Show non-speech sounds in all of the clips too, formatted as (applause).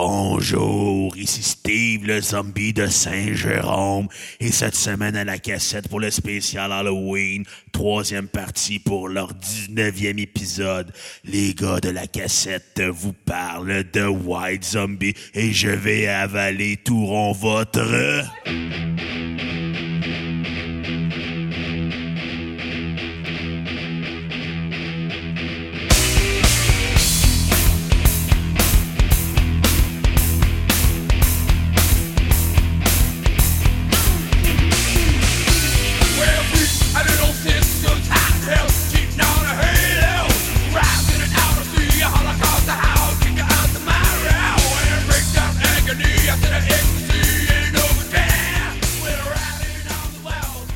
Bonjour, ici Steve le zombie de Saint-Jérôme et cette semaine à la cassette pour le spécial Halloween, troisième partie pour leur 19e épisode. Les gars de la cassette vous parlent de White Zombie et je vais avaler tout rond votre...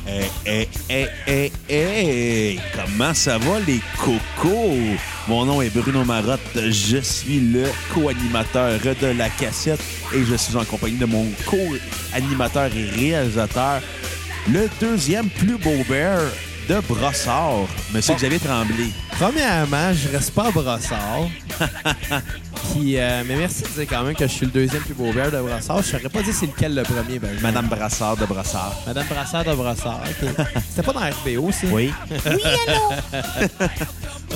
Hey, hey, hey, hey! eh, Comment ça va, les cocos? Mon nom est Bruno Marotte. Je suis le co-animateur de la cassette et je suis en compagnie de mon co-animateur et réalisateur, le deuxième plus beau bear de Brossard, Monsieur Xavier Tremblay. Premièrement, je reste pas à brossard. (laughs) Puis, euh, mais merci de dire quand même que je suis le deuxième plus beau bear de brossard. Je saurais pas dire c'est lequel le premier. Ben, Madame Brassard de Brossard. Madame Brassard de brossard. ok. C'était pas dans RPO, ça? (laughs) Oui.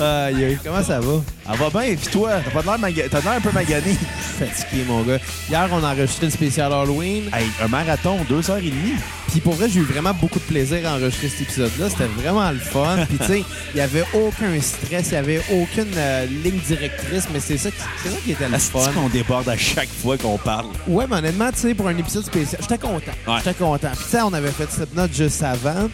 Aïe, aïe, comment ça va? Elle va bien, et puis toi, t'as pas l'air maga- t'as l'air un peu magané. Fatigué, mon gars. Hier, on a enregistré une spéciale Halloween. Hey, un marathon, deux heures et demie. Puis pour vrai, j'ai eu vraiment beaucoup de plaisir à enregistrer cet épisode-là. C'était vraiment le fun. Puis tu sais, il n'y avait aucun stress, il n'y avait aucune euh, ligne directrice, mais c'est ça, qui- c'est ça qui était le Est-ce fun. qu'on déborde à chaque fois qu'on parle? Ouais, mais honnêtement, tu sais, pour un épisode spécial, j'étais content. Ouais. J'étais content. Puis, tu sais, on avait fait cette note juste avant.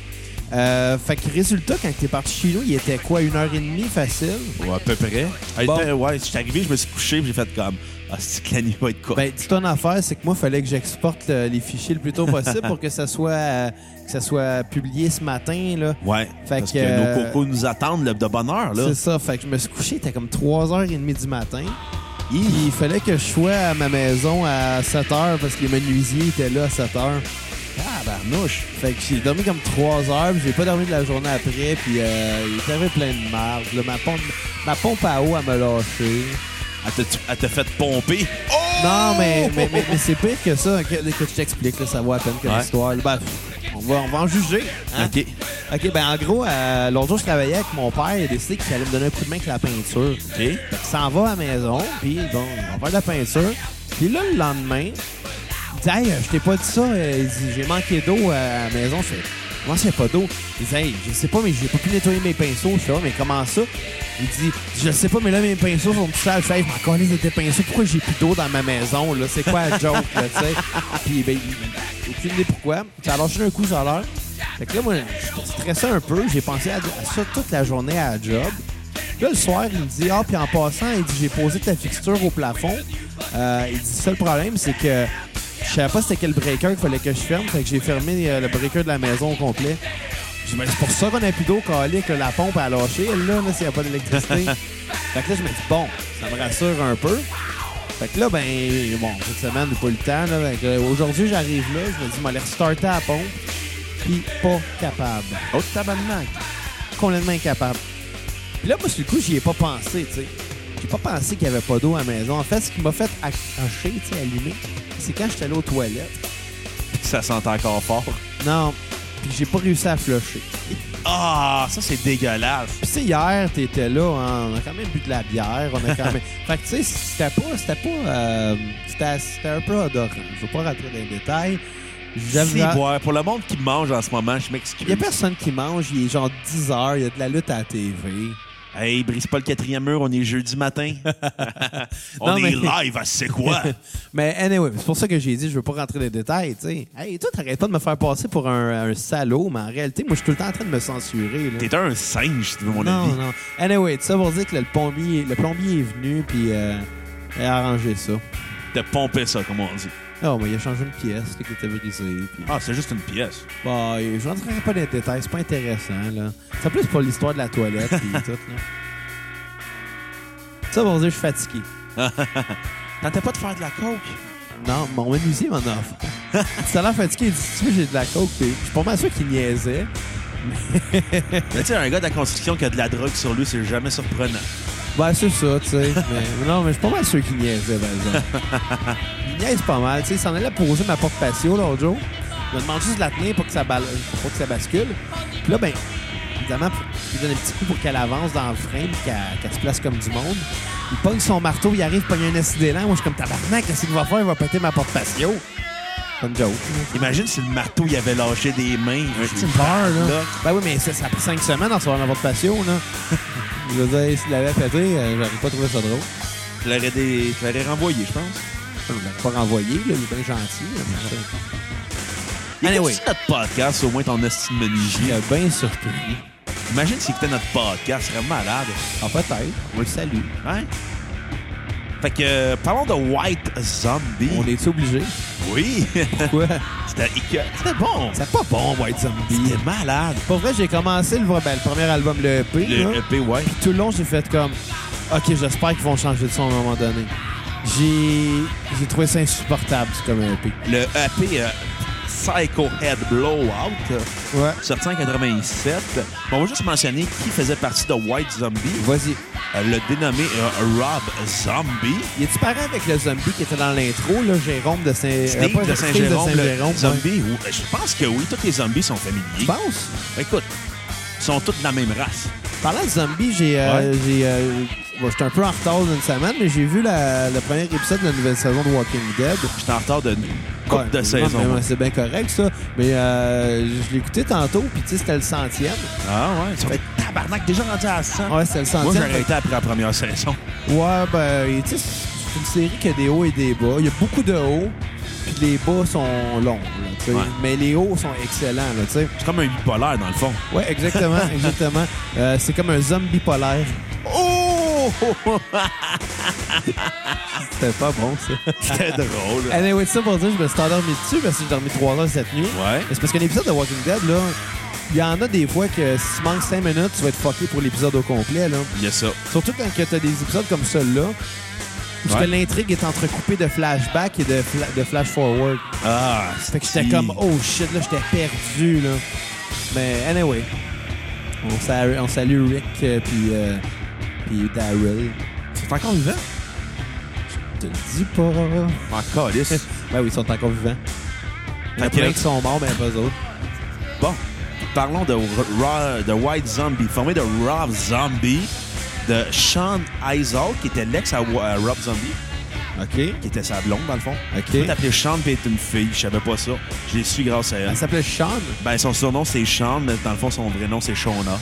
Euh, fait que résultat, quand t'es parti chez nous, il était quoi, une heure et demie facile? Ouais, à peu près. Bon. Ouais, je suis arrivé, je me suis couché, puis j'ai fait comme Ah, c'est que la nuit va être quoi? Ben, dis ton affaire, c'est que moi, il fallait que j'exporte euh, les fichiers le plus tôt possible pour que ça soit, euh, que ça soit publié ce matin, là. ouais. fait parce que, que, euh, nos cocos nous attendent le- de bonne heure, là. C'est ça. Fait que je me suis couché, il était comme 3h30 du matin. Puis, il fallait que je sois à ma maison à 7h parce que les menuisiers étaient là à 7h. Ah, barnouche. Fait que j'ai dormi comme 3 heures, puis j'ai pas dormi de la journée après, puis euh, il était arrivé plein de marge. Là, ma, pompe, ma pompe à eau, elle m'a lâché. Elle te- elle t'a fait pomper. Non, mais, mais, mais, mais c'est pire que ça. Que, que je t'explique, là, ça vaut à peine que Ouais. l'histoire. là. Ben, pff, on va, on va en juger. hein? OK. OK, ben en gros, euh, l'autre jour, je travaillais avec mon père, il a décidé qu'il allait me donner un coup de main avec la peinture. OK. Fait qu'il s'en va à la maison, puis bon, on va faire de la peinture. Puis là, le lendemain, il dit Hey, je t'ai pas dit ça, Euh, il dit, j'ai manqué d'eau euh, à la maison. Je fais Comment ça, il y a pas d'eau Il dit Hey, je sais pas, mais j'ai pas pu nettoyer mes pinceaux. Je fais Ouais, mais comment ça Il dit Je sais pas, mais là, mes pinceaux sont tout sales. Je fais Hey, je m'en connais des pinceaux, pourquoi j'ai plus d'eau dans ma maison, là C'est quoi la joke, là, tu sais Puis, ben, il- aucune idée pourquoi. Ça a lâché un coup, ça a l'air. Fait que là, moi, je stressais un peu. J'ai pensé à, à ça toute la journée à la job. Là, le soir, il me dit Ah, puis en passant, il dit J'ai posé ta fixture au plafond. Euh, il dit Seul problème, c'est que je savais pas c'était quel breaker qu'il fallait que je ferme. Fait que j'ai fermé euh, le breaker de la maison au complet. Je dis, Mais c'est pour ça qu'on a plus d'eau calée que la pompe a lâché, elle, là, là, s'il n'y a pas d'électricité. fait que là, je me dis Bon, ça me rassure un peu. Fait que là, ben, bon, cette semaine, j'ai pas eu le temps. Là, Fait que, euh, Aujourd'hui, j'arrive là, je me dis, je vais aller restarter la pompe. Puis pas capable. Autre tabarnak. Complètement incapable. Puis là, moi, sur le coup, j'y ai pas pensé, tu sais. J'ai pas pensé qu'il y avait pas d'eau à la maison. En fait, ce qui m'a fait accrocher, tu sais, allumer, c'est quand j'étais allé aux toilettes. Ça sent encore fort. Non, puis j'ai pas réussi à flusher. Ah, ça, c'est dégueulasse. Puis tu sais, hier, t'étais là, hein, on a quand même bu de la bière, on a quand même... fait que tu sais, c'était pas... C'était pas... euh, c'était- c'était un peu odorant. Je veux pas rentrer dans les détails. Si, la- boire. Pour le monde qui mange en ce moment, je m'excuse. Il y a personne qui mange, il est genre 10 heures, il y a de la lutte à la TV. Hey, brise pas le quatrième mur, on est jeudi (laughs) matin. On Non, est mais- live à c'est (laughs) quoi? Mais anyway, c'est pour ça que j'ai dit, je veux pas rentrer dans les détails, tu sais. Hey, toi, t'arrêtes pas de me faire passer pour un, un salaud, mais en réalité, moi, je suis tout le temps en train de me censurer, là. T'es un singe, si tu veux mon non, avis. non. Anyway, ça pour dire que le plombier, le plombier est venu, puis euh, il a arrangé ça. T'as pompé ça, comme on dit. Oh, mais il a changé une pièce, là, qui était brisée, puis... Ah, c'est juste une pièce. Bah, je rentrerai pas dans les détails, c'est pas intéressant, là. C'est plus pour l'histoire de la toilette et tout, là. Ça pour dire, je suis fatigué. Tentais pas de faire de la coke? Non, mon menuisier m'en a (laughs) offert. Tout à l'heure, fatigué, il dit Tu sais, j'ai de la coke. Puis Je suis pas mal sûr qu'il niaisait. Mais tu sais, un gars de la construction qui a de la drogue sur lui, c'est jamais surprenant. Ben, c'est ça, tu sais. mais, (laughs) non, mais je suis pas mal sûr qu'ils niaisaient, par (laughs) exemple. Ils niaisent pas mal, tu sais. Ils s'en allaient poser ma porte patio l'autre jour. Ils me demandé juste de la tenir pour que ça, bal- pour que ça bascule. Puis là, ben, évidemment, pour- je lui donne un petit coup pour qu'elle avance dans le frame, qu'elle qu'elle se place comme du monde. Il pogne son marteau, il arrive, il pogne un accident. Moi, je suis comme tabarnak, qu'est-ce qu'il va faire? Il va péter ma porte patio. C'est une joke. Imagine si le marteau, il avait lâché des mains. C'est une peur, là. Ben oui, mais ça, ça a pris cinq semaines à recevoir ma porte patio, là. (laughs) je veux dire, s'il l'avait pété, euh, j'aurais pas trouvé ça drôle. Tu l'aurais des... tu l'aurais renvoyé, je pense. Je ne l'aurais pas renvoyé, là, il est bien gentil. là, mais c'est- Anyway. Écoute-tu notre podcast, au moins ton estime Il menuisier. a bien surpris. Imagine s'il écoutait notre podcast, il serait malade. Ah, peut-être. On le salue. Hein? Fait que, euh, parlons de White Zombie. On est obligé? Oui! (laughs) Pourquoi? C'était écœur- c'était bon! C'est pas bon, White Zombie. C'était malade! Pour vrai, j'ai commencé le, ben, le premier album, le EP. là. Le EP, ouais. tout le long, j'ai fait comme OK, j'espère qu'ils vont changer de son à un moment donné. J'ai j'ai trouvé ça insupportable, c'est comme un EP. Le EP euh, Psycho Head Blowout, euh, Ouais. sorti en 87. Bon, on va juste mentionner qui faisait partie de White Zombie. Vas-y. Euh, le dénommé euh, Rob Zombie. Y a-tu pareil avec le zombie qui était dans l'intro, là, Jérôme de Saint... euh, Steve pas- de Saint-Jérôme. Steve de Saint-Jérôme, le ouais. Zombie, ou- ben, je pense que oui, tous les zombies sont Tu familiers. penses? Écoute, ils sont tous de la même race. Parlant de zombies, j'ai. euh, j'ai, euh, bon, J'étais un peu en retard d'une semaine, mais j'ai vu la- le premier épisode de la nouvelle saison de Walking Dead. J'étais en retard de coupe Ouais, de non, saison. mais, ouais, C'est bien correct, ça. Mais euh, je l'ai écouté tantôt, puis tu sais, c'était le centième. Ah ouais, ils sont des tabarnak déjà rendus à 100. Ouais, c'était le Moi, centième. j'ai arrêté après la première saison. Ouais, ben, et tu sais, c'est une série qui a des hauts et des bas. Il y a beaucoup de hauts, puis les bas sont longs, là, tu sais. Ouais. Mais les hauts sont excellents, là, tu sais. C'est comme un bipolaire, dans le fond. Ouais, exactement, (laughs) exactement. Euh, c'est comme un zombie polaire. Oh! C'était pas bon, ça. (laughs) C'était drôle. anyway, Eh ben ça pour dire, je me suis endormi dessus parce que j'ai dormi 3 heures cette nuit. Ouais. Mais C'est parce qu'un épisode de Walking Dead, là, il y en a des fois que si tu manques 5 minutes, tu vas être fucké pour l'épisode au complet, là. Il y a ça. Surtout quand que t'as des épisodes comme celui-là, parce Ouais. que l'intrigue est entrecoupée de flashbacks et de, fla- de flash-forward. Ah, Fait que j'étais comme, oh shit, là, j'étais perdu, là. Mais anyway, on salue, on salue Rick euh, puis euh, puis Daryl. c'est encore vivant? Je te le dis pas. Encore, lisse. (laughs) Ben oui, ils sont encore vivants. Il y en a Fait que- plein qui sont morts, mais pas autres. Bon, parlons de, Ra- de White Zombie, formé de Rob Zombie, de Sean Isaac, qui était l'ex à Wa- à Rob Zombie, OK. qui était sa blonde, dans le fond. OK. Il t'appelait Sean, puis elle était une fille. Je savais pas ça. Je l'ai su grâce à elle. Elle s'appelait Sean. Ben, son surnom, c'est Sean, mais dans le fond, son vrai nom, c'est Shona.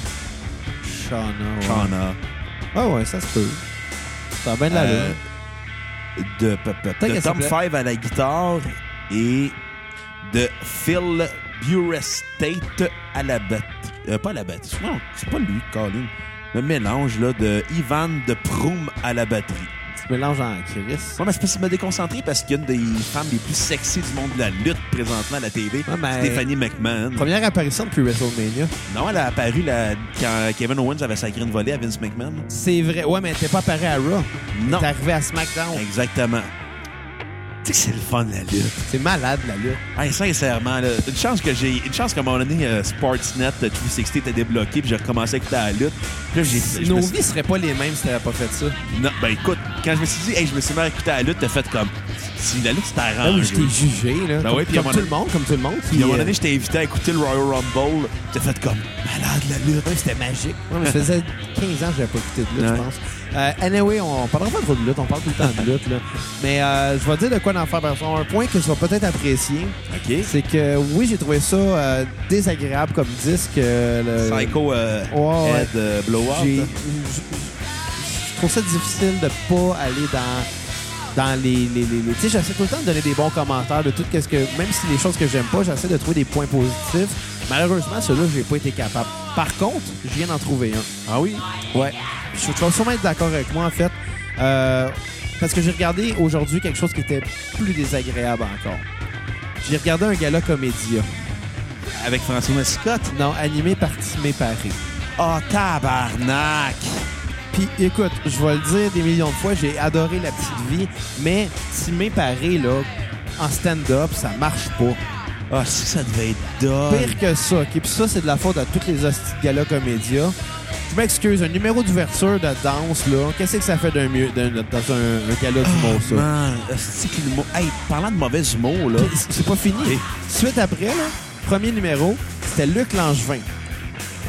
Sean, Shona. Ah ouais, ça se peut. Ça a bien de la Euh, lune. de, pe- pe- Peut-être de qu'elle Tom s'appelait- Five à la guitare et de Phil Burestate à la batte. euh, pas à la batterie. Non, c'est pas lui, Colin. Le mélange là, de Ivan de Proum à la batterie. Tu mélanges en Chris. Ouais, mais c'est parce qu'il m'a déconcentré parce qu'il y a une des femmes les plus sexy du monde de la lutte présentement à la TV, Ouais, mais- Stéphanie McMahon. Première apparition depuis WrestleMania. Non, elle a apparu là, quand Kevin Owens avait sacré une volée à Vince McMahon. C'est vrai. Ouais, mais t'es pas apparu à Raw. Non, T'es arrivé à SmackDown. exactement. Tu sais que c'est le fun la lutte. C'est malade, la lutte. Hey, sincèrement, là, une chance que j'ai. Une chance qu'à un moment donné, euh, Sportsnet euh, 360 était débloqué, puis j'ai recommencé à écouter la lutte. Puis là, j'ai. je Nos me suis- vies seraient pas les mêmes si t'avais pas fait ça. Non, ben écoute, quand je me suis dit, hey, je me suis mis à écouter la lutte, t'as fait comme. Si la lutte, c'était Ah oui, je t'ai arrangé. jugé, là. Ben comme ouais, puis à comme un moment- tout le monde, comme tout le monde. Puis à un moment euh, donné, je t'ai invité à écouter le Royal Rumble, t'as fait comme. Malade la lutte. ouais, c'était magique. Ouais, mais ça faisait 15 ans que j'avais pas écouté de lutte, Ouais. je pense. Euh, anyway, on parlera pas trop de lutte, on parle tout le temps de lutte, là. Mais euh, je vais dire de quoi d'en faire. parce qu'on a Un point que je vais peut-être apprécier, OK. c'est que oui, j'ai trouvé ça euh, désagréable comme disque. euh, le- Psycho euh, Ouais, ouais. Head euh, Blowout. J'ai- Je je trouve ça difficile de pas aller dans dans les, les, les- les- tu sais j'essaie tout le temps de donner des bons commentaires de tout qu'est-ce que même si les choses que j'aime pas j'essaie de trouver des points positifs malheureusement celui-là j'ai pas été capable par contre je viens d'en trouver un Ah oui? ouais je tu vas sûrement être d'accord avec moi en fait Euh, parce que j'ai regardé aujourd'hui quelque chose qui était plus désagréable encore j'ai regardé un gala comédia Avec François Mascotte. non animé par Timé Paris Ah, tabarnak! Puis écoute, je vais le dire des millions de fois, j'ai adoré La Petite Vie, mais Timé Paré, là, en stand-up, ça marche pas. Ah, si ça devait être dog. Pire que ça, OK? Puis ça, c'est de la faute à toutes les hosties de gala comédia. Je m'excuse, un numéro d'ouverture de danse, là, qu'est-ce que ça fait d'un mieux d'un- dans un, un gala d'humour, ça? Man, euh, c'est que l'humour- Hey, parlant de mauvais humour, là. Puis, C'est pas fini. Et- Suite après, là, premier numéro, c'était Luc Langevin.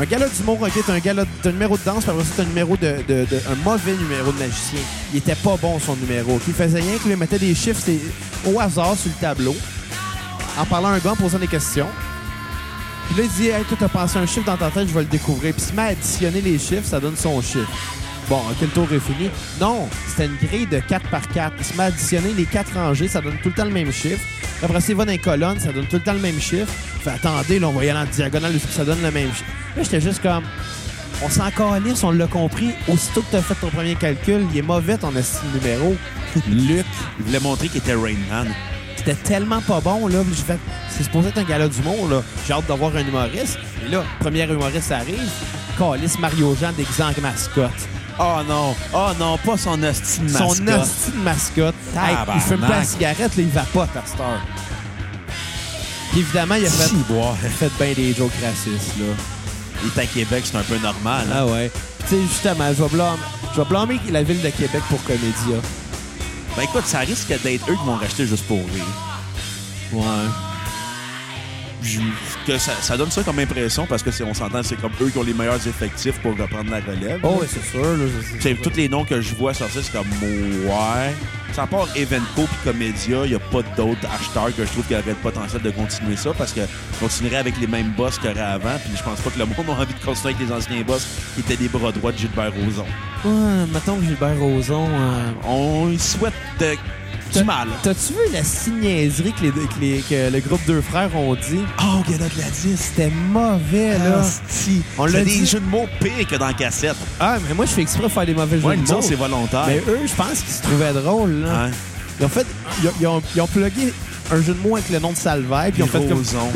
Un gala d'humour, ok, t'as un gala, t'as un numéro de danse, puis après ça, t'as un numéro de, de- de- un mauvais numéro de magicien. Il était pas bon, son numéro. ok? Il faisait rien qu'il mettait des chiffres c'était au hasard sur le tableau, en parlant à un gars, en posant des questions. Puis là, il dit, hey, toi, t'as pensé un chiffre dans ta tête, je vais le découvrir. Puis il se met à additionner les chiffres, ça donne son chiffre. Bon, ok, le tour est fini. Non, c'était une grille de 4 par 4. Il se met à additionner les 4 rangées, ça donne tout le temps le même chiffre. Après ça, il va dans les colonnes, ça donne tout le temps le même chiffre. Fait attendez, là, on va y aller en diagonale, ça donne le même chiffre. Là, j'étais juste comme, on s'en calisse, on l'a compris. Aussitôt que t'as fait ton premier calcul, il est mauvais ton estime numéro. Luc, Il voulait montrer qu'il était Rain Man. c'était tellement pas bon, là. J'ai fait, c'est supposé être un gala d'humour, là. J'ai hâte d'avoir un humoriste. Et là, premier humoriste arrive. Calice Mario Jean déguisé en mascotte. Oh non, oh non, pas son hostie de Son mascotte. hostie de mascotte. Hey, il fume pas la Tabarnak. cigarette, là, il va pas, pasteur. Puis évidemment, il a fait, Si, boire. fait bien des jokes racistes, là. Il est à Québec, c'est un peu normal. hein. Ah ouais. Tu sais, justement, je vais blâmer, je vais blâmer la ville de Québec pour Comédia. Ben écoute, ça risque d'être eux qui m'ont racheté juste pour rire. Ouais. Je- que ça, ça donne ça comme impression parce que si on s'entend, c'est comme eux qui ont les meilleurs effectifs pour reprendre la relève. Oh, ouais, c'est sûr, là. je- C'est- Tous les noms que je vois sortir, c'est comme ouais. Ça part Evenco puis Comédia, il n'y a pas d'autres acheteurs que je trouve qui auraient le potentiel de continuer ça parce que je continuerais avec les mêmes boss qu'il y aurait avant. Puis je pense pas que le monde a envie de continuer avec les anciens boss qui étaient des bras droits de Gilbert Rozon. Ouais, mettons que Gilbert Rozon. euh, On lui souhaite euh, du mal. T'as-tu vu la signiaiserie que, les, que, les- que le groupe Deux Frères ont dit? Oh, Gala de la 10. C'était mauvais, là. On On l'a l'a dit. des jeux de mots pires que dans la cassette. Ah, mais moi, je fais exprès de faire des mauvais jeux Ouais, de nous autres, mots. c'est volontaire. Mais eux, je pense qu'ils se trouvaient drôles, là. Hein? Ils ont fait... Ils, ont- ils ont, ils ont plugué un jeu de mots avec le nom de Salvaire, puis ils ont fait comme... Tu Rozon.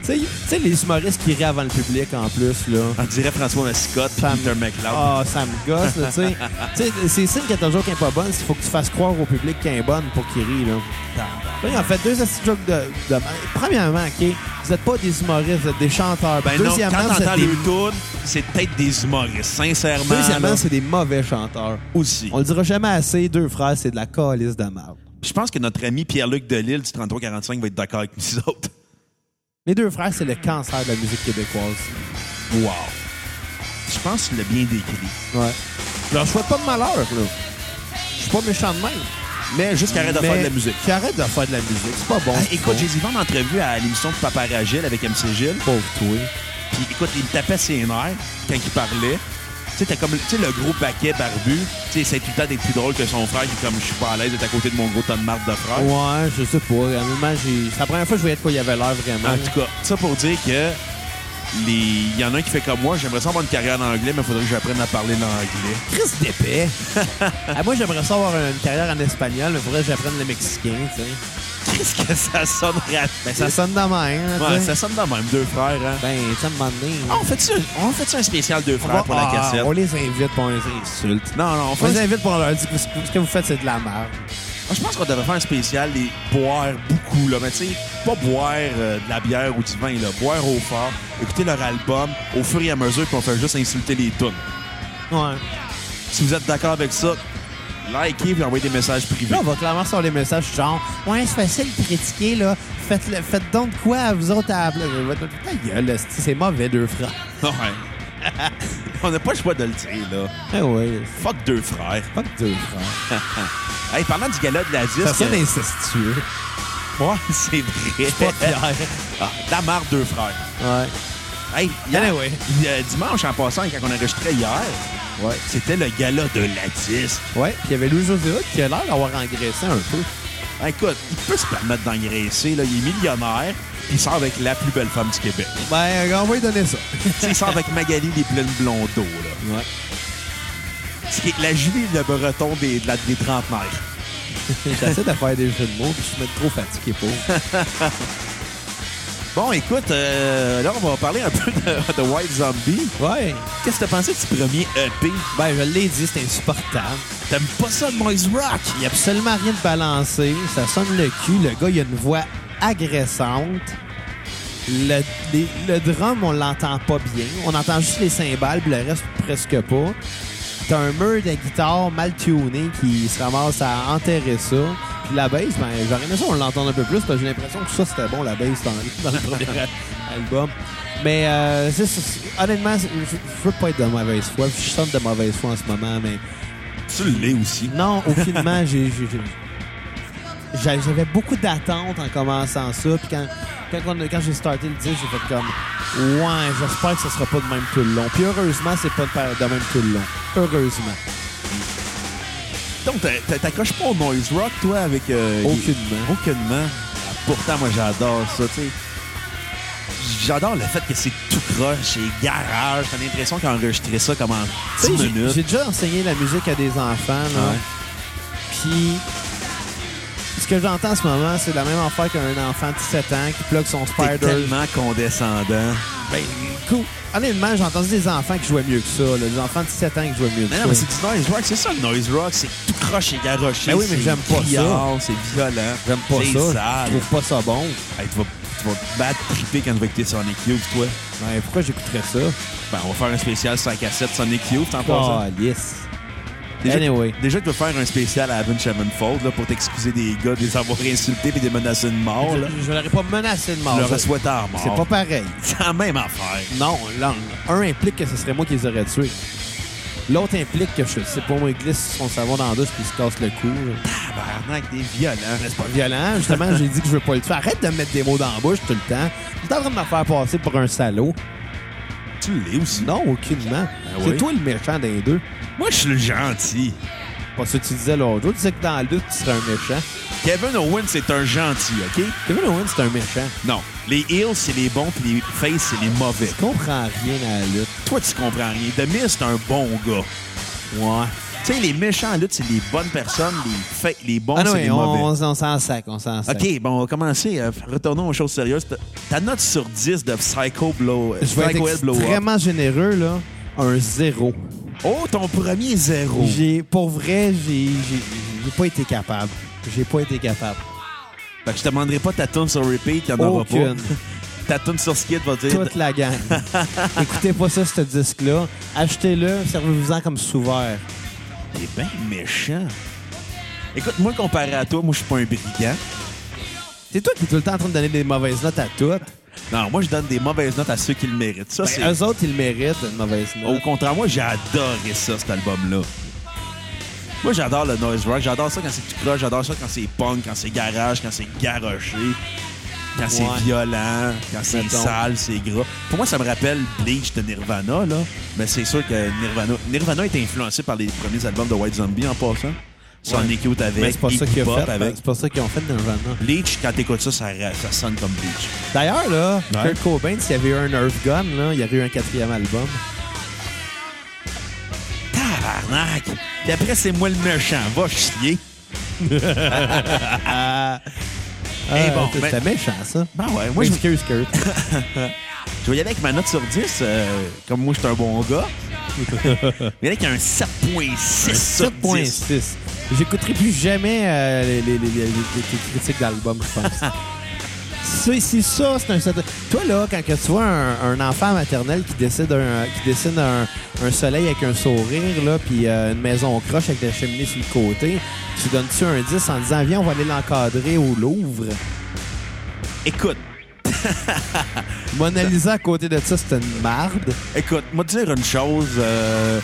sais, (laughs) tu sais, les humoristes qui rient avant le public, en plus, là. On dirait François Mascotte puis Ça me- Peter McLeod. Ah, ça me gosse, là, (laughs) tu sais. Tu sais, c'est signe que ton joke est pas bonne, il faut que tu fasses croire au public qu'elle est bonne pour qu'il rit, là. Là, Ils ont fait deux petits jokes de, de- Premièrement, OK, vous êtes pas des humoristes, vous êtes des chanteurs. Ben non, Deuxièmement, quand vous êtes t'entends des... les tunes, c'est peut-être des humoristes, sincèrement. Deuxièmement, là, c'est des mauvais chanteurs. aussi. On le dira jamais assez, deux frères, c'est de la calice de marde. Je pense que notre ami Pierre-Luc Delille du 3345 va être d'accord avec nous autres. Les deux frères, c'est le cancer de la musique québécoise. Wow. Je pense qu'il l'a bien décrit. Ouais. Je leur souhaite pas de malheur, là. Je suis pas méchant de même. Mais juste arrête de Mais faire de la musique. Qui arrête de faire de la musique, c'est pas bon. Ah, ce écoute, j'ai qu'ils dit en entrevue à l'émission de Papa Ragil avec MC Gilles. font. Pauvre toi. Puis écoute, il me tapait ses nerfs quand il parlait. Tu sais, t'as comme tu sais, le gros paquet barbu. Tu sais, il essaie tout le temps d'être plus drôle que son frère, qui est comme je suis pas à l'aise d'être à côté de mon gros tas de marde de frère. Ouais, je sais pas. Honnêtement, j'ai- c'est la première fois que je voyais de quoi il y avait l'air vraiment. En tout cas, ça pour dire que les... il y en a un qui fait comme moi, j'aimerais ça avoir une carrière en anglais, mais il faudrait que j'apprenne à parler l'anglais. (laughs) Chris d'épais. (laughs) Ah, moi, j'aimerais ça avoir une carrière en espagnol, mais faudrait que j'apprenne le mexicain, tu sais. Qu'est-ce que ça sonne rapide? Ben, ça sonne de même, Ouais, hein, tu sais. ça sonne de même, deux frères, hein? Ben, tu sais, à un moment donné, Ah, on fait ça, on fait ça un spécial deux on frères va- pour la ah, cassette. On les invite, pas on les insulte. Non, non, on On fait. les invite pour leur dire que ce que ce que vous faites, c'est de la merde. Ah, Je pense qu'on devrait faire un spécial et boire beaucoup, là. Mais tu sais, pas boire euh, de la bière ou du vin, là. Boire au fort, écouter leur album au fur et à mesure qu'on fait juste insulter les tunes. Ouais. Si vous êtes d'accord avec ça, likez et envoyez des messages privés. Là, on va clairement sur les messages genre « Ouais, c'est facile de critiquer, là. Faites, le- faites donc de quoi à vous autres à... » Ta gueule, là, c'est c'est mauvais, deux frères. Ouais. (laughs) on n'a pas le choix de le dire, là. Ah ouais, Fuck deux frères. fuck deux frères. Hey, parlant du gala de la 10... Ça sonne euh, incestueux. ouais, (laughs) c'est vrai. Ah, de la marre deux frères. Ouais. Hey, hier, Anyway. euh, dimanche, en passant, quand on enregistrait hier, Ouais. c'était le gala de la 10. Ouais, puis il y avait Louis José Hood qui a l'air d'avoir engraissé un peu. Ah, Écoute, il peut se permettre d'engraisser, là. Il est millionnaire, puis il sort avec la plus belle femme du Québec. Ben, on va lui donner ça. Tu sais, il sort avec Magali les pleines blondeaux, là. (laughs) Ouais. Ce qui est la Julie le breton des, de la- des trentenaires. J'essaie de faire des jeux de mots, puis je me suis trop fatigué pour. Bon, écoute, euh, là, on va parler un peu de, de White Zombie. Ouais. Qu'est-ce que t'as pensé de ce premier EP? Ben, je l'ai dit, c'est insupportable. T'aimes pas ça, le noise rock? Il n'y a absolument rien de balancé. Ça sonne le cul. Le gars, il a une voix agressante. Le, les- le drum, on l'entend pas bien. On entend juste les cymbales, puis le reste, presque pas. T'as un mur de guitare mal tuné qui se ramasse à enterrer ça. Puis la bass, ben, j'aurais aimé ça, on l'entend un peu plus, parce que j'ai l'impression que ça, c'était bon, la bass, dans, (laughs) dans le premier album. Mais euh, c'est- c'est- honnêtement, c'est- je je veux pas être de mauvaise foi. Je sonne de mauvaise foi en ce moment, mais Tu l'es aussi. non, aucunement. j'ai- j'ai- j'ai- j'a- J'avais beaucoup d'attentes en commençant ça. Puis quand, quand, on a- quand j'ai starté le disque, j'ai fait comme Ouais, j'espère que ce sera pas de même tout le long. Puis heureusement, c'est pas de pa- de même tout le long. Heureusement. Donc, t'a- t'a- t'accroches pas au noise rock, toi, avec... euh, Aucunement. les- Aucunement. Ah, Pourtant, moi, j'adore ça, tu sais. J'adore le fait que c'est tout croche, c'est garage. T'as l'impression qu'ils ont enregistré ça comme en 10 Tu sais, j'ai- minutes. J'ai déjà enseigné la musique à des enfants. Là. Ouais. Puis, ce que j'entends en ce moment, c'est la même affaire qu'un enfant de 17 ans qui plug son T'es Spider. tellement condescendant. Ben, cool. Honnêtement, j'ai entendu des enfants qui jouaient mieux que ça. là. Des enfants de 17 ans qui jouaient mieux que Mais ça. non, mais c'est du noise rock, c'est ça le noise rock, c'est tout croche et garoché. Ben oui, mais c'est j'aime pas criard, C'est violent. J'aime pas c'est ça. sale. Je trouve pas ça bon. Hey, tu vas, tu vas te battre triper quand tu vas écouter Sonic Youth, toi. Ben, pourquoi j'écouterais ça? Ben, on va faire un spécial 5 à 7 Sonic Youth, t'en Oh, passes. yes. Déjà, anyway. déjà, tu peux faire un spécial à Avenge Sevenfold là, pour t'excuser des gars de les avoir insultés et de les menacer de mort. Là. Je, je l'aurais pas menacé de mort. Je leur Ça, ai souhaité en mort. C'est pas pareil. C'est la même affaire. Non, l'un un implique que ce serait moi qui les aurais tués. L'autre implique que, je sais pas, moi, il glisse son savon dans la douche puis il se casse le cou. là. Tabarnak, des violents. C'est pas violent. Justement, j'ai dit que je veux pas le tuer. Arrête de me mettre des mots dans la bouche tout le temps. Tu es en train de me faire passer pour un salaud. Tu l'es aussi. Non, aucunement. Ben C'est oui. toi le méchant des deux. Moi, je suis le gentil. Pas ce que tu disais l'autre jour. Tu disais que dans la lutte, tu serais un méchant. Kevin Owens, c'est un gentil, OK? Kevin Owens, c'est un méchant. Non. Les heels, c'est les bons, puis les faces, c'est les mauvais. Je comprends rien à la lutte. Toi, tu comprends rien. The Miz, c'est un bon gars. Ouais. Tu sais, les méchants en lutte, c'est les bonnes personnes, les, fa- les bons, Ah non, c'est les mais on, mauvais. on, on s'en sac, on s'en sac. OK, bon, on va commencer. euh, retournons aux choses sérieuses. Ta- Ta note sur 10 de Psycho Blow, euh, Je vais Psycho Head être Blow Up. extrêmement généreux, là. Un zéro. Oh, ton premier zéro. J'ai, pour vrai, j'ai, j'ai, j'ai pas été capable. J'ai pas été capable. Fait que je te demanderai pas ta tune sur repeat, il y en aura pas. Aucune. (laughs) ta tune sur skid va dire Toute (laughs) la gang. Écoutez pas ça, ce disque-là. Achetez-le, servez-vous-en comme souverain. t'es bien méchant. Écoute, moi comparé à toi, moi je suis pas un brigand. C'est toi qui es tout le temps en train de donner des mauvaises notes à toutes. Non, moi je donne des mauvaises notes à ceux qui le méritent. Ça Ben, c'est eux autres, ils le méritent, une mauvaise Au note. contraire, moi, j'ai adoré ça, cet album-là. Moi, j'adore le noise rock. J'adore ça quand c'est tout croche. J'adore ça quand c'est punk, quand c'est garage, quand c'est garoché, quand Ouais. c'est violent, quand c'est Mettons. sale, c'est gras. Pour moi, ça me rappelle Bleach de Nirvana, là. Mais c'est sûr que Nirvana... Nirvana est influencé par les premiers albums de White Zombie, en passant. Sonic Youth Mais avec, c'est pas ça Iggy qu'ils ont Pop fait. hein. avec. C'est pas ça qu'ils ont fait Nirvana. Bleach, quand t'écoutes ça, ça, ra- ça sonne comme Bleach. D'ailleurs, là, Ouais. Kurt Cobain, s'il y avait eu un Earth Gun, là, il y aurait eu un quatrième album. Tabarnak! Puis après, c'est moi le méchant. Va chier. Eh bon, Euh, mais- C'était méchant, ça. Ben ouais, moi, je Excuse, (laughs) Kurt. Je vais y aller avec ma note sur 10. euh, comme moi, je suis un bon (laughs) gars. Je vais y aller avec un 7.6 sur 10. 7.6. J'écouterai plus jamais euh, les, les- les- les- les- les critiques d'albums, je pense. C'est c'est ça, c'est un... certain- Toi, là, quand que tu vois un, un enfant maternel qui, décide un- qui dessine un, un soleil avec un sourire, là, puis euh, une maison croche avec la cheminée sur le côté, tu donnes-tu un 10 en disant « Viens, on va aller l'encadrer au Louvre Écoute, ». Mona Lisa, à côté de ça, c'est une marde. écoute, moi te dire une chose. (laughs) euh,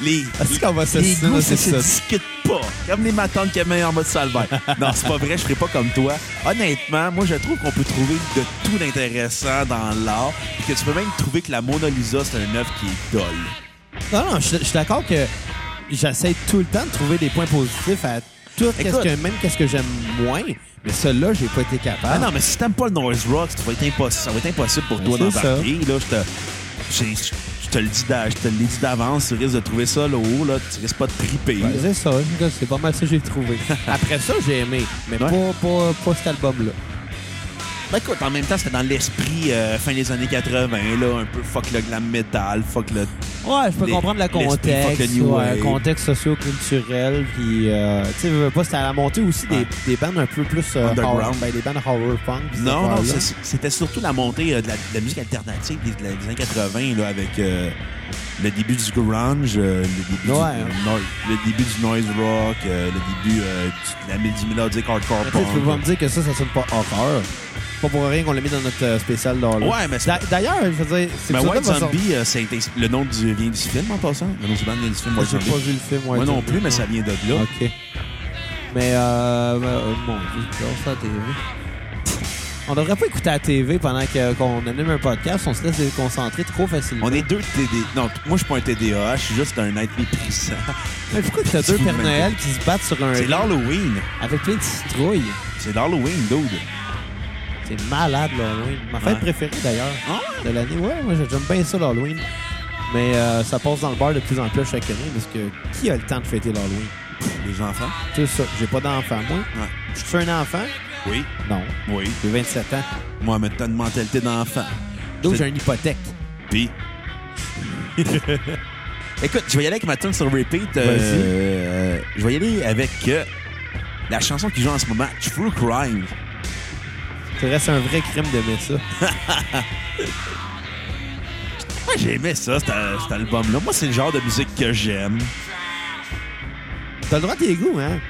les Est-ce qu'on va les s'assiner goûts, dans ça cet se épisode? discute pas. Comme les matantes qui aiment en mode salvaire. Non, c'est pas vrai, je ferai pas comme toi. Honnêtement, moi, je trouve qu'on peut trouver de tout d'intéressant dans l'art. Et que tu peux même trouver que la Mona Lisa, c'est un œuvre qui est dolle. Non, non, je je suis d'accord que j'essaie tout le temps de trouver des points positifs à tout, qu'est-ce Écoute. que, même qu'est-ce que j'aime moins. Mais celui-là, j'ai pas été Ah capable. non, mais si t'aimes pas le noise rock, ça va être impossible, ça va être impossible pour toi Ben, c'est d'embarquer. Là, je te, j'ai- je, je te le dis d'a- je te l'ai dit d'avance, tu risques de trouver ça là haut, là, tu risques pas de triper. Ben, c'est ça, gars, c'est pas mal ça que j'ai trouvé. (laughs) Après ça, j'ai aimé, mais Ouais. pas, pas, pas cet album-là. Ben, écoute, en même temps, c'était dans l'esprit euh, fin des années 80, là, un peu fuck le glam metal, fuck le Ouais, je peux Les- comprendre le l'esprit contexte, fucking new ouais, wave. un contexte socio-culturel, puis euh, tu sais, veux, veux pas, c'était à la montée aussi des, Ouais. des bandes un peu plus euh, Underground. horror- ben, des bandes horror punk. puis ces Non, non, affaires-là. c'est- c'était surtout la montée euh, de, la, de la musique alternative des, des années 80, là, avec euh, le début du grunge, euh, le, début Ouais, du, hein. noi- le début du noise rock, euh, le début euh, du- de la mélodie mélodique hardcore Mais tu sais, punk. tu peux pas me dire que ça, ça sonne pas horreur. Pas pour rien qu'on l'a mis dans notre euh, spécial d'horreur. Ouais, mais c'est- D'a- D'ailleurs, je veux dire, c'est Mais que ça White va sortir- Zombie, euh, ça a été- le nom du, vient du film en passant. Le nom du band vient du film Moi, White j'ai Zombie. pas vu le film. Moi non plus, mais ça vient de là. OK. Mais, euh, ben, euh, mon Dieu, je dors ça à la TV. On devrait pas écouter à la TV pendant que- qu'on anime un podcast. On se laisse déconcentrer trop facilement. On est deux TD. Non, moi je suis pas un TDAH, je suis juste un être (laughs) méprisant. Mais pourquoi t'as deux Pères Noël qui se battent sur un... C'est l'Halloween. Avec plein de citrouilles. C'est l'Halloween, dude. C'est malade, l'Halloween. Ma fête Ouais. préférée, d'ailleurs, Ah! de l'année. Ouais, moi, j'aime bien ça, l'Halloween. Mais euh, ça passe dans le bar de plus en plus chaque année parce que qui a le temps de fêter l'Halloween? Les enfants. C'est ça. J'ai pas d'enfant, moi. Ouais. Je suis un enfant? Oui. Non. Oui. J'ai 27 ans. Moi, maintenant, une mentalité d'enfant. Donc, C'est- j'ai une hypothèque. Puis. (laughs) Écoute, je vais y aller avec ma tune sur repeat. euh, Vas-y. euh, je vais y aller avec euh, la chanson qui joue en ce moment, True Crime. Ça reste un vrai crime de mettre ça. Ouais, j'ai aimé ça, cet, euh, cet album-là. Moi, c'est le genre de musique que j'aime. T'as le droit à tes goûts, hein?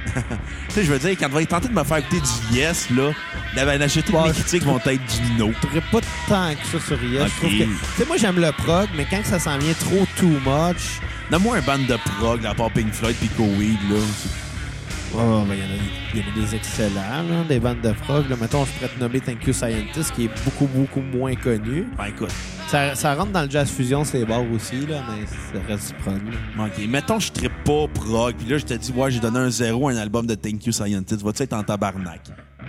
Tu sais, je veux dire, quand ils vont tenter de me faire écouter du Yes, là, la la majorité de Ouais. mes critiques vont être du No. J'aurais pas tant que ça sur Yes. Je trouve Ok. que... Tu sais, moi, j'aime le prog, mais quand que ça s'en vient trop too much... Donne-moi un band de prog, à part Pink Floyd puis Coweed, là. Oh, ben, il y en a- il y en a des excellents, là, des bandes de prog. Là, mettons, je pourrais te nommer Thank You Scientist, qui est beaucoup, beaucoup moins connu. Ben, écoute. Ça, ça rentre dans le jazz fusion, c'est bars aussi, là, mais ça reste du prog. là. OK. Mettons, je trippe pas prog, puis là, je te dis, ouais, j'ai donné un zéro à un album de Thank You Scientist. Vas-tu être en tabarnak?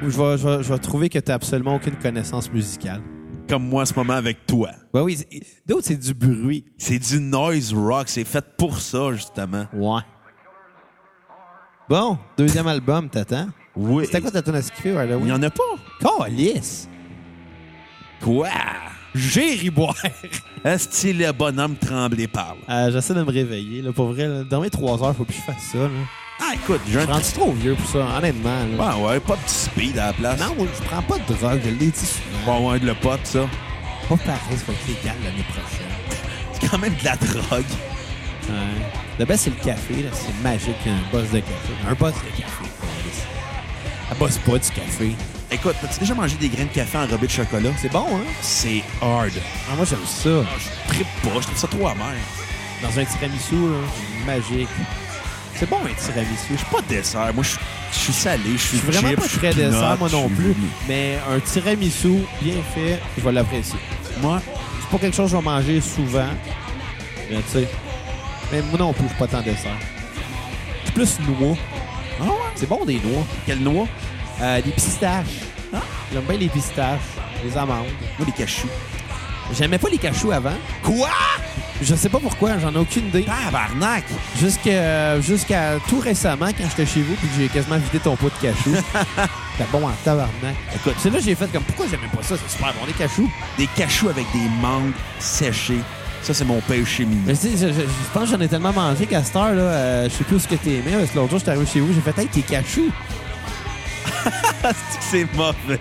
Ou Je vais, je, vais, je vais trouver que t'as absolument aucune connaissance musicale. Comme moi en ce moment avec toi. Ben oui, c'est- d'autres, c'est du bruit. C'est du noise rock. C'est fait pour ça, justement. Ouais. Bon, deuxième album, t'attends. Oui. C'était quoi ta tonne à skipper, by the Il y way? en a pas. Calice! Quoi? Jerry Boire! (laughs) Est-ce que le bonhomme tremblé parle? Euh, J'essaie de me réveiller, là, pour vrai. Là. Dormir trois heures, faut plus que je fasse ça, là. Ah, écoute, j'ai Je un... suis rendu trop vieux pour ça, honnêtement, là. Ouais, ouais, pas petit speed à la place. Non, moi, je prends pas de drogue, je l'ai dit souvent. Bon, ouais, de le pot, ça. Pas pareil, ça va être légal l'année prochaine. C'est quand même de la drogue. Ouais. Le best, c'est le café, là. C'est magique, un boss de café. Un boss de café, Calice. Ça bosse pas du café. Écoute, as-tu déjà mangé des grains de café enrobés de chocolat? C'est bon, hein? C'est hard. Ah, moi, j'aime ça. Ah, Je trippe pas, je trouve ça trop amer. Dans un tiramisu, là, c'est magique. C'est bon, un tiramisu. Je suis pas dessert. Moi, je suis- je suis salé. Je suis Je suis vraiment chips, pas je suis très peanut, dessert, moi je non suis- plus. Mais un tiramisu bien fait, je vais l'apprécier. Moi, C'est pas quelque chose que je vais manger souvent. Mais tu sais. Mais moi non plus, je suis pas tant dessert. C'est plus noix. ah ouais. C'est bon des noix. Quelle noix? Euh, des pistaches. Ah. J'aime bien les pistaches, les amandes. Moi, les cachous. J'aimais pas les cachous avant. Quoi? Je sais pas pourquoi, j'en ai aucune idée. Tabarnak! Jusqu'à jusqu'à tout récemment, quand j'étais chez vous, puis que j'ai quasiment vidé ton pot (laughs) de cachou. C'était bon en tabarnak. Écoute. c'est là que j'ai fait comme pourquoi j'aimais pas ça, c'est super bon les cachous. Des cachous avec des mangues séchées. Ça, c'est mon péché Mais (laughs) mignon. tu sais, je, je- je pense que j'en ai tellement mangé qu'à cette heure, là, euh, je sais plus où ce que t'aimais. Parce que l'autre jour, j'étais arrivé chez vous, j'ai fait, hey, tes cachous. C'est mauvais.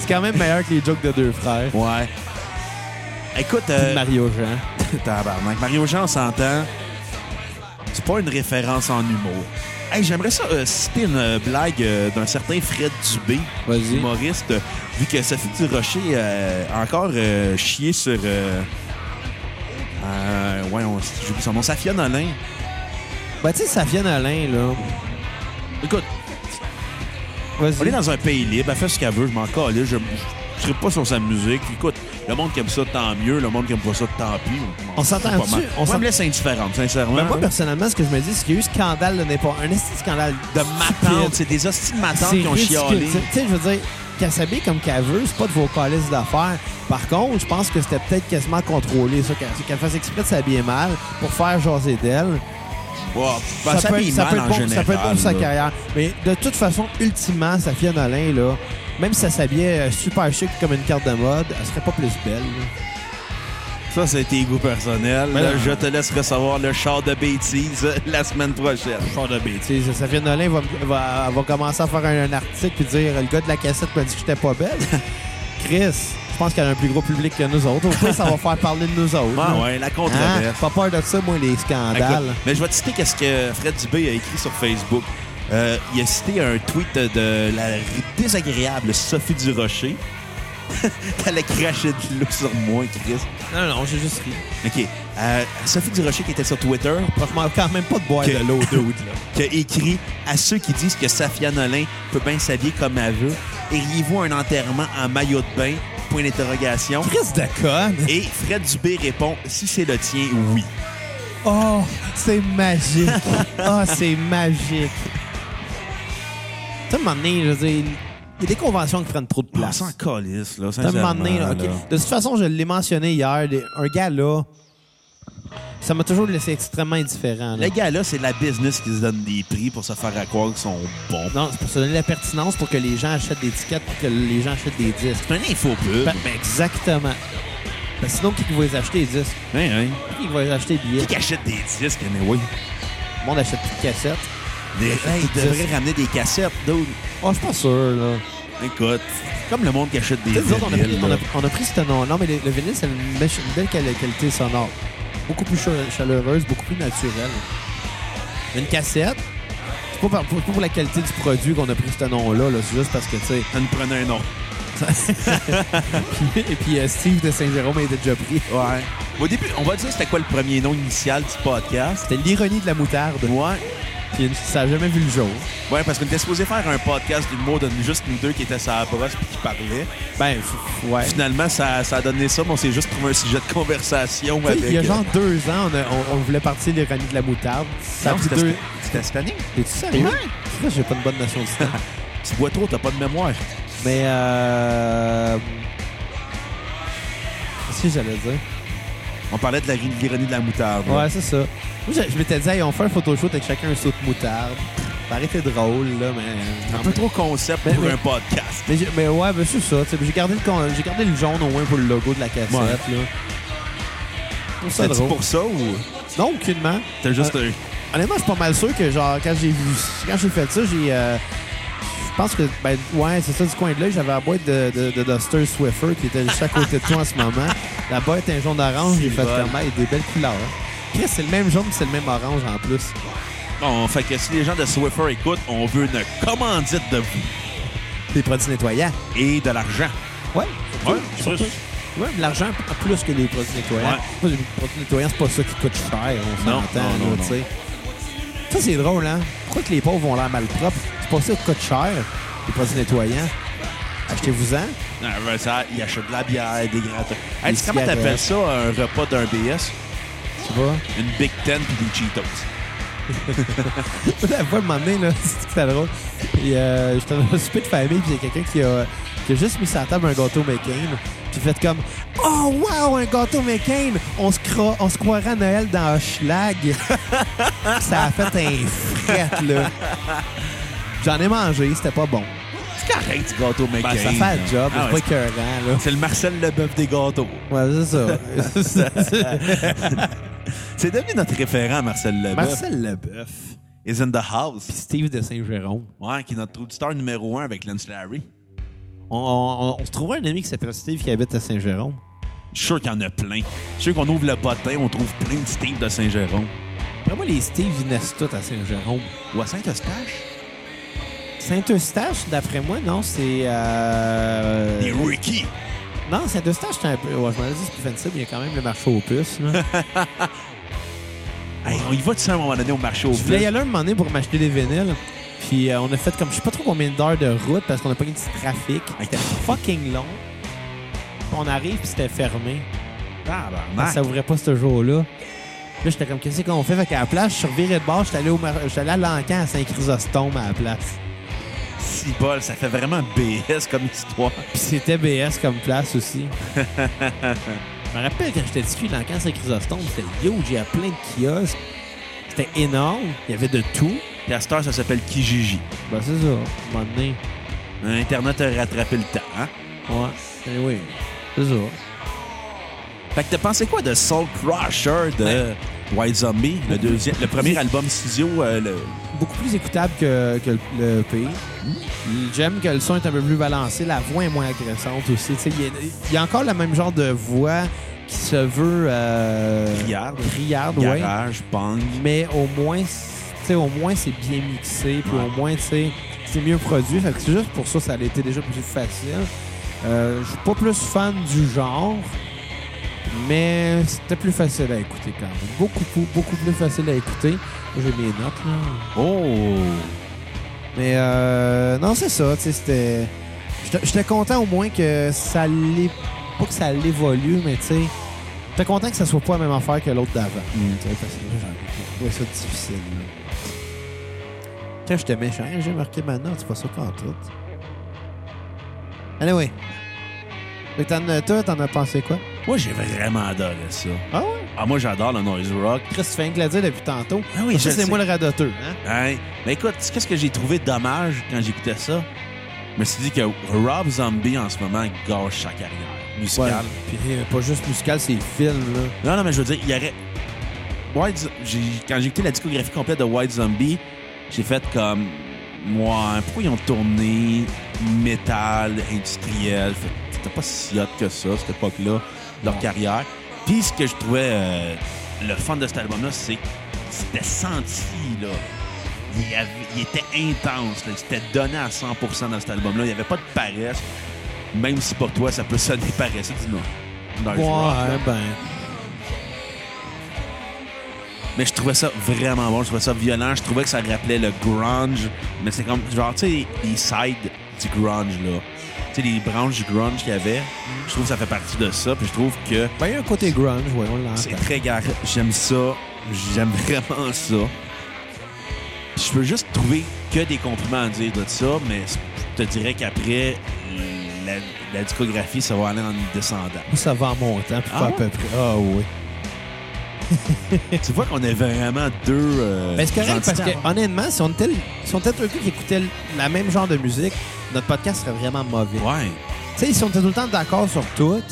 C'est quand même meilleur que les jokes de deux frères. ouais. Écoute, Puis euh, Mario Jean. tabarnak. Mario Jean, on s'entend. C'est pas une référence en humour. Hey, j'aimerais ça euh, citer une euh, blague euh, d'un certain Fred Dubé, Vas-y. humoriste, euh, vu que Sophie Durocher euh, a encore euh, chié sur... euh, euh, ouais, on- j'oublie son nom. Safia Nolin. Ben, tu sais, ça vient Alain, là. Écoute, Vas-y. On est dans un pays libre, elle fait ce qu'elle veut, je m'en calais, je ne serai pas sur sa musique. Écoute, le monde qui aime ça, tant mieux. Le monde qui aime pas ça, tant pis. On s'entend Pas mal. dessus? On Moi, s'en- elle me laisse indifférente, sincèrement. Ben, moi, là. personnellement, ce que je me dis, c'est qu'il y a eu scandale de n'importe Un esti de scandale de stupide. matante, c'est des hosties de matantes C'est qui ont ridicule. chialé. Tu sais- Tu sais, je veux dire, qu'elle s'habille comme qu'elle veut, c'est pas de vos calices d'affaires. Par contre, je pense que c'était peut-être quasiment contrôlé, ça, qu'elle qu'elle fasse exprès de s'habiller mal pour faire jaser d'elle. Ouais, ben, ça, peut, paye être- ça mal peut être en bon, général. ça peut être bon pour sa là. carrière. Mais de toute façon, ultimement, Safia Nolin, là, même si ça s'habillait euh, super chic comme une carte de mode, elle serait pas plus belle. là. Ça, c'est tes goûts personnels. Mais non. je te laisse recevoir le char de bêtises (laughs) euh, la semaine prochaine. Genre de bêtises. Safia Nolin va, me- va, va commencer à faire un, un article puis dire le gars de la cassette m'a dit que j'étais pas (laughs) belle. Chris, je pense qu'elle a un plus gros public que nous autres. Au pire, ça va faire parler de nous autres. Ah là. ouais, la Hein? controverse. Pas peur de ça, moi, les scandales. Écoute, mais je vais te citer qu'est-ce que Fred Dubé a écrit sur Facebook. Euh, il a cité un tweet de la désagréable Sophie Durocher. (laughs) Elle a craché de l'eau sur moi, Chris. Non, non, j'ai juste ri. OK. Euh, Sophie Durocher qui était sur Twitter, Franchement, quand même pas de boire Que- de l'eau, dude. Là. qui a écrit à ceux qui disent que Safia Nolin peut bien s'habiller comme elle veut. Iriez-vous à un enterrement en maillot de bain? Point d'interrogation. (laughs) Chris de conne. Et Fred Dubé répond, si c'est le tien, oui. Oh, c'est magique. (laughs) oh, c'est magique. Tu sais, à un moment donné, je veux dire, il y a des conventions qui prennent trop de Là, place. calisse, là, Tu sais, à un moment donné, là, ok. De toute façon, je l'ai mentionné hier, des- un gars là, ça m'a toujours laissé extrêmement indifférent. là. Les gars, là, c'est de la business qui se donne des prix pour se faire à croire qu'ils sont bons. Non, c'est pour se donner la pertinence pour que les gens achètent des tickets, pour que les gens achètent des disques. C'est un infopub. Ben, ben, exactement. Ben, sinon, qui va les acheter, les disques? Hein, hein. Qui va les acheter, les billets? Qui achète des disques, anyway? Le monde achète plus de cassettes. Des, hey, ils devraient ramener des cassettes, dude. Oh, je suis pas sûr, là. Écoute, comme le monde qui achète des Tu sais, nous autres, on a pris, vinyles, on a- là. on a pris ce nom. Non, mais le, le vinyle, c'est une, be- une belle quali- qualité sonore. Beaucoup plus cha- chaleureuse, beaucoup plus naturelle. Une cassette, c'est pas, par- pas pour la qualité du produit qu'on a pris ce nom-là, là, c'est juste parce que, tu sais... Ça nous prenait un nom. Puis- Et puis euh, Steve de Saint-Jérôme a été déjà pris. Ouais. Au début, on va dire c'était quoi le premier nom initial du podcast. C'était l'ironie de la moutarde. Ouais. Puis une- ça a jamais vu le jour. Ouais, parce qu'on était supposé faire un podcast d'humour de juste nous deux qui étaient sur la brosse puis qui parlaient. Ben, f- ouais. Finalement, ça, ça a donné ça, mais on s'est juste trouvé un sujet de conversation Tu sais, avec... euh, Il y a genre deux ans, on, a- on- on voulait partir de l'ironie de la moutarde. Ça a Non, pris c'était deux... c'était cette année. T'es-tu sérieux? Ouais. C'est vrai, J'ai pas une bonne notion du temps. Tu bois trop, t'as pas de mémoire. Mais euh... Qu'est-ce que j'allais dire? On parlait de la- de l'ironie de la moutarde. là. Ouais, c'est ça. Moi, je, je m'étais dit, hey, on fait un photoshoot avec chacun un saut de moutarde. Ça aurait été drôle, là, mais... Un peu trop concept Mais- pour mais- un podcast. Mais, j'ai- mais ouais, ben c'est ça. tu sais, J'ai gardé, le con- j'ai gardé le jaune au moins pour le logo de la cassette. Ouais. Là. Je trouve ça C'est-tu drôle. pour ça ou Euh, Non, aucunement. t'as juste un... Honnêtement, je suis pas mal sûr que genre quand j'ai vu quand j'ai fait ça, j'ai euh, je pense que ben ouais, c'est ça du coin de l'œil, j'avais la boîte de, de, de Duster Swiffer qui était juste à côté de toi en ce moment. La boîte est un jaune orange, j'ai C'est fait bon. comme hey, des belles couleurs. Chris, c'est le même jaune, c'est le même orange en plus. Bon, fait que si les gens de Swiffer écoutent, on veut une commandite de vous Des produits nettoyants. et de l'argent. Ouais. Ouais, surtout. plus. Ouais, mais l'argent plus que les produits nettoyants. Ouais. Moi, Les produits nettoyants, c'est pas ça qui coûte cher, on Non, s'entend, non, non, non. là, tu sais. Ça, c'est drôle, hein? Pourquoi que les pauvres ont l'air malpropres? C'est pas ça qui coûte cher, les produits nettoyants. Achetez-vous-en. Ah, ben, ça, ils achètent de la bière, des grattins. Hey, Des tu sais comment t'appelles cigarettes. ça un repas d'un BS? Tu vois? Une Big Ten puis des Cheetos. (laughs) La fois, un moment donné, là, c'était drôle. Et, euh, J'étais dans un souper de famille, puis il y a quelqu'un qui a, qui a juste mis sur la table un gâteau McCain. Puis fait comme « Oh, wow, un gâteau McCain! On se cro- on se croirait à Noël dans Schlag. (laughs) Ça a fait un fret, là. J'en ai mangé, c'était pas bon. C'est correct du gâteau McCain. Ben, ça fait le job, Ah, c'est pas ouais, écœurant, là. c'est le Marcel Leboeuf des gâteaux. Ouais, c'est (laughs) ça. C'est devenu notre référent, Marcel Leboeuf. Marcel Leboeuf. Is in the house. Steve de Saint-Jérôme. Ouais, qui est notre auditeur numéro un avec Lance Larry. On, on- on- on se trouvait un ami qui s'appelle Steve qui habite à Saint-Jérôme. Je suis sûr qu'il y en a plein. Je suis sûr qu'on ouvre le potin, on trouve plein de Steve de Saint-Jérôme. Après moi, les Steve, ils naissent tous à Saint-Jérôme. Ou à Saint-Eustache? Saint-Eustache, d'après moi, non, c'est. euh, Des Ricky. Non, Saint-Eustache, c'est un peu. Ouais, je m'en ai dit, c'est plus fancy, mais il y a quand même le marché aux puces. Là. Hey, on y va de ça à un moment donné au marché au je voulais y plus. aller un moment donné pour m'acheter des vinyles. Puis euh, on a fait comme je sais pas trop combien d'heures de route parce qu'on a pas eu du trafic. C'était fucking long. Puis On arrive puis c'était fermé. Tabarnak. Ça ouvrait pas ce jour-là. Là, j'étais comme, qu'est-ce qu'on fait? Fait qu'à la place, je suis reviré de bord, j'étais allé, au mar... j'étais allé à Lancan à Saint-Chrysostome à la place. Si bol, ça fait vraiment BS comme histoire. Puis c'était BS comme place aussi. (laughs) Je me rappelle quand j'étais petit, dans le camp Saint-Chrysostome, c'était huge, il y a plein de kiosques. C'était énorme, il y avait de tout. Puis à cette heure, ça s'appelle Kijiji. Ben c'est ça, à un moment donné. Ben Internet a rattrapé le temps, hein? Ouais. Eh oui, c'est ça. Fait que t'as pensé quoi de Soul Crusher de White Zombie, le deuxième, le premier album studio, euh, le- beaucoup plus écoutable que, que le- le EP. J'aime que le son est un peu plus balancé, la voix est moins agressante aussi. Tu sais, Il y, a- il y a encore le même genre de voix qui se veut euh, Criarde. criarde, ouais. garage, punk. Mais au moins, c'est- tu sais, au moins c'est bien mixé, puis Ouais. au moins tu sais, c'est mieux produit. Fait que c'est juste pour ça, ça a été déjà plus facile. Euh, Je suis pas plus fan du genre, mais c'était plus facile à écouter quand même. Beaucoup, beaucoup plus facile à écouter. J'ai mes notes là. Oh! Mais euh, non, c'est ça, tu sais, c'était... j'étais- J'étais content au moins que ça l'é... Pas que ça l'évolue, mais tu sais... J'étais content que ça soit pas la même affaire que l'autre d'avant. Mm. Tu sais, parce que là, j'ai trouvé ça difficile. Là. Quand j'étais méchant, j'ai marqué ma note, c'est pas ça qu'en tout. Anyway. Mais t'en as- toi, t'en as pensé quoi? Moi, j'ai vraiment adoré ça. Ah ouais? Ah, moi, j'adore le noise rock. Chris, tu fais rien que le dire depuis tantôt. Ah oui, ça, je c'est sais. moi le radoteux, hein? Hein? Mais écoute, tu sais qu'est-ce que j'ai trouvé dommage quand j'écoutais ça? Je me suis dit que Rob Zombie, en ce moment, gâche sa carrière musicale. Puis euh, pas juste musical, c'est le film, là. Non, non, mais je veux dire, il y aurait... White Zo- j'ai- Quand j'ai écouté la discographie complète de White Zombie, j'ai fait comme... Moi, pourquoi ils ont tourné métal, industriel? Fait que C'était pas si hot que ça, cette époque-là, leur carrière. Puis ce que je trouvais euh, le fun de cet album-là, c'est que c'était senti, là. Il, y avait- il était intense, là. il s'était donné à 100% dans cet album-là. Il n'y avait pas de paresse. Même si pour toi, ça peut sonner (laughs) paresseux, dis-moi. Dans le Ouais, rock, là. ben... Mais je trouvais ça vraiment bon, je trouvais ça violent, je trouvais que ça rappelait le grunge, mais c'est comme, genre, tu sais, les sides du grunge, là. Tu sais, les branches du grunge qu'il y avait, je trouve que ça fait partie de ça, puis je trouve que Ben, il y a un côté grunge, ouais, on c'est l'entend. très gar... J'aime ça, j'aime vraiment ça. Je peux juste trouver que des compliments à dire de ça, mais je te dirais qu'après, la, la discographie, ça va aller en (laughs) descendant. Moi, ça va en montant, puis Ah pas à ouais? peu près. Ah oui. tu vois qu'on a vraiment deux... euh, Mais Ben, c'est correct, parce entités. que, honnêtement, si on était, le- si on était tous les gars qui écoutaient la même genre de musique, notre podcast serait vraiment mauvais. Ouais. Tu sais, si on était tout le temps d'accord sur tout,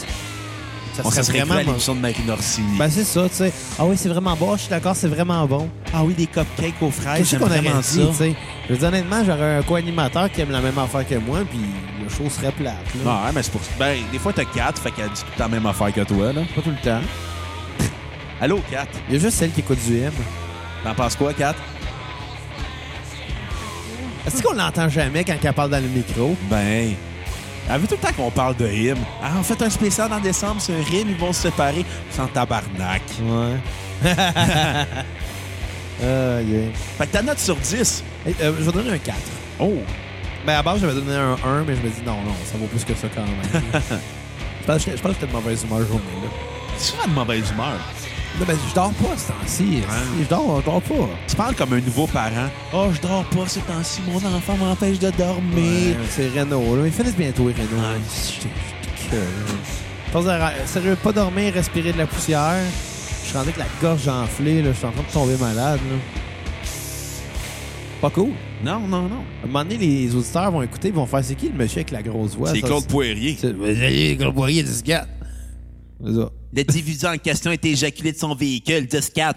ça On serait se serait cru vraiment à mauvais. l'émission de Marine Orsini. Ben, c'est ça, tu sais. Ah oui, c'est vraiment bon, je suis d'accord, c'est vraiment bon. ah oui, des cupcakes aux fraises, Qu'est-ce j'aime qu'on aurait vraiment dit, ça. tu sais? Je veux dire, honnêtement, j'aurais un co-animateur qui aime la même affaire que moi, puis le show serait plate. là. Ouais, mais c'est pour ça. Ben, des fois, t'as 4, fait qu'elle dit tout le temps la même affaire que toi, là. Pas tout le temps. Allô, 4. Il y a juste celle qui écoute du M. T'en penses quoi, 4? Est-ce qu'on l'entend jamais quand elle parle dans le micro? Ben. Elle veut tout le temps qu'on parle de hymne. Ah, on fait un spécial en décembre, c'est un rime, ils vont se séparer. C'est en tabarnak. Ouais. (laughs) euh, yeah. Fait que ta note sur 10. Hey, euh, je vais donner un 4. Oh! Ben, à base, j'avais donné un 1, mais je me dis non, non, ça vaut plus que ça quand même. je, pense, je, pense que c'était de mauvaise humeur journée. Là, Tu souvent de mauvaise humeur. là ben, je dors pas ce temps-ci. si, Je dors, je dors pas. Tu parles comme un nouveau parent. Oh, je dors pas ces temps-ci, mon enfant m'empêche de Mais dormir. c'est Renault. Là. Mais finissent bientôt, les Renault. Ouais. Je t'ai- je t'ai que- Je pense à ra- Sérieux, pas dormir, respirer de la poussière. Je suis rendu avec la gorge enflée. Là. Je suis en train de tomber malade. là. Pas cool. Non, non, non. À un moment donné, les auditeurs vont écouter, ils vont faire c'est qui le monsieur avec la grosse voix? c'est Ça, Claude Poirier. C'est Vas-y, Claude Poirier, 10 gars. C'est ça. Le diviseur en question est éjaculé de son véhicule, 10-4.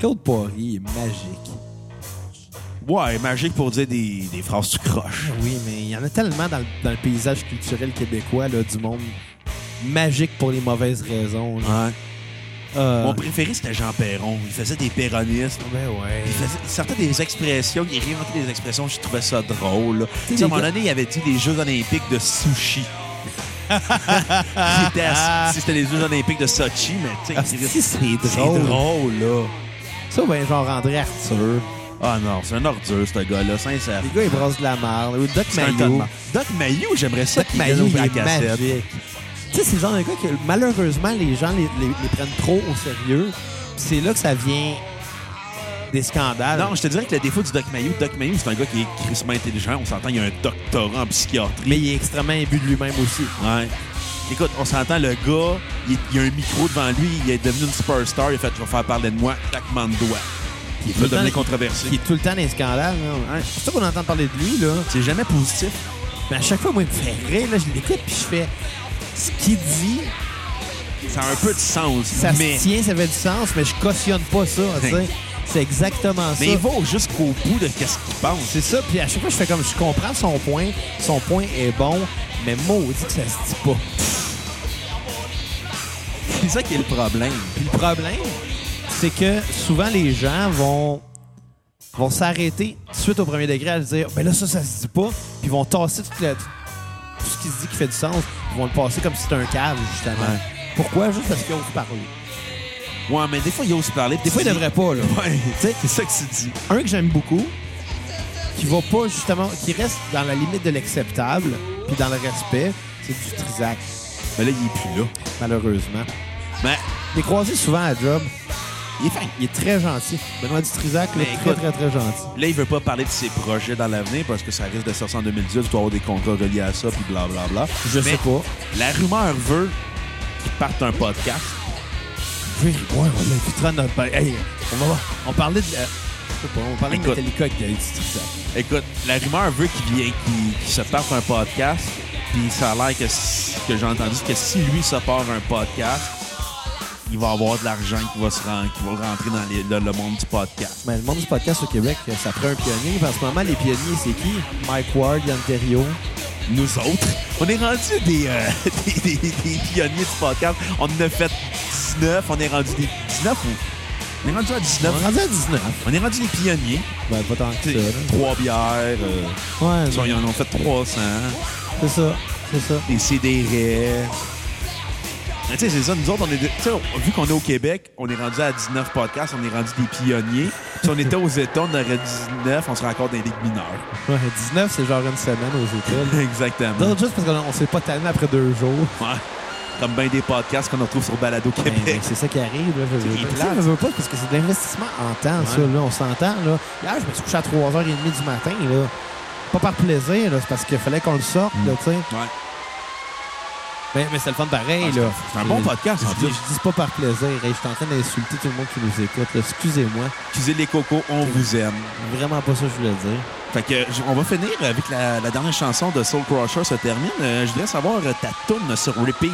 Claude Poirier est magique. Ouais, magique pour dire des, des phrases tout croche. Oui, mais il y en a tellement dans le, dans le paysage culturel québécois, là, du monde magique pour les mauvaises raisons. là. Ouais. Euh, Mon préféré, c'était Jean Perron. Il faisait des péronistes. ben ouais. Il faisait certaines des expressions, il réinventait des expressions, je trouvais ça drôle. là. Tu sais, à un les moment gars- donné, il avait dit les Jeux olympiques de sushi. C'était (laughs) à- si c'était les Jeux olympiques de Sochi, mais Ah, tu si, sais, c'est c'est drôle. drôle, là. Ça, ben, genre André Arthur. Ah non, c'est un ordure, ce gars-là, sincère. Les gars, ils brassent de la merde. Ou Doc C'est un Mayo. tonnement. Doc Mayou, j'aimerais ça Doc qu'il vienne Mayo, il ouvrir la est cassette. magique. Tu sais, c'est le genre de gars que malheureusement, les gens les, les- les prennent trop au sérieux. Puis C'est là que ça vient des scandales. Non, je te dirais que le défaut du Doc Mayou, Doc Mayou, c'est un gars qui est crissement intelligent. On s'entend, il a un doctorat en psychiatrie. mais il est extrêmement imbu de lui-même aussi. Ouais. Écoute, on s'entend, le gars, il, il a un micro devant lui, il est devenu une superstar, il a fait « Je vais faire parler de moi », claquement de doigts. Il Il est va tout le devenir temps- qui controversé. est tout le temps dans les scandales. là. Ouais. C'est ça qu'on entend parler de lui, là. C'est jamais positif. Mais à chaque fois, moi, il me fait rire, là. Je l'écoute, puis je fais... Ce qu'il dit, Ça a un peu de sens, Ça mais, se tient, ça fait du sens, mais je cautionne pas ça, tu sais. C'est exactement ça. mais il va jusqu'au bout de qu'est-ce qu'il pense. C'est ça, puis à chaque fois, je fais comme, je comprends son point, son point est bon, mais maudit que ça se dit pas. C'est ça qui est le problème. Puis le problème, c'est que souvent, les gens vont vont s'arrêter suite au premier degré à se dire, ben là, ça, ça se dit pas, puis ils vont tasser toute la- tout, ce qui se dit qui fait du sens, ils vont le passer comme si c'était un cave, justement. Ouais. Pourquoi? Juste parce qu'ils osent parler. Ouais, mais des fois, il ose parler. puis Des fois, ils tu dis- devraient pas, là. (laughs) Ouais, Tu sais, c'est ça que tu dis. un que j'aime beaucoup, qui va pas justement, qui reste dans la limite de l'acceptable, puis dans le respect, c'est du Trisac, Mais là, il est plus là. malheureusement. Mais Je l'ai croisé souvent à job. Il est fin, il est très gentil. Benoît du Trisac, il est Mais très, écoute- très, très gentil. là, il veut pas parler de ses projets dans l'avenir parce que ça risque de sortir en 2018, il doit avoir des contrats reliés à ça, puis blablabla. Je Mais sais pas. La rumeur veut qu'il parte un podcast. Oui, ouais, on l'invitera à notre... pa- Hey, on va voir. On parlait de... euh, je sais pas, on parlait de Écoute. Metallica avec du Trisac. Écoute, la rumeur veut qu'il vient, qu'il qu'il se parte un podcast, puis ça a l'air que, si- que j'ai entendu que si lui se part un podcast, il va avoir de l'argent qui va se ren- qui va rentrer dans les- le, le monde du podcast. Mais le monde du podcast au Québec, ça prend un pionnier. Puis En ce moment, les pionniers, c'est qui? Mike Ward, Yann Terriot. Nous autres, on est rendu des, euh, (laughs) des, des- des pionniers du podcast. On en a fait 19, on est rendu des 19 ou- On est rendu à On 19. est rendu à 19. On est rendu des pionniers. Ben, pas tant que Tu ça. sais, là. Trois bières, euh, Ouais, ils en ont fait 300. C'est ça, c'est ça. des CDR. Mais Ben, Tu sais, c'est ça, nous autres, on est. de- tu sais, on- vu qu'on est au Québec, on est rendu à 19 podcasts, on est rendu des pionniers. Si on était aux États, on aurait 19, on serait encore dans les ligues mineures. Ouais, 19, c'est genre une semaine aux (laughs) hôtels. Exactement. D'autres juste parce qu'on on s'est pas tanné après deux (laughs) jours. Ouais. Comme bien des podcasts qu'on retrouve sur Balado Ben, ben, Québec. c'est ça qui arrive. Là, je veux qui est pas. plate. Ça, je veux pas parce que c'est de l'investissement en temps, ça. Là, on s'entend. Là. Hier, je me suis couché à 3h30 du matin. Là. Pas par plaisir, là, c'est parce qu'il fallait qu'on le sorte. Là, tu sais. Ouais. Mm. Ben, mais mais c'est le fun pareil. Ah, c'est là. un- c'est un bon Je- podcast, en Je, plus. dis- je dis pas par plaisir. Hey, je suis en train d'insulter tout le monde qui nous écoute. là. Excusez-moi. Excusez les cocos, on vous aime. Vraiment pas ça que je voulais dire. Fait que, j- on va finir avec la, la dernière chanson de Soul Crusher se termine. Euh, je voudrais savoir euh, ta tune sur repeat.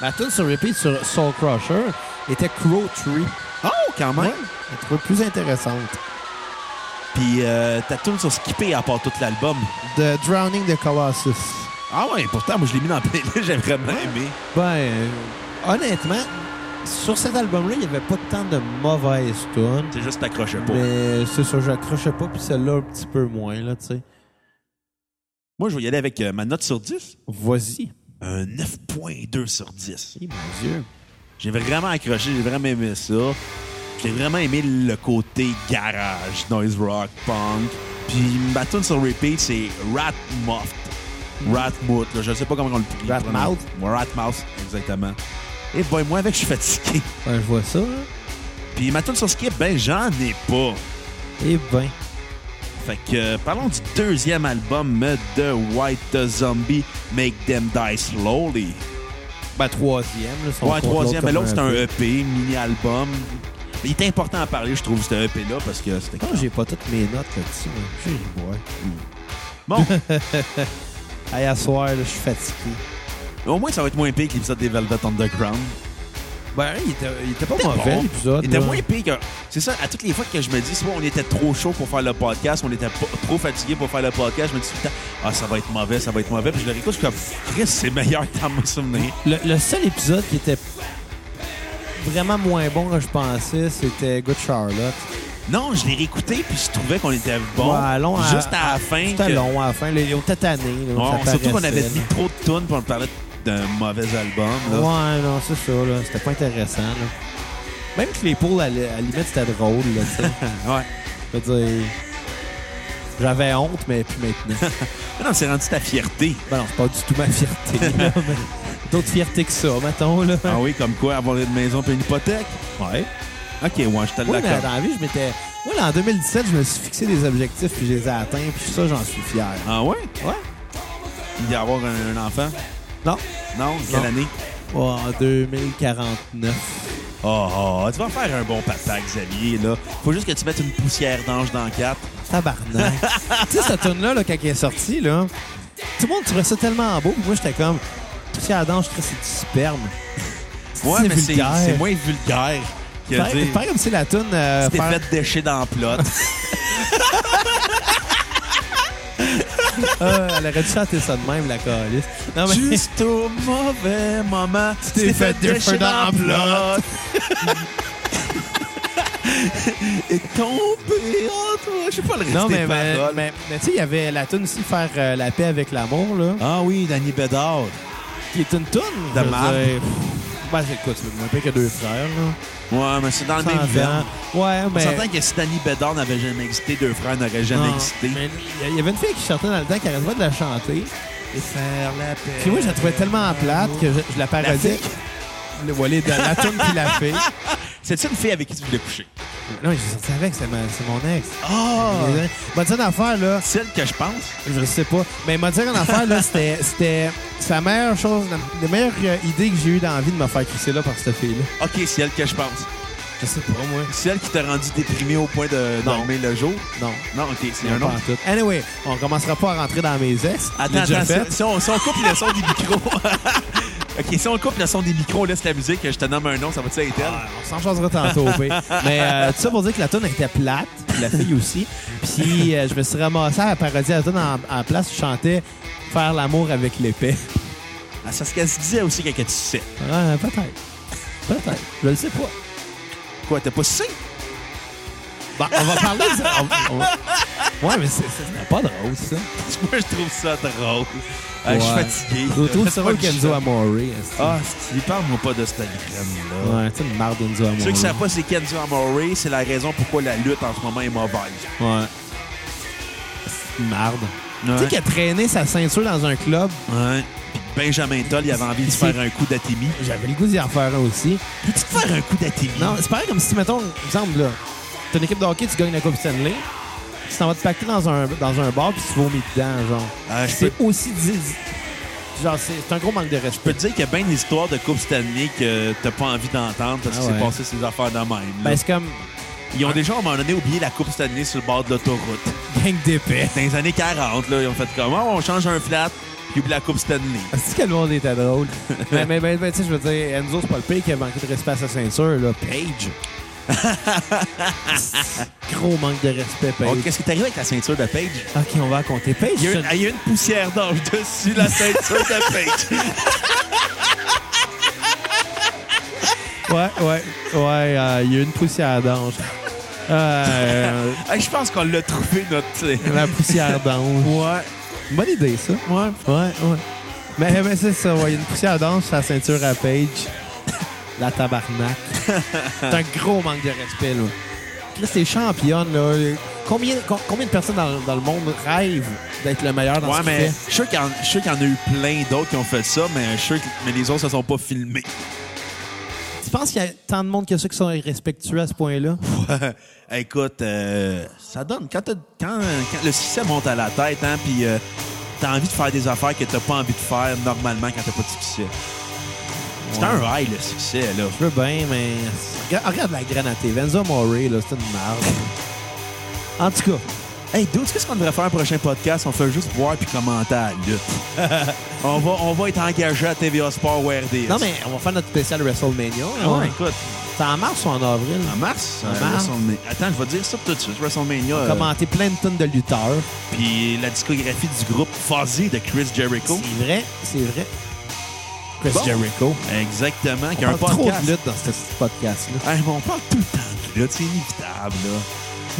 Ma tune sur repeat sur Soul Crusher était Crow Tree. Oh, quand même! Ouais, je la trouvais plus intéressante. Puis euh, ta tune sur Skipper à part tout l'album. The Drowning the Colossus. Ah ouais, pourtant, moi, je l'ai mis dans la playlist, j'ai vraiment aimé. Ben, euh, honnêtement, sur cet album-là, il n'y avait pas tant de mauvaises tunes. C'est juste t'accrochais pas. Mais c'est ça, j'accrochais pas, puis celle-là, un petit peu moins, là, tu sais. Moi, je vais y aller avec euh, ma note sur 10. Vas-y. Un 9.2 sur 10. Eh, mon Dieu. J'ai vraiment accroché, j'ai vraiment aimé ça. J'ai vraiment aimé le côté garage, noise rock, punk. Puis ma tune sur repeat, c'est Rat Moth. Rat Moth, là, je sais pas comment on le Rat prononce. Mouth? Ouais, Rat Mouth, exactement. Et ben moi avec, je suis fatigué. Ben, je vois ça, là. Puis ma tune sur skip, ben j'en ai pas. Eh ben. Fait que euh, parlons du deuxième album euh, de White Zombie, Make Them Die Slowly. Ben, troisième, là. si on Ouais, compte troisième, l'autre mais l'autre comme E c'est un E peu. EP, mini-album. Il était important à parler, je trouve, ce EP-là, parce que c'était Ah, j'ai pas toutes mes notes là-dessus, hein. mais j'ai bois. Bon, (laughs) Hey, à soir, là, je suis fatigué. au moins ça va être moins pire que l'épisode des Velvet Underground. Ben, il était, il était pas C'était mauvais, bon. l'épisode. Il était là. moins pire que. C'est ça, à toutes les fois que je me dis, soit on était trop chaud pour faire le podcast, on était pas- trop fatigué pour faire le podcast, je me dis tout le temps, ah, ça va être mauvais, ça va être mauvais. Puis je le réécoute, je suis comme, Chris, c'est meilleur que dans mon souvenir. Le, le seul épisode qui était vraiment moins bon que je pensais, c'était Good Charlotte. Non, je l'ai réécouté, puis je trouvais qu'on était bon. Ouais, long à- juste à, la fin. C'était que- long à la fin. là, Ils ont tétané. là, Ouais, on- ça surtout qu'on paraissait, avait là. dit trop de tunes, puis on parlait d'un mauvais album. là. Ouais, non, c'est ça. là. C'était pas intéressant. là. Même Claypool, à la à la limite, c'était drôle. Là, (laughs) tu sais. Ouais. Je veux dire, j'avais honte, mais plus (laughs) maintenant. Mais non, c'est rendu ta fierté. ben non, c'est pas du tout ma fierté. (laughs) là, mais D'autres fiertés que ça, mettons. Là. Ah oui, comme quoi, avoir une maison puis une hypothèque. Ouais. Ok, ouais, je te Oui, mais l'accorde. dans la vie, je m'étais. Moi, là, en 2017, je me suis fixé des objectifs, puis je les ai atteints, puis ça, j'en suis fier. Ah ouais? Ouais? Il y a avoir un, un enfant? Non. Non? Quelle Non. année? Ouais, en 2049. Oh, oh, tu vas faire un bon papa, Xavier, là. Faut juste que tu mettes une poussière d'ange dans le cap. (laughs) Tabarnak. tu sais, cette tune-là, là, quand elle est sortie, là, tout le monde trouvait ça tellement beau, puis moi, j'étais comme. Si Adam, je crée, c'est du sperme. Ouais, mais c'est c'est vulgaire. c'est moins vulgaire que Pareil- dire. pareil comme si la toune. euh, T'es faire- fait déchet dans la plot. (laughs) Ah, elle aurait dû chanter ça de même, la calice. Non, mais. Juste au mauvais moment, t'es fait déchirer dans la Et tombé en toi. Je sais pas le reste Non, des mais, mais, paroles. mais- mais tu sais, il y avait la toune aussi, Faire euh, la paix avec l'amour, là, Ah oui, Danny Bédard. qui est une toune. je veux marde. dire, pff, Ben, c'est quoi, tu veux moins pire que deux frères, là? Ouais, mais c'est dans le même S'entend. veine. Ouais, On mais. s'entend que si Danny Bédard n'avait jamais existé, deux frères n'auraient jamais Non, existé. Ah. mais Il y- y avait une fille qui chantait dans le temps qui arrêtait pas de la chanter. Et faire la paix. Puis moi, je la trouvais tellement plate que je, je la parodiais. fille. Le volet de la toune puis la fille. C'est-tu une fille avec qui tu voulais coucher? Non, je sorti avec, c'est ma- c'est mon ex. Ah! Mais, euh, M'a dit une affaire, là. Celle que je pense. Je sais pas. Mais m'a dit une affaire, là, c'était- c'était c'est la meilleure chose, la, la meilleure euh, idée que j'ai eu dans la vie de me faire crisser là par cette fille-là. Ok, c'est elle que je pense. Je sais pas, moi. C'est elle qui t'a rendu déprimé au point de Non. dormir le jour? Non. Non, ok, c'est Non, un pas autre. en tout. Anyway, on commencera pas à rentrer dans mes ex. Je l'ai Attends, déjà attends, fait. si, si on, si on coupe le son des micros. (laughs) ok, si on coupe le son des micros, on laisse la musique, je te nomme un nom, ça va-tu être elle? Ah, on s'en changera tantôt, au pire. Mais euh, tout ça pour dire que la toune était plate, la fille aussi. Puis euh, je me suis ramassé à parodier la toune en, en place. Je chantais Faire l'amour avec l'épée. Ah, c'est ce qu'elle se disait aussi quand elle tu sais. Ah, peut-être. Peut-être. Je le sais pas. Quoi, t'as pas sucé? Bon, on va parler de ça. On- on va- Ouais, mais c'est c'est- c'est pas drôle, ça. (laughs) Moi, je trouve ça drôle. Ah, Je suis Ouais. fatigué. Je (laughs) trouve ça drôle Faites pas du qu'Enzo chat. Amore. hein, Ah, c'est- parle-moi pas de cette crème-là. Ouais, tu une marde d'Enzo Amore. Ceux qui savent pas c'est Kenzo Amore, c'est la raison pourquoi la lutte en ce moment est mauvaise. Ouais. C'est une marde. Tu sais qu'il a traîné sa ceinture dans un club. Ouais. Puis Benjamin Toll, il avait envie de se faire un coup d'atémie. J'avais le goût d'y en faire un aussi. Peux-tu te faire un coup d'atémie? Non, c'est pareil comme si, mettons, exemple, là, t'as une équipe de hockey, tu gagnes la Coupe Stanley, tu t'en vas te pacter dans un, dans un bar puis tu vomis dedans, genre. Ah, je peux, C'est aussi... dis- dis- Genre, c'est c'est un gros manque de je respect. peux te dire qu'il y a bien des histoires de Coupe Stanley que t'as pas envie d'entendre parce que Ah c'est ouais. passé ces affaires de même. là. Ben, c'est comme Ils ont déjà, à un moment donné, oublié la Coupe Stanley sur le bord de l'autoroute. gang d'épais. (laughs) Dans les années 40, là, ils ont fait comme Ah, on change un flat, puis oublie la Coupe Stanley. C'est que le monde (laughs) était drôle. mais, mais, mais, mais, tu sais, je veux dire, Enzo, c'est pas le pire qui a manqué de respect à sa ceinture, là. (laughs) Page. Gros manque de respect, Page. Oh, Qu'est-ce qui est arrivé avec la ceinture de Page? OK, on va raconter Page. Il y a une, c'est- ah, il y a une poussière d'ange dessus la ceinture de Page. Ouais, ouais, ouais, euh, il y a une poussière d'ange. Euh, Ah, je pense qu'on l'a trouvé, notre. la poussière d'ange. Ouais. Bonne idée, ça. Ouais. Ouais, ouais. Mais, mais c'est ça, ouais. Il y a une poussière d'ange sur la ceinture à Page. (laughs) (laughs) La tabarnak. c'est un gros manque de respect, là. Là, c'est championne, là. Combien, com- combien de personnes dans, dans le monde rêvent d'être le meilleur dans Ouais, ce mais qu'ils font? je suis sûr qu'il y en- je suis sûr qu'il y en a eu plein d'autres qui ont fait ça, mais je suis sûr que mais les autres se sont pas filmés. (laughs) Tu penses qu'il y a tant de monde que ça qui sont irrespectueux à ce point-là? Écoute, euh, ça donne. Quand, t'as- quand, quand le succès monte à la tête, hein, puis euh, t'as envie de faire des affaires que t'as pas envie de faire normalement quand t'as pas de succès. C'est Ouais. un rail, le succès, là. Je veux bien, mais... Regarde, regarde la graine à TV. Enzo Morey, là, c'est une merde. en tout cas, Hey, dude, qu'est-ce qu'on devrait faire un prochain podcast? On fait juste voir puis commenter à la lutte. (laughs) on, va, on va être engagé à TVA Sport ou RDS. non, mais on va faire notre spécial WrestleMania. hein? là, Ouais, ouais. Ah, écoute, C'est en mars ou en avril? en mars, En euh, mars. WrestleMania- Attends, je vais te dire ça tout de suite. WrestleMania, euh, commenter plein de tonnes de lutteurs. puis la discographie du groupe Fuzzy de Chris Jericho. C'est vrai, c'est vrai. Chris Bon. Jericho. Exactement, qui Il y a un trop podcast. de lutte dans ce petit podcast-là. Hey, mais on parle tout le temps de lutte, c'est inévitable, là.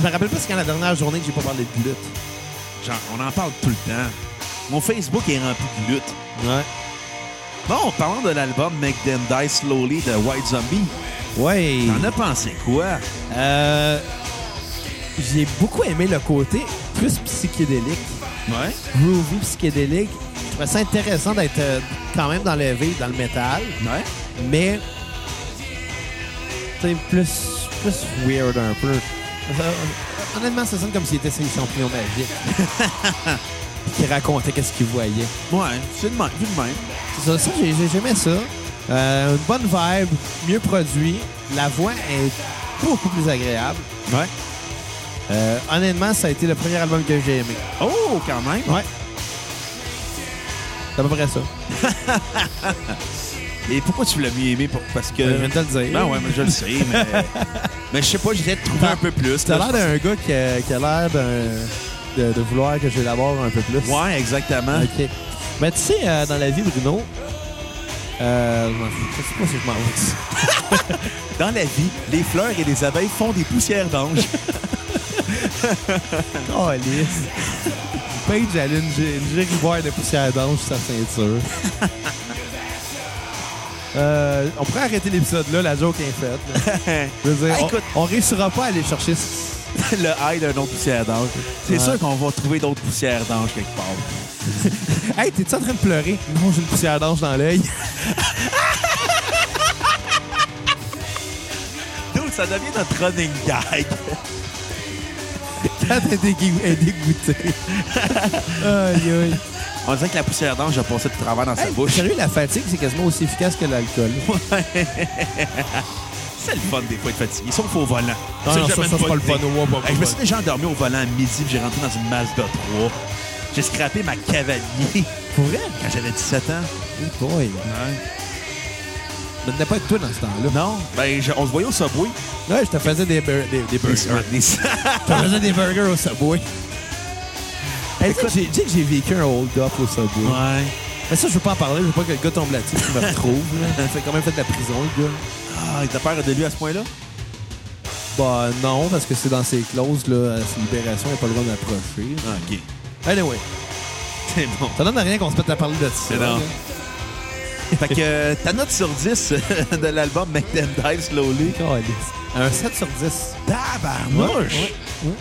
Je me rappelle pas c'est quand la dernière journée que j'ai pas parlé de lutte. Genre, on en parle tout le temps. Mon Facebook est rempli de lutte. Ouais. Bon, parlant de l'album Make Them Die Slowly de White Zombie, Ouais. t'en as pensé quoi? Euh, j'ai beaucoup aimé le côté plus psychédélique, Ouais. groovy psychédélique. Je trouvais ça intéressant d'être euh, quand même dans le V, dans le métal, Ouais. mais c'est plus, plus weird un peu. Euh, Honnêtement, ça sonne comme s'il était sur son pion magique. (laughs) Qui racontait qu'est-ce qu'il voyait. Ouais, c'est le même. Vu le même. C'est ça, ça, j'ai- j'ai- j'aimais ça. Euh, une bonne vibe, mieux produit. La voix est beaucoup plus agréable. Ouais. Euh, honnêtement, ça a été le premier album que j'ai aimé. Oh, quand même. Ouais. C'est à peu près ça. Et pourquoi tu l'as mieux aimé? Pour- Parce que... Ben, Je viens de te le dire. Non, ouais, mais je le sais, mais... (laughs) mais je sais pas, j'essayais de trouver un peu plus. T'as là. l'air d'un gars qui a, qui a l'air d'un- de, de vouloir que j'élabore un peu plus. Ouais, exactement. OK. Mais tu sais, euh, dans la vie, Bruno, euh, je sais pas si je m'en vais. Dans la vie, les fleurs et les abeilles font des poussières (laughs) d'ange. Oh, lisse. (laughs) Paige, elle a une, gé- une gériboire de poussière d'ange sur (laughs) sa ceinture. Euh, on pourrait arrêter l'épisode là, la joke est faite. là. Je veux dire, Ah, on- écoute. on, réussira pas à aller chercher. ce- le high d'un autre poussière d'ange. C'est Ouais. sûr qu'on va trouver d'autres poussières d'ange quelque part. Hey, t'es-tu en train de pleurer? Non, j'ai une poussière d'ange dans l'œil. (laughs) Dude, ça devient notre running guide. Quand elle est dégou- elle (laughs) est dégoûtée. aïe, aïe. On dirait que la poussière d'ange a passé de travers dans sa Hey, bouche. Sérieux, la fatigue, c'est quasiment aussi efficace que l'alcool. C'est le fun des fois de fatiguer, sauf au volant. Ah Non, non, ça, j'aime ça, c'est pas le idée. fun, ouais, pas- pas Hey, je me le suis fun. déjà endormi au volant à midi, puis j'ai rentré dans une Mazda 3. J'ai scrappé ma cavalier Pour vrai? quand j'avais 17 ans. Hey boy. Je ne venais pas être toi dans ce temps-là. Non, ben je- on se voyait au Subway. Ouais, je te faisais des, bur- des, (laughs) des burgers. Des- je te faisais des burgers au Subway. Hey, tu sais que j'ai- tu sais que j'ai vécu un hold-up au Subway. ouais. Mais ça, je veux pas en parler. Je veux pas que le gars tombe là-dessus (laughs) et me retrouve. là. Il a quand même fait de la prison, le gars. Ah, t'as peur de lui à ce point-là? Bah non, parce que c'est dans ses clauses, là, à sa libération, il a pas le droit de l'approcher. Ah, ok. Anyway, (laughs) C'est bon. ça donne à rien qu'on se mette à parler de ça. C'est non. là. Fait que euh, ta note sur 10 de l'album Make Them Dive Slowly. Calisse. Un 7 sur 10. Tabarnouche! Ouais, ouais.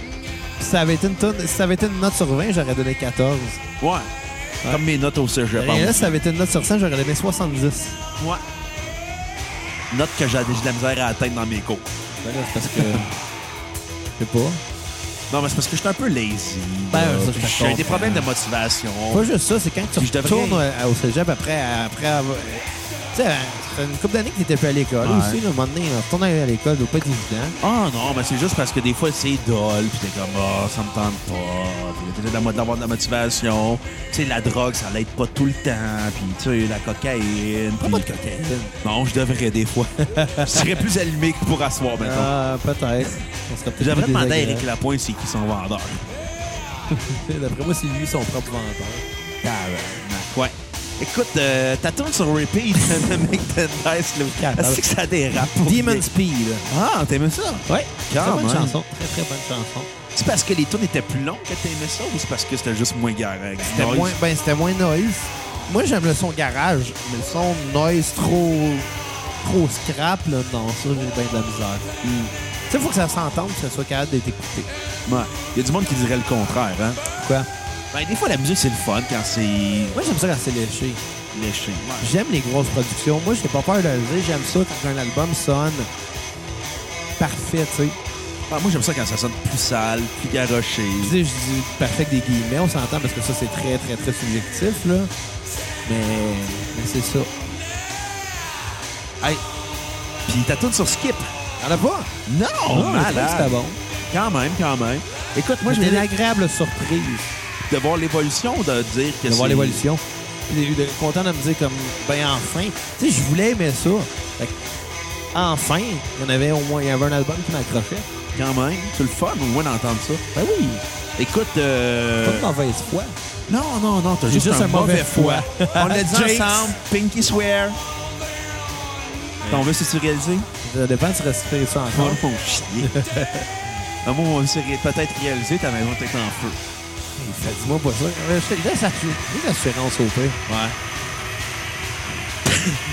Si ça avait été une, tonne- si ça avait été une note sur 20, j'aurais donné 14. Ouais. Comme mes notes au cégep. Et là, si pense. ça avait été une note sur 100, j'aurais donné 70. Ouais. Note que j'ai j'ai de la misère à atteindre dans mes cours. Ben là, c'est parce que. (laughs) Je sais pas. Non, mais c'est parce que je suis un peu lazy. Ben, là, ça, je puis te J'ai des comprends. problèmes de motivation. Pas juste ça, c'est quand tu Puis je devrais- retournes euh, au cégep après, après avoir. Tu sais, euh, ça fait une couple d'années que t'étais plus à l'école Ouais. aussi. Là, un moment donné, retourner à l'école, doit pas être évident. Ah non, mais c'est juste parce que des fois, c'est dole, puis t'es comme, ah, ça me tente pas, puis t'es obligé d'avoir- d'avoir de la motivation. Tu sais, la drogue, ça l'aide pas tout le temps, puis tu sais, la cocaïne. Pas puis- pas de cocaïne. Non, je devrais des (laughs) fois. je serais plus allumé que pour asseoir, maintenant. Ah, peut-être. On serait peut-être Je devrais plus demander à Eric désagréable. Lapointe c'est qui son vendeur. D'après moi, c'est lui son propre vendeur. Tabarnak. Ouais. Écoute, euh, ta tune sur repeat (laughs) de Make the Nice, le Est-ce que ça dérape? pour Demon des- Speed. Ah, t'aimes ça? Ouais, Quand très bonne même. chanson. Très, très bonne chanson. C'est parce que les tunes étaient plus longues que t'aimais ça ou c'est parce que c'était juste moins garant? C'était moins, ben, c'était moins noise. Moi, j'aime le son garage, mais le son noise trop, trop scrap, là, non, ça, j'ai bien de la misère. Tu sais, faut que ça s'entende, que ça soit capable d'être écouté. Ouais. Il y a du monde qui dirait le contraire, hein? Quoi? Ben, des fois, la musique, c'est le fun quand c'est Moi, j'aime ça quand c'est léché. léché. J'aime les grosses productions. Moi, j'ai pas peur de le dire. J'aime ça quand un album sonne parfait, tu sais. Ah, moi, j'aime ça quand ça sonne plus sale, plus garoché. Je dis, je dis parfait avec des guillemets, on s'entend, parce que ça, c'est très, très, très subjectif, là. Mais, mais c'est ça. Hey! Puis ta tune sur Skip? Y'en a pas? Non! je trouvais que c'était bon. Quand même, quand même. Écoute, moi, je C'était vais une dire agréable surprise. de voir l'évolution, de dire que de voir c'est- l'évolution. Puis de- de- content de me dire comme ben enfin, tu sais je voulais aimer ça. Fait que, enfin, il y en avait au moins il y avait un album qui m'accrochait. Quand même. C'est le fun, au moins, d'entendre ça. Ben oui, Écoute, euh... pas de mauvaise foi. Non, non, non, t'as J'ai juste, un, mauvais foie. On l'a dit Jinx. ensemble, Pinky Swear. Ton vœu, c'est-tu réalisé? Ça dépend si tu respires ça encore. Oh, chier. (laughs) Un mot, on s'est peut-être réalisé, ta maison était en feu. Fait, Dis-moi pas ça. Euh, Je te laisse assurer l'assurance au pire. Ouais. (coughs)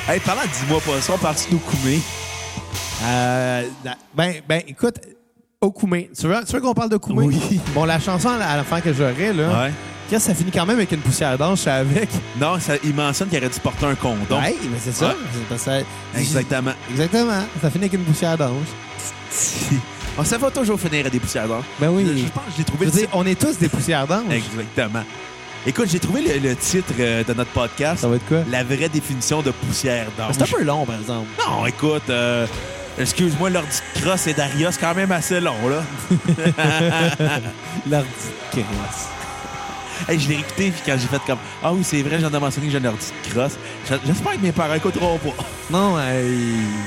hey, parlant de dis-moi pas ça, on part nous coumer. Euh, la- ben, ben écoute, Okoumé. Tu veux, tu veux qu'on parle de Koumé? Oui. Bon, la chanson à la- à la fin que j'aurais, là, qu'est-ce que ça finit quand même avec une poussière d'ange avec. Non, ça, il mentionne qu'il aurait dû porter un condom. Ouais, mais c'est ça. Ouais. C'est parce que- Exactement. (laughs) Exactement. Ça finit avec une poussière d'ange. on Ah, ça va toujours finir à des poussières d'or. Ben oui. Je pense que j'ai Je trouvé veux le dire, titre. on est tous des poussières d'ange. Exactement. Écoute, j'ai trouvé le, le titre euh, de notre podcast. Ça va être quoi? La vraie définition de poussière d'or. C'est un peu long, par exemple. Non, écoute, euh, excuse-moi, l'ordi de crosse et Daria, c'est quand même assez long, là. L'ardi de Kéros. Hey, je l'ai écouté, puis quand j'ai fait comme Ah oui, c'est vrai, j'en ai mentionné que j'ai une ordi de crosse. J'- J'espère que mes parents écouteront pas. Non, euh,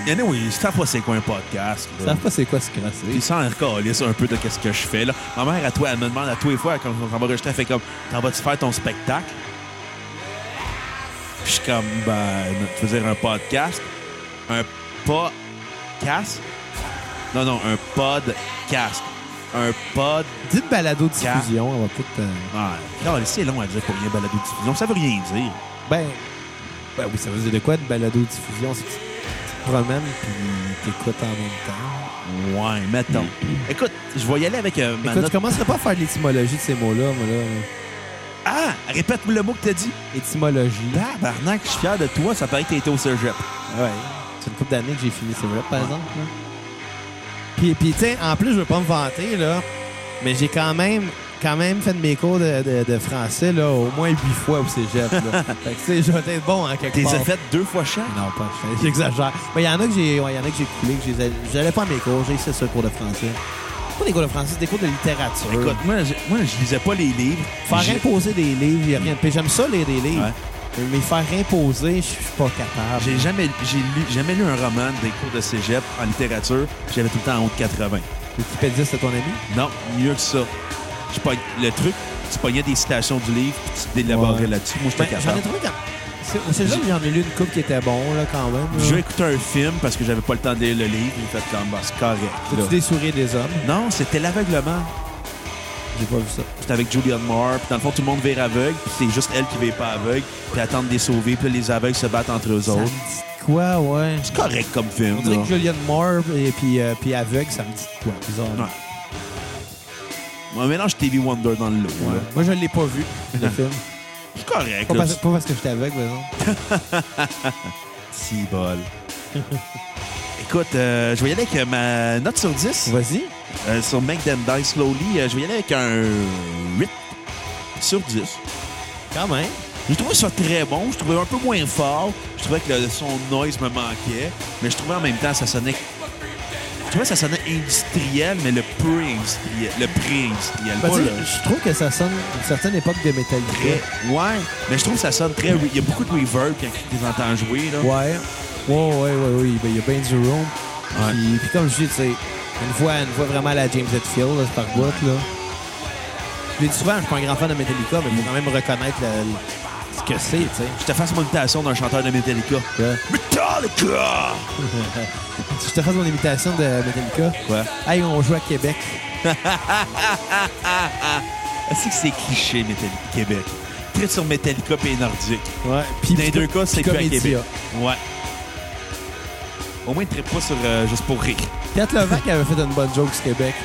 Et anyway, ils savent pas c'est quoi un podcast. ils là. savent pas c'est quoi se Puis crasser. Ils s'en recalissent un peu de qu'est-ce que je fais. là. Ma mère, à toi, elle me demande à tous les fois, quand on va enregistrer, elle fait comme T'en vas-tu faire ton spectacle Puis Je suis comme Ben, tu veux dire un podcast Un podcast Non, non, un podcast. Un pod. Dites balado-diffusion, on va peut-être... euh, Ah, calisse, c'est long à dire pour rien balado-diffusion. Ça veut rien dire. Ben, ben oui, ça veut dire de quoi de balado-diffusion? C'est que tu tu te promènes puis t'écoutes en même temps. Ouais, mettons. Écoute, je vais y aller avec euh, ma Écoute, note- tu commencerais pas à faire de l'étymologie de ces mots-là, moi, là. Ah, répète le mot que t'as dit. Étymologie. Tabarnak, je suis fier de toi. Ça paraît que t'as été au cégep. Ouais. C'est une couple d'années que j'ai fini c'est vrai, par exemple. là. Puis, puis tu sais, en plus, je veux pas me vanter, là, mais j'ai quand même, quand même fait de mes cours de, de- de français, là, au moins huit fois au cégep, là. fait que, tu sais, je vais être bon en quelque T'es part. fait deux fois cher. Non, pas fait. (laughs) J'exagère. Mais il y en a que j'ai ouais, il y en a que j'ai coulé, que j'ai- j'allais pas à mes cours, j'ai essayé ce cours de français. Pas des cours de français, c'est des cours de littérature. Écoute, moi, je, moi, je lisais pas les livres. faire J'ai- imposer des livres, il y a rien de pire. J'aime ça, lire des livres. Ouais. Mais faire imposer, je suis pas capable. J'ai jamais, j'ai lu, jamais lu un roman des cours de cégep en littérature. J'avais tout le temps en haut de 80. Wikipédia, c'est ton ami? Non, mieux que ça. Je pog- le truc, tu pognais des citations du livre, puis tu délaborais Ouais. là-dessus. Moi, j'étais Ben, J'en capable. ai trouvé quand c'est- Au cégep, j'en ai lu une coupe qui était bon, là, quand même. Je là. écouté un film parce que j'avais pas le temps de lire le livre. J'ai fait comme, bah, c'est correct. là. T'as-tu des souris des hommes? Non, c'était l'aveuglement. J'ai pas vu ça. C'était avec Julianne Moore. Puis dans le fond, tout le monde vire aveugle. Puis c'est juste elle qui vire pas aveugle. Puis attendre des sauvés. Puis là, les aveugles se battent entre eux Ça me autres. dit de quoi, ouais? C'est correct comme film. On dirait là. que Julianne Moore et puis, euh, puis aveugle, ça me dit de quoi? Bizarre. Ouais. Un mélange TV Wonder dans le lot. Ouais. hein. Moi, je l'ai pas vu, le film. C'est correct. Pas là. parce, pas parce que j'étais aveugle, par exemple. Si bol. (laughs) Écoute, euh, je vais y aller avec euh, ma note sur 10 Vas-y. euh, sur Make Them Die Slowly. euh, je vais y aller avec un 8 sur 10. Quand même. J'ai trouvé ça très bon. Je trouvais un peu moins fort. Je trouvais que le son noise me manquait. Mais je trouvais en même temps, ça sonnait. Je trouvais que ça sonnait industriel, mais le peu industriel. Le pré-industriel. Ben, pas tu sais, le- Je trouve que ça sonne une certaine époque de Metallica. très- Ouais, mais je trouve que ça sonne très. re- Il y a beaucoup de reverb quand tu les entends jouer. Là. Ouais. Ouais, ouais, ouais, oui. Ben, il y a bien du room. Ouais. Puis, puis comme je dis, tu sais, une voix, une voix vraiment à la James Hetfield, là, c'est par bout, là. Je l'ai dit souvent, je suis pas un grand fan de Metallica, mais il faut quand même reconnaître le- le- ce que c'est, tu sais. Je te fasse mon imitation d'un chanteur de Metallica. Que- Metallica! Si je te fasse mon imitation de Metallica, Ouais. hey, on joue à Québec. Est-ce que c'est cliché, Metallica, Québec? Très sur Metallica et Nordique. Ouais. Puis Dans les deux cas, c'est que à Comédia. Québec. Ouais. Au moins, très pas sur euh, Juste pour rire. Kat Levac avait fait une bonne joke sur Québec.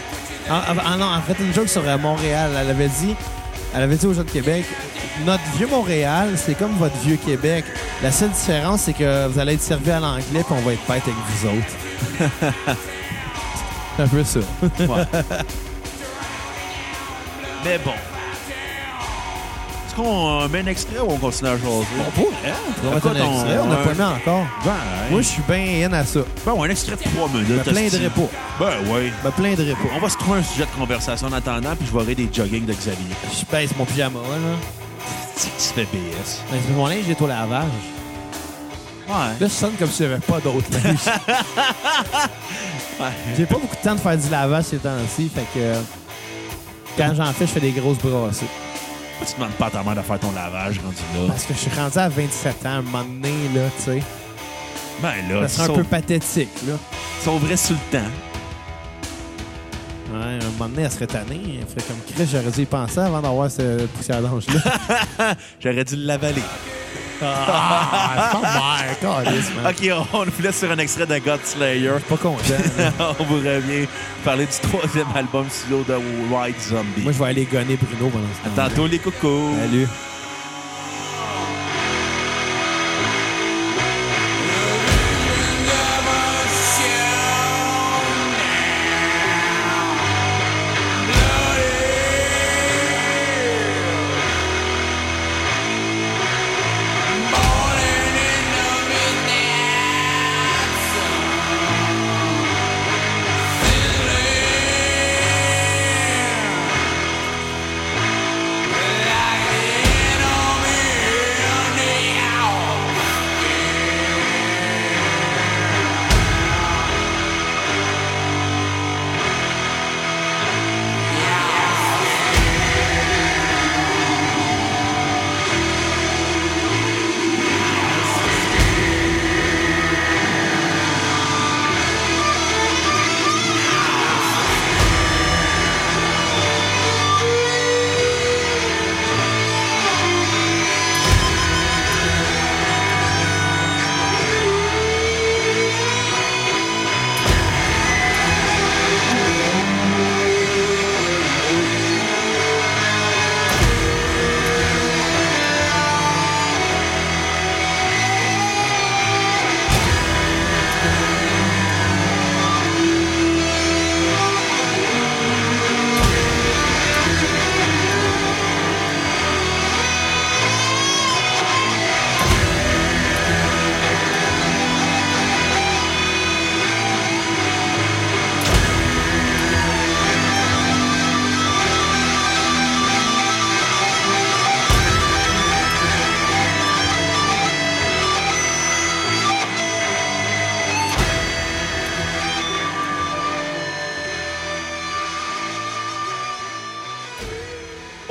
En- en- Ah non, elle avait fait une joke sur euh, Montréal. Elle avait dit, elle avait dit aux gens de Québec, notre vieux Montréal, c'est comme votre vieux Québec. La seule différence, c'est que vous allez être servi à l'anglais puis on va être bête avec vous autres. (laughs) c'est un peu ça. Ouais. Mais bon. Est-ce qu'on euh, met un extrait ou on continue à jaser? On va Écoute, mettre un on- extrait, on n'a on- pas mis encore. Moi, je suis bien in à ça. Bon, hein? Ben, un extrait de 3 minutes. Je me plaindrai hostie. pas. Ben oui. Je me plaindrai pas. On va se trouver un sujet de conversation en attendant, puis je vais rire des joggings de Xavier. Je baisse mon pyjama, là. C'est qui se fait BS. Ben, c'est mon linge, j'ai au lavage. Ouais. Là, je sonne comme s'il n'y avait pas d'autre linge. (laughs) J'ai pas beaucoup de temps de faire du lavage ces temps-ci, fait que euh, quand j'en fais, je fais des grosses brassées. Pourquoi tu demandes pas à ta mère de faire ton lavage rendu là? Parce que je suis rendu à 27 ans, à un moment donné, là, tu sais. Ben là, ils Ça serait un sont, peu pathétique, là. ils sont vrais sur le temps. Ouais, à un moment donné, elle serait tannée. Elle ferait comme Chris, j'aurais dû y penser avant d'avoir cette poussière d'ange-là. J'aurais dû l'avaler. (laughs) (laughs) ah, c'est pas mal, câlisse, man. OK, (laughs) on, on vous laisse sur un extrait de God Slayer. Pas content. là. (laughs) on vous revient parler du troisième album solo de White Zombie. Moi, je vais aller gonner Bruno pendant ce temps. Tantôt les cocos. Salut. I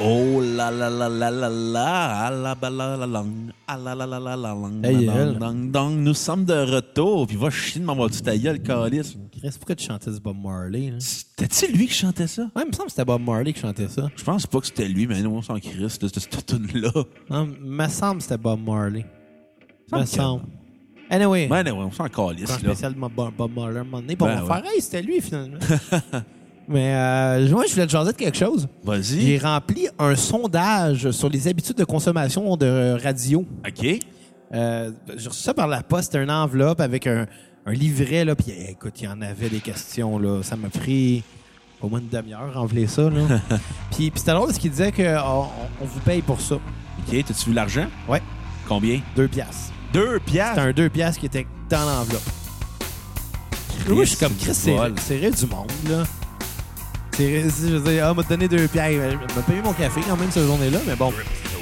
Oh la la la la la, ah la ba la la lang, ah la la la la la lang, Ta gueule. dang, dang, dang. Nous sommes de retour, puis va chier de m'avoir dit ta gueule, calice. Chris, pourquoi tu chantais du Bob Marley? Hein? C'était-tu lui qui chantait ça? Ouais, il me semble que c'était Bob Marley qui chantait ça. Je pense pas que c'était lui, mais non, on s'en crisse de cette (laughs) tune-là. Non, me semble que c'était Bob Marley. Me Semble que- semble. Anyway, Ben ouais, on s'en quand calisse, là. spécial de Bob, Bob Marley, à un moment donné, pour Ben me ouais. faire, hey, c'était (laughs) lui finalement. Mais euh, moi, je voulais te jaser de quelque chose. Vas-y. J'ai rempli un sondage sur les habitudes de consommation de euh, radio. OK. Euh, j'ai reçu ça par la poste, une enveloppe avec un, un livret, là. Puis eh, écoute, il y en avait des questions, là. Ça m'a pris au moins une demi-heure à enlever (laughs) ça, là. puis puis c'était drôle parce qu'il disait qu'on on on vous paye pour ça. OK, t'as-tu vu l'argent? Ouais, Combien? deux piastres. Deux C'était piastres. un deux piastres qui était dans l'enveloppe. Moi, je suis comme Chris, c'est vol. c'est vrai du monde, là. C'est vrai, si je veux dire, ah, m'a donné deux piastres. Elle m'a payé mon café quand même cette journée-là, mais bon.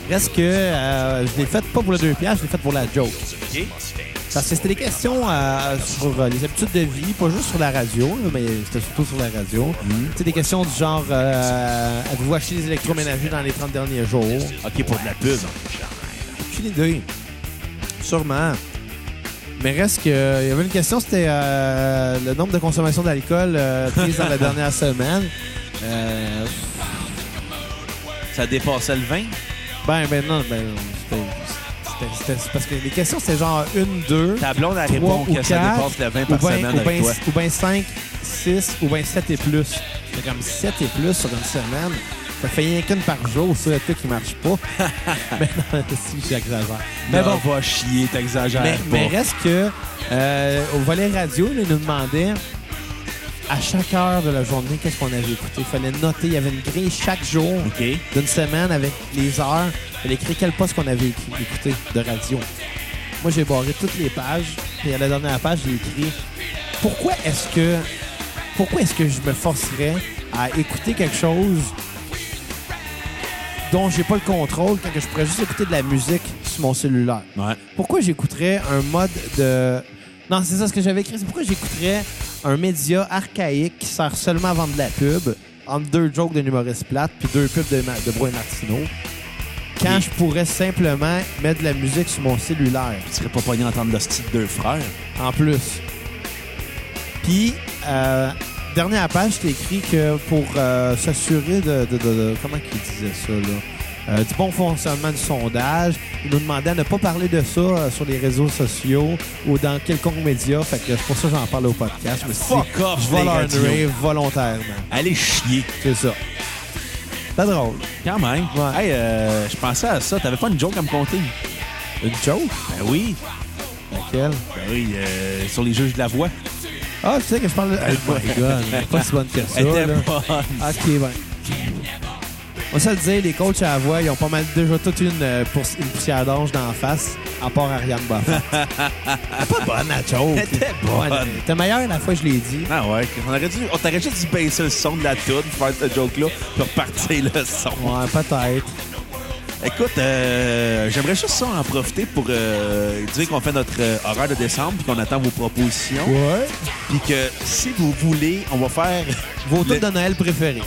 Reste que euh, je l'ai fait pas pour le deux piastres, je l'ai fait pour la joke. Parce que c'était des questions euh, sur euh, les habitudes de vie, pas juste sur la radio, là, mais c'était surtout sur la radio. Tu sais, des questions du genre euh, avez-vous acheté des électroménagers dans les 30 derniers jours OK, pour de la pub. Aucune idée. Sûrement. Mais reste que. Il y avait une question, c'était euh, le nombre de consommation d'alcool euh, (laughs) prise dans la dernière semaine. Euh, Ça dépassait le 20? ben, ben non, ben. c'était- c'était- c'était- c'est Parce que les questions, c'était genre une, deux. Ta blonde, elle Trois répond ou que ça quatre, dépasse le 20 ou par bien semaine avec toi. 5, 6, ou bien 7 et plus. C'est comme 7 et plus sur une semaine. Ça fait rien qu'une par jour, ça, le truc qui marche (laughs) pas. mais non, (laughs) si, j'exagère. Mais bon, va chier, t'exagères mais, mais reste que euh, au volet radio, là, ils nous demandaient à chaque heure de la journée qu'est-ce qu'on avait écouté. Il fallait noter, il y avait une grille chaque jour OK. d'une semaine avec les heures. Il fallait écrire quel poste qu'on avait écrit- écouté de radio. Moi, j'ai barré toutes les pages. Et à la dernière page, j'ai écrit pourquoi est-ce que pourquoi est-ce que je me forcerais à écouter quelque chose dont j'ai pas le contrôle quand que je pourrais juste écouter de la musique sur mon cellulaire Ouais. pourquoi j'écouterais un mode de. Non, c'est ça ce que j'avais écrit. C'est pourquoi j'écouterais un média archaïque qui sert seulement à vendre de la pub, entre deux jokes d'un humoriste plate puis deux pubs de, Ma- de Bruno Martineau, quand je pourrais simplement mettre de la musique sur mon cellulaire, Tu serais pas pogné d'entendre le style deux frères. en plus. Puis, euh, dernière page, c'est écrit que pour euh, s'assurer de, de- de- de- Comment qu'il disait ça, là? Euh, du bon fonctionnement du sondage. Il nous demandait à ne pas parler de ça euh, sur les réseaux sociaux ou dans quelconque média. Fait que c'est pour ça que j'en parle au podcast. Je me suis dit, Fuck off, je vais les leur radios. enlever volontairement. Allez chier. C'est ça. Pas drôle. Quand même. Ouais. Hey, euh, je pensais à ça. T'avais pas une joke à me conter? Une joke? Ben oui. Laquelle? Ben oui, euh, sur les juges de la voix. Ah, tu sais que je parle de... Oh my God, elle est (laughs) pas si bonne que ça. Elle était là. bonne. Ok, ben. On va se le dire, les coachs à la voix, ils ont pas mal déjà toute une, euh, pour, une poussière d'ange d'en face, à part Ariane (laughs) Buffett. Elle est pas bonne, la joke. Elle était bonne. Ouais, elle était meilleure la fois que je l'ai dit. Ah ouais, on aurait dû, on t'aurait juste dû baisser le son de la toune, faire cette joke-là, puis repartir le son. Ouais, peut-être. Écoute, euh, j'aimerais juste ça en profiter pour euh, dire qu'on fait notre euh, horaire de décembre, puis qu'on attend vos propositions, Ouais. puis que si vous voulez, on va faire (laughs) Vos le- tonnes de Noël préférées.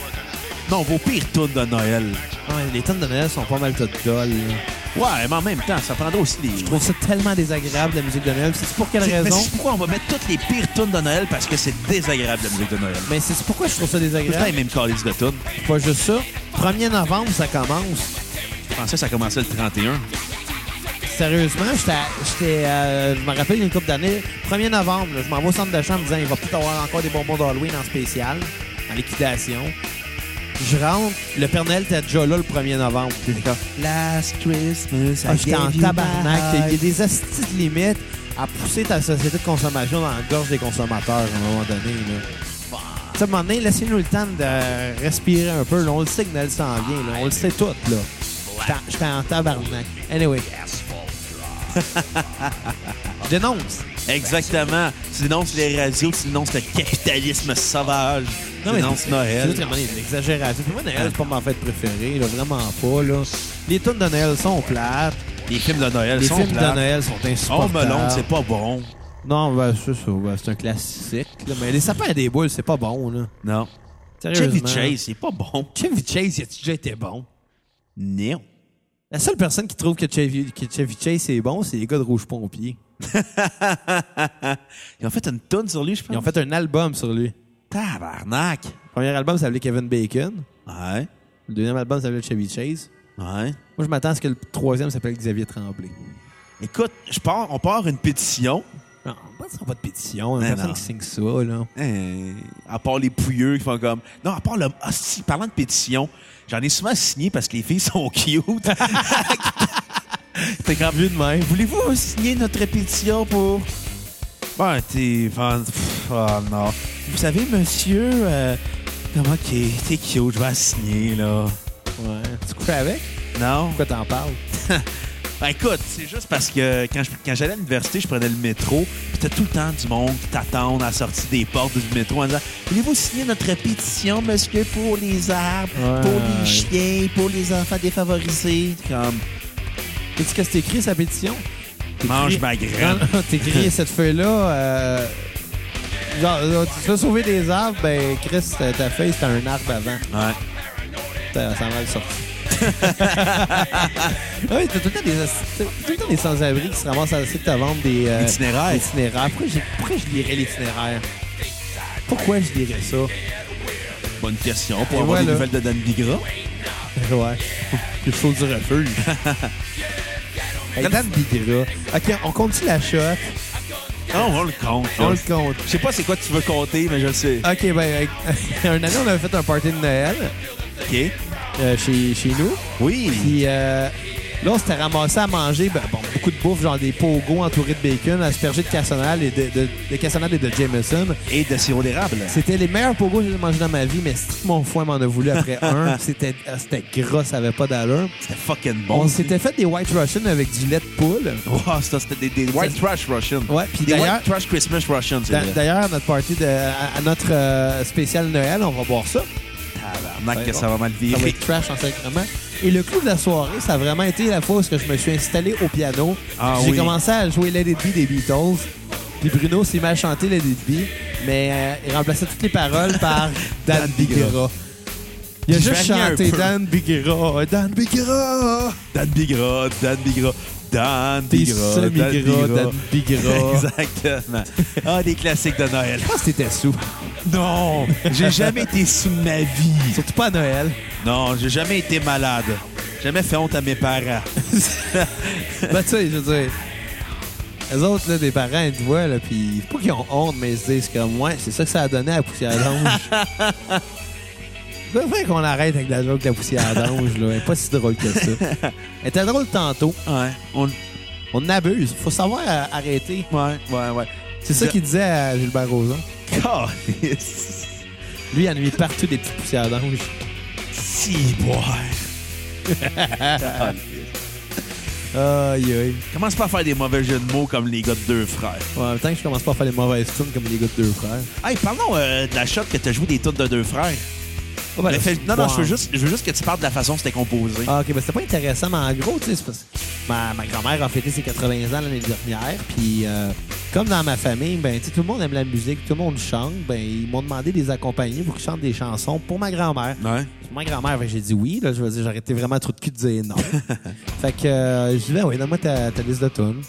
non vos pires tunes de Noël. Ouais, les tonnes de Noël sont pas mal toutes dolles. là. Ouais, mais en même temps, ça prendra aussi les. Je trouve ça tellement désagréable, la musique de Noël. C'est pour quelle C'est- mais raison? c'est pourquoi on va mettre toutes les pires tunes de Noël parce que c'est désagréable la musique de Noël. Mais Ben, c'est pourquoi je trouve ça Tout le temps les désagréable. mêmes calices de tunes. Pas juste ça. 1er novembre, ça commence. Je pensais que ça commençait le 31. Sérieusement, j'étais, à- j'étais, euh, je me rappelle il y a une couple d'années, 1er novembre, là, je m'en vais au centre de chambre en me disant il va peut-être avoir encore des bonbons d'Halloween en spécial, en liquidation. Je rentre, le Père Noël était déjà là le 1er novembre. Last Christmas, Ah, j'étais en tabarnak. Il y a des astuces de limites à pousser ta société de consommation dans la gorge des consommateurs à un moment donné. Là. Tu sais, à un moment donné, laissez-nous le temps de respirer un peu. là. on le sait que Noël s'en vient. là. On le sait tout. là. J'étais en- J'étais en tabarnak. Anyway. Je dénonce. Exactement. Tu dénonces les radios, tu dénonces le capitalisme sauvage. tu dénonces C'est Noël. juste qu'à un moment donné, il y a de l'exagération. Puis moi, Noël, c'est pas ma fête préférée. là. vraiment pas. Là. Les tunes de Noël sont plates. Les films de Noël Les sont films plates. de Noël sont Oh, insupportables. melon, c'est pas bon. Non, ben, c'est ça. ben, c'est un classique. là. Mais les sapins à des boules, c'est pas bon, là. Non. Chevy Sérieusement. Chase, c'est pas bon. Chevy Chase, il a déjà été bon? Non. La seule personne qui trouve que Chevy, que Chevy Chase est bon, c'est les gars de Rouge Pompier. Ils ont fait une tonne sur lui, je pense. Ils ont fait un album sur lui. tabarnak. Le premier album, ça s'appelait Kevin Bacon. Ouais. Le deuxième album, ça s'appelait Chevy Chase. Ouais. Moi, je m'attends à ce que le troisième s'appelle Xavier Tremblay. Écoute, je pars, on part une pétition. Non, on ne pas de pétition. Mais Hein, personne non. qui signe ça, là. Euh, à part les pouilleux qui font comme. Non, à part le. Ah, si, parlant de pétition, j'en ai souvent signé parce que les filles sont cute. (laughs) T'es grave vu de même. Voulez-vous signer notre pétition pour. Ben, t'es. ben, pff, Oh non. Vous savez, monsieur. euh, Comment ok, t'es cute, je vais la signer, là. Ouais. Tu couches avec? Non? Pourquoi t'en parles? Ben écoute, c'est juste parce que quand, je- quand j'allais à l'université, je prenais le métro, puis t'as tout le temps du monde qui t'attend à la sortie des portes du métro en disant Voulez-vous signer notre pétition, monsieur, pour les arbres, Ouais. pour les chiens, pour les enfants défavorisés Comme, Sais-tu qu'est-ce que t'écris, sa pétition? T'écris- mange ma graine. (laughs) Non, non, T'écris cette feuille-là. Euh... Genre, là, tu veux sauver des arbres, ben, Chris, ta ta feuille, c'était un arbre avant. Ouais. Putain, ça mal (laughs) sorti. oui, t'as tout le temps des, t'as tout le temps des sans-abri qui se ramassent à la site à vendre des euh, L'itinéraire. des itinéraires. Pourquoi, j'ai- pourquoi je lirais l'itinéraire? Pourquoi je lirais ça? Bonne question. Pour Et avoir des voilà. nouvelles de Dan Bigra. Ouais. Le show du refuge. hey, Dan Bigra. OK, on continue la shot. Non, Ah, on le compte. On le là. compte. Je sais pas c'est quoi que tu veux compter, mais je le sais. OK, ben, euh, (laughs) un année, on avait fait un party de Noël OK. euh, chez, chez nous. Oui. Puis euh, là, on s'était ramassé à manger ben, bon, beaucoup de bouffe, genre des pogos entourés de bacon, aspergés de cassonade et de, de, de cassonade et de Jameson. Et de sirop d'érable. C'était les meilleurs pogos que j'ai mangé dans ma vie, mais mon foie m'en a voulu après un. C'était ah, c'était gras, ça avait pas d'allure. C'était fucking bon. On s'était fait des White Russian avec du lait de poule. Wow, ça, c'était des, des White Ça- Trash Russian. Ouais, puis Des d'ailleurs, White Trash Christmas Russian, c'est d'a- vrai. d'ailleurs, à notre party, de, à, à notre euh, spécial Noël, on va boire ça. Tabarnak Ouais, que bon. ça va mal Ça va virer. être trash en sacrement. Et le clou de la soirée, ça a vraiment été la fois où est-ce que je me suis installé au piano. Ah J'ai oui. commencé à jouer Lady Be des Beatles. Puis Bruno s'est mal chanté Lady Be, mais euh, il remplaçait toutes les paroles (laughs) par Dan, Dan Bigera. Bigera. Il a Je juste variais un chanté peu. Dan Bigera, Dan Bigera. Dan Bigra, Dan Bigra, Dan T'es Bigra, semi-gras, Dan Bigera. (laughs) Exactement. Ah, des classiques de Noël. Je pense que t'étais sous. Non, j'ai jamais été sous ma vie. Surtout pas à Noël. Non, j'ai jamais été malade. Jamais fait honte à mes (laughs) parents. Ben, tu sais, je veux dire. Les autres, là, des parents, ils te voient, là, puis pas qu'ils ont honte, mais ils se disent comme, ouais, c'est ça que ça a donné à la poussière d'ange. (laughs) C'est vrai qu'on arrête avec la joke de la poussière d'ange, là. Elle est pas si drôle que ça. Elle était drôle tantôt. Ouais, on- On abuse. Faut savoir euh, arrêter. ouais, ouais, ouais. C'est ça Je- qu'il disait à Gilbert Rozon. Calisse. Lui, il ennuyait partout des petites poussières d'ange. Si, boy. Aïe, aïe. Commence pas à faire des mauvais jeux de mots comme les gars de deux frères. Ouais, en même temps que je commence pas à faire les mauvaises tunes comme les gars de deux frères. Hey, parlons euh, de la shot que t'as joué des toutes de deux frères. Oh, ben, Le là, fait- c'est- non, non, Ouais. je veux, juste, je veux juste que tu parles de la façon dont c'était composé. Ah, ok, ben c'était pas intéressant, mais en gros, tu sais, c'est parce que ma, ma grand-mère a fêté ses 80 ans l'année dernière, puis euh, comme dans ma famille, ben, tu sais, tout le monde aime la musique, tout le monde chante, ben, ils m'ont demandé de les accompagner pour qu'ils chantent des chansons pour ma grand-mère. Ouais. Puis ma grand-mère, ben, j'ai dit oui, là, je veux dire, j'aurais été vraiment trop de cul de dire non. fait que, euh, je dis, ouais, donne-moi ta, ta liste de tunes.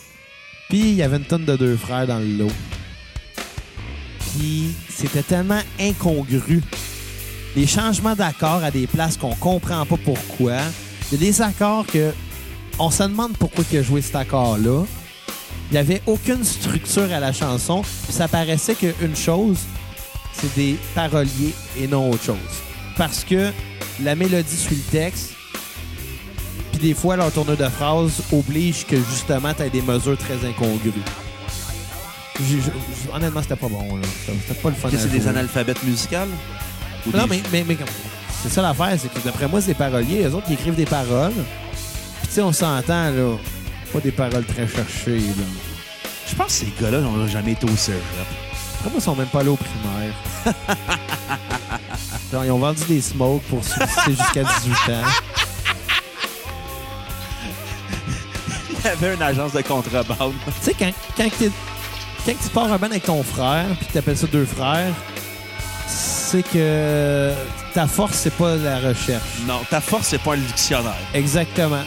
Puis, il y avait une tonne de deux frères dans le lot. Puis, c'était tellement incongru. Les changements d'accords à des places qu'on comprend pas pourquoi. Il y a des accords que on se demande pourquoi il a joué cet accord-là. Il n'y avait aucune structure à la chanson. Puis ça paraissait qu'une chose, c'est des paroliers et non autre chose. Parce que la mélodie suit le texte. Puis des fois, leur tourneur de phrase oblige que justement, tu des mesures très incongrues. J'ai- j'ai- honnêtement, c'était pas bon. là. C'était pas le fun. Que à c'est des jouer. analphabètes musicales? Ou Non, des- mais, mais, mais comme- c'est ça l'affaire, c'est que d'après moi, c'est des paroliers. Eux autres, ils écrivent des paroles. Puis, tu sais, on s'entend, là. Pas des paroles très cherchées, là. Je pense que ces gars-là n'ont jamais été au (laughs) cégep. Après moi, ils sont même pas allés au primaire. (laughs) Genre, ils ont vendu des smokes pour subsister jusqu'à 18 ans. Il y avait une agence de contrebande. Tu sais, quand, quand, t'es- quand tu pars un band avec ton frère, puis tu t'appelles ça deux frères, c'est que ta force, c'est pas la recherche. (laughs) Non, ta force, c'est pas le dictionnaire. Exactement.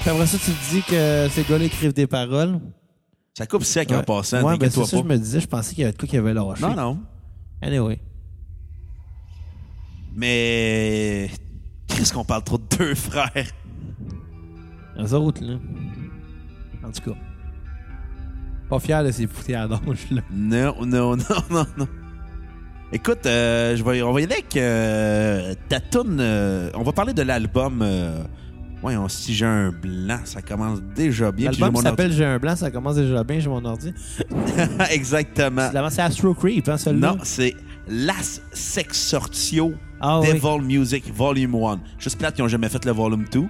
Puis après ça, tu te dis que ces gars-là écrivent des paroles. Ça coupe sec en Ouais. passant, Ouais, ben, c'est t'inquiète-toi ça, je pas. me disais, je pensais qu'il y avait quoi qui avait lâché. Non, non. Anyway. Mais. Qu'est-ce qu'on parle trop de deux (laughs) frères? Eux autres, là. En tout cas. Pas fier de ces poutières d'ange, là. Non, non, (laughs) non, non, non. Écoute, euh, je vais, on va y aller avec euh, ta toune, euh, on va parler de l'album. Euh, voyons, si j'ai un blanc, ça commence déjà bien. puis j'ai L'album mon s'appelle J'ai un blanc, ça commence déjà bien, j'ai mon ordi. ordi- (laughs) Exactement. Finalement, c'est Astro Creep, hein, celui-là. Ah. Non, c'est Las Sexortio Ah oui. Devil Music Volume 1. Juste plate, ils n'ont jamais fait le Volume 2.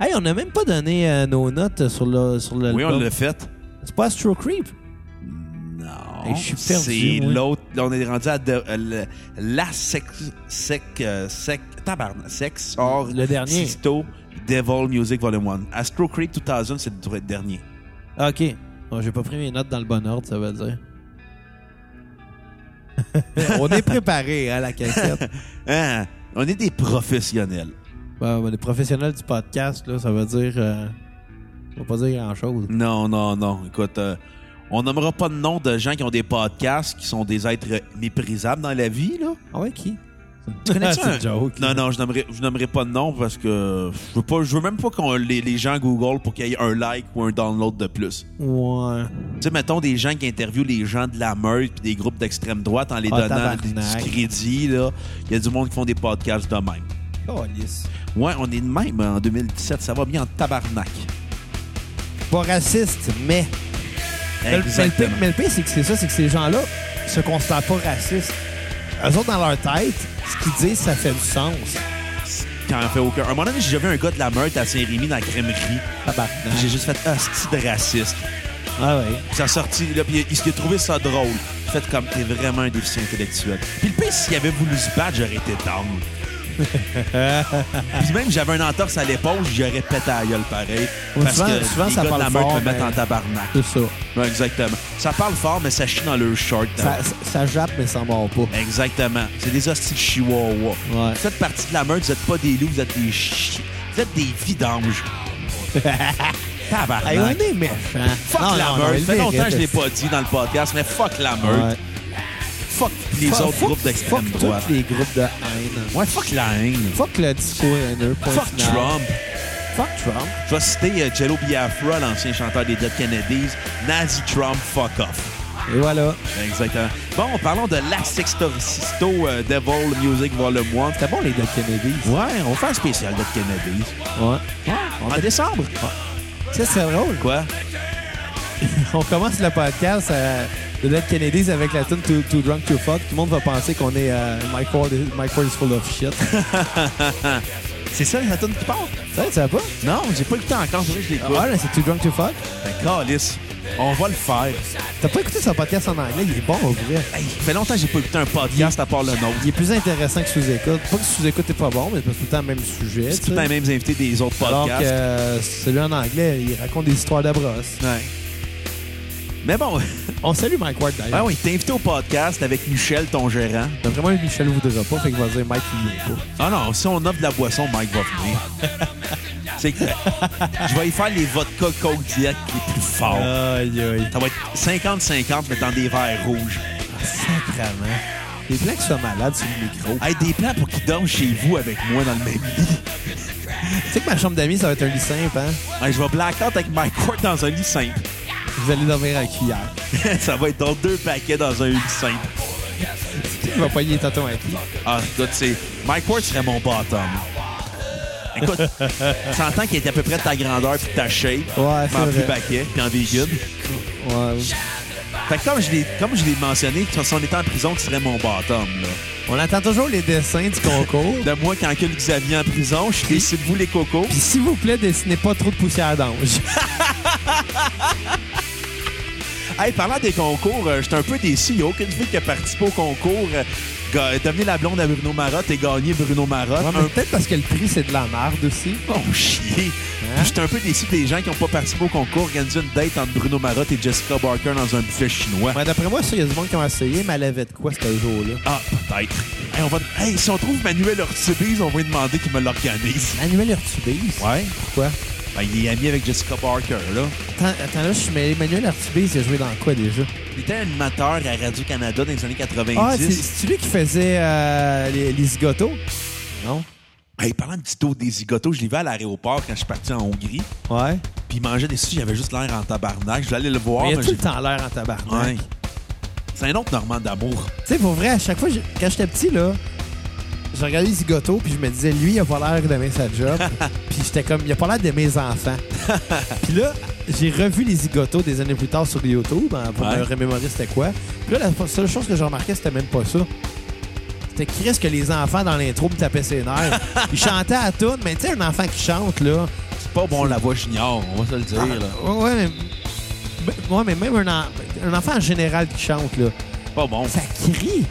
Hey, on n'a même pas donné euh, nos notes sur le sur le. Oui, on l'a fait. C'est pas Astro Creep. Non. Hey, je suis perdu, C'est moi. l'autre. là, On est rendu à de- euh, le- la sec. sec. euh, sec. tabarnak, Sex. Or, Le dernier. Sisto, Devil Music Volume 1. Astro Creep 2000, c'est le dernier. Ah, OK. Bon, j'ai pas pris mes notes dans le bon ordre, ça veut dire. (laughs) on est préparé à la cassette. Hein? On est des professionnels. Bon, ben, les professionnels du podcast, là, ça veut dire. euh, on va pas dire grand-chose. Non, non, non. Écoute, euh, on nommera pas de nom de gens qui ont des podcasts, qui sont des êtres méprisables dans la vie, là. Ah ouais, qui? Tu connais (laughs) Ah, c'est une joke. Non, non, je nommerai, je nommerai pas de nom parce que je veux, pas, je veux même pas qu'on les, les gens Google pour qu'il y ait un like ou un download de plus. Ouais. Tu sais, mettons des gens qui interviewent les gens de la meute puis des groupes d'extrême droite en les Ah, donnant tabarnak. du crédit, là. Il y a du monde qui font des podcasts de même. Oh, lisse. Ouais, on est de même en 2017. Ça va bien en tabarnak. Pas raciste, mais. Mais le- Exactement. Mais le pire, mais le pire, c'est que c'est ça, c'est que ces gens-là se considèrent pas racistes. Eux autres, dans leur tête, ce qu'ils disent, ça fait du sens. Quand on fait aucun. un moment donné, j'ai vu un gars de la meute à Saint-Rémy dans la crèmerie. Puis J'ai Tabarnak. juste fait « Hostie de raciste ». Ah ouais. Puis Ça a sorti, là, puis il s'est trouvé ça drôle. Faites comme t'es vraiment un déficient intellectuel. Puis le pire, s'il avait voulu se battre, j'aurais été tendre. puis même, j'avais un entorse à l'épaule, j'aurais pété à la gueule pareil. Ouais, Parce souvent- que souvent, les ça gars de la parle meute fort, me mettent mais- en tabarnak. C'est ça. Ouais, exactement. Ça parle fort, mais ça chie dans le short. hein. Ça, ça, ça jappe, mais ça mord pas. Exactement. C'est des hostiles chihuahuas. Ouais. Vous faites partie de la meute, vous êtes pas des loups, vous êtes des chi... Vous êtes des (laughs) vidanges. Tabarnak. Hey, on est méchants. Fuck Non, la non, non, meute. il Ça fait longtemps que mérite, je l'ai pas dit dans le podcast, mais fuck la meute. Ouais. Fuck les Fuck- autres fuck- groupes d'extrême fuck droite. tous les groupes de haine. Ouais, fuck la haine. Fuck le discours haineux. point Fuck final. Trump. Fuck Trump. Je vais citer euh, Jello Biafra, l'ancien chanteur des Dead Kennedys. Nazi Trump, fuck off. Et voilà. Exactement. Bon, parlons de La Sextorcisto euh, Devil Music Volume 1. C'était bon, les Dead Kennedys. Ouais, on fait un spécial Dead Kennedys. Ouais. Ah, En décembre. Ça, c'est drôle. (laughs) Quoi? On commence le podcast euh, de Dead Kennedys avec la tune too, Too Drunk to Fuck. Tout le monde va penser qu'on est euh, Mike Ford is- Mike Ford is full of shit. (laughs) C'est ça la tune qui part? Ça, tu savais pas? Non, j'ai pas écouté encore. faudrait que Je l'écoute. Ouais, là, c'est Too Drunk to Fuck. Ben, Ah calisse. On va le faire. T'as pas écouté son podcast en anglais? Il est bon, au vrai. Hey, ça fait longtemps que j'ai pas écouté un podcast à part le nôtre. Il est plus intéressant que sous-écoute. Pas que sous-écoute est pas bon, mais c'est tout le temps le même sujet. C'est tu tout le temps sais. les mêmes invités des autres Alors podcasts. que euh, celui en anglais, il raconte des histoires de brosse. Ouais. Mais bon, On salue Mike Ward ah d'ailleurs. oui, t'es invité au podcast avec Michel, ton gérant. D'après moi, Michel voudra pas, fait qu'il va dire Mike il veut pas. Ah non, si on offre de la boisson, Mike va venir. (laughs) C'est que je vais y faire les vodka coke diet les plus forts. Aïe, aïe. Ça va être 50-50, mais dans des verres rouges. Sacrement. Ah, Les plans qui sont malades sur le micro. Ah, Hey, des plans pour qu'ils dorment chez vous avec moi dans le même lit. Tu sais que ma chambre d'amis, ça va être un lit simple, hein? Hey, je vais blackout avec Mike Ward dans un lit simple. (laughs) Vous allez dormir à cuillère. Ça va être dans deux paquets dans un lit simple. Tu vas pas y tonton à qui? Ah, écoute, c'est. Mike Ward serait mon bottom. (laughs) Écoute, j'entends qu'il est à peu près de ta grandeur puis de ta shape. Ouais, en c'est plus vrai. paquet, puis en vegan. Ouais. Fait que comme je l'ai, comme je l'ai mentionné, que si on était en prison, tu serais mon bottom, là. On attend toujours les dessins du concours. De moi, quand que le Xavier en prison, je fais c'est vous les cocos. Puis s'il vous plaît, dessinez pas trop de poussière d'ange. Hey, parlant des concours, euh, j'étais un peu déçu. Il n'y a aucune fille qui a participé au concours. euh, ga- Devenez la blonde à Bruno Marotte et gagner Bruno Marotte. Ouais, mais Un peut-être parce que le prix, c'est de la merde aussi. bon chier. Hein? J'étais un peu déçu des gens qui n'ont pas participé au concours. Organiser une date entre Bruno Marotte et Jessica Barker dans un buffet chinois. Ouais, d'après moi, ça, il y a du monde qui ont essayé, mais elle avait de quoi, ce jour-là? Ah, peut-être. Hey, on va... hey, si on trouve Manuel Ortubise, on va lui demander qu'il me l'organise. Manuel Urtubise. Ouais. Pourquoi? Ben, il est ami avec Jessica Barker, là. Attends, attends, là, je suis mêlé. Manuel Urtubise, il a joué dans quoi déjà? Il était animateur à Radio-Canada dans les années 90. Ah, c'est- c'est lui qui faisait euh, les, les zigotos? Non? Hey, parlant de Tito des zigotos, je l'ai vu à l'aéroport quand je suis parti en Hongrie. Ouais. Puis il mangeait des sushis, il avait juste l'air en tabarnak. Je voulais aller le voir, Mais il a mais tout j'ai... le temps l'air en tabarnak. Ouais. C'est un autre Normand d'amour. Tu sais, pour vrai, à chaque fois, je- quand j'étais petit, là, je regardais les zigotos, puis je me disais, lui, il a pas l'air d'aimer sa (laughs) job. puis j'étais comme, il a pas l'air de mes (laughs) enfants. puis là, j'ai revu les zigotos des années plus tard sur YouTube hein, pour Ouais. me remémorer c'était quoi. Puis là, la seule chose que j'ai remarqué, c'était même pas ça. C'était Chris que les enfants dans l'intro me tapaient ses (laughs) nerfs. Ils chantaient à tout, mais tu sais, un enfant qui chante, là. C'est pas bon la voix junior, on va se le dire. là. Ouais, ouais, mais. mais- ouais, mais même un, en- un enfant en général qui chante, là. C'est pas bon. Ça crie.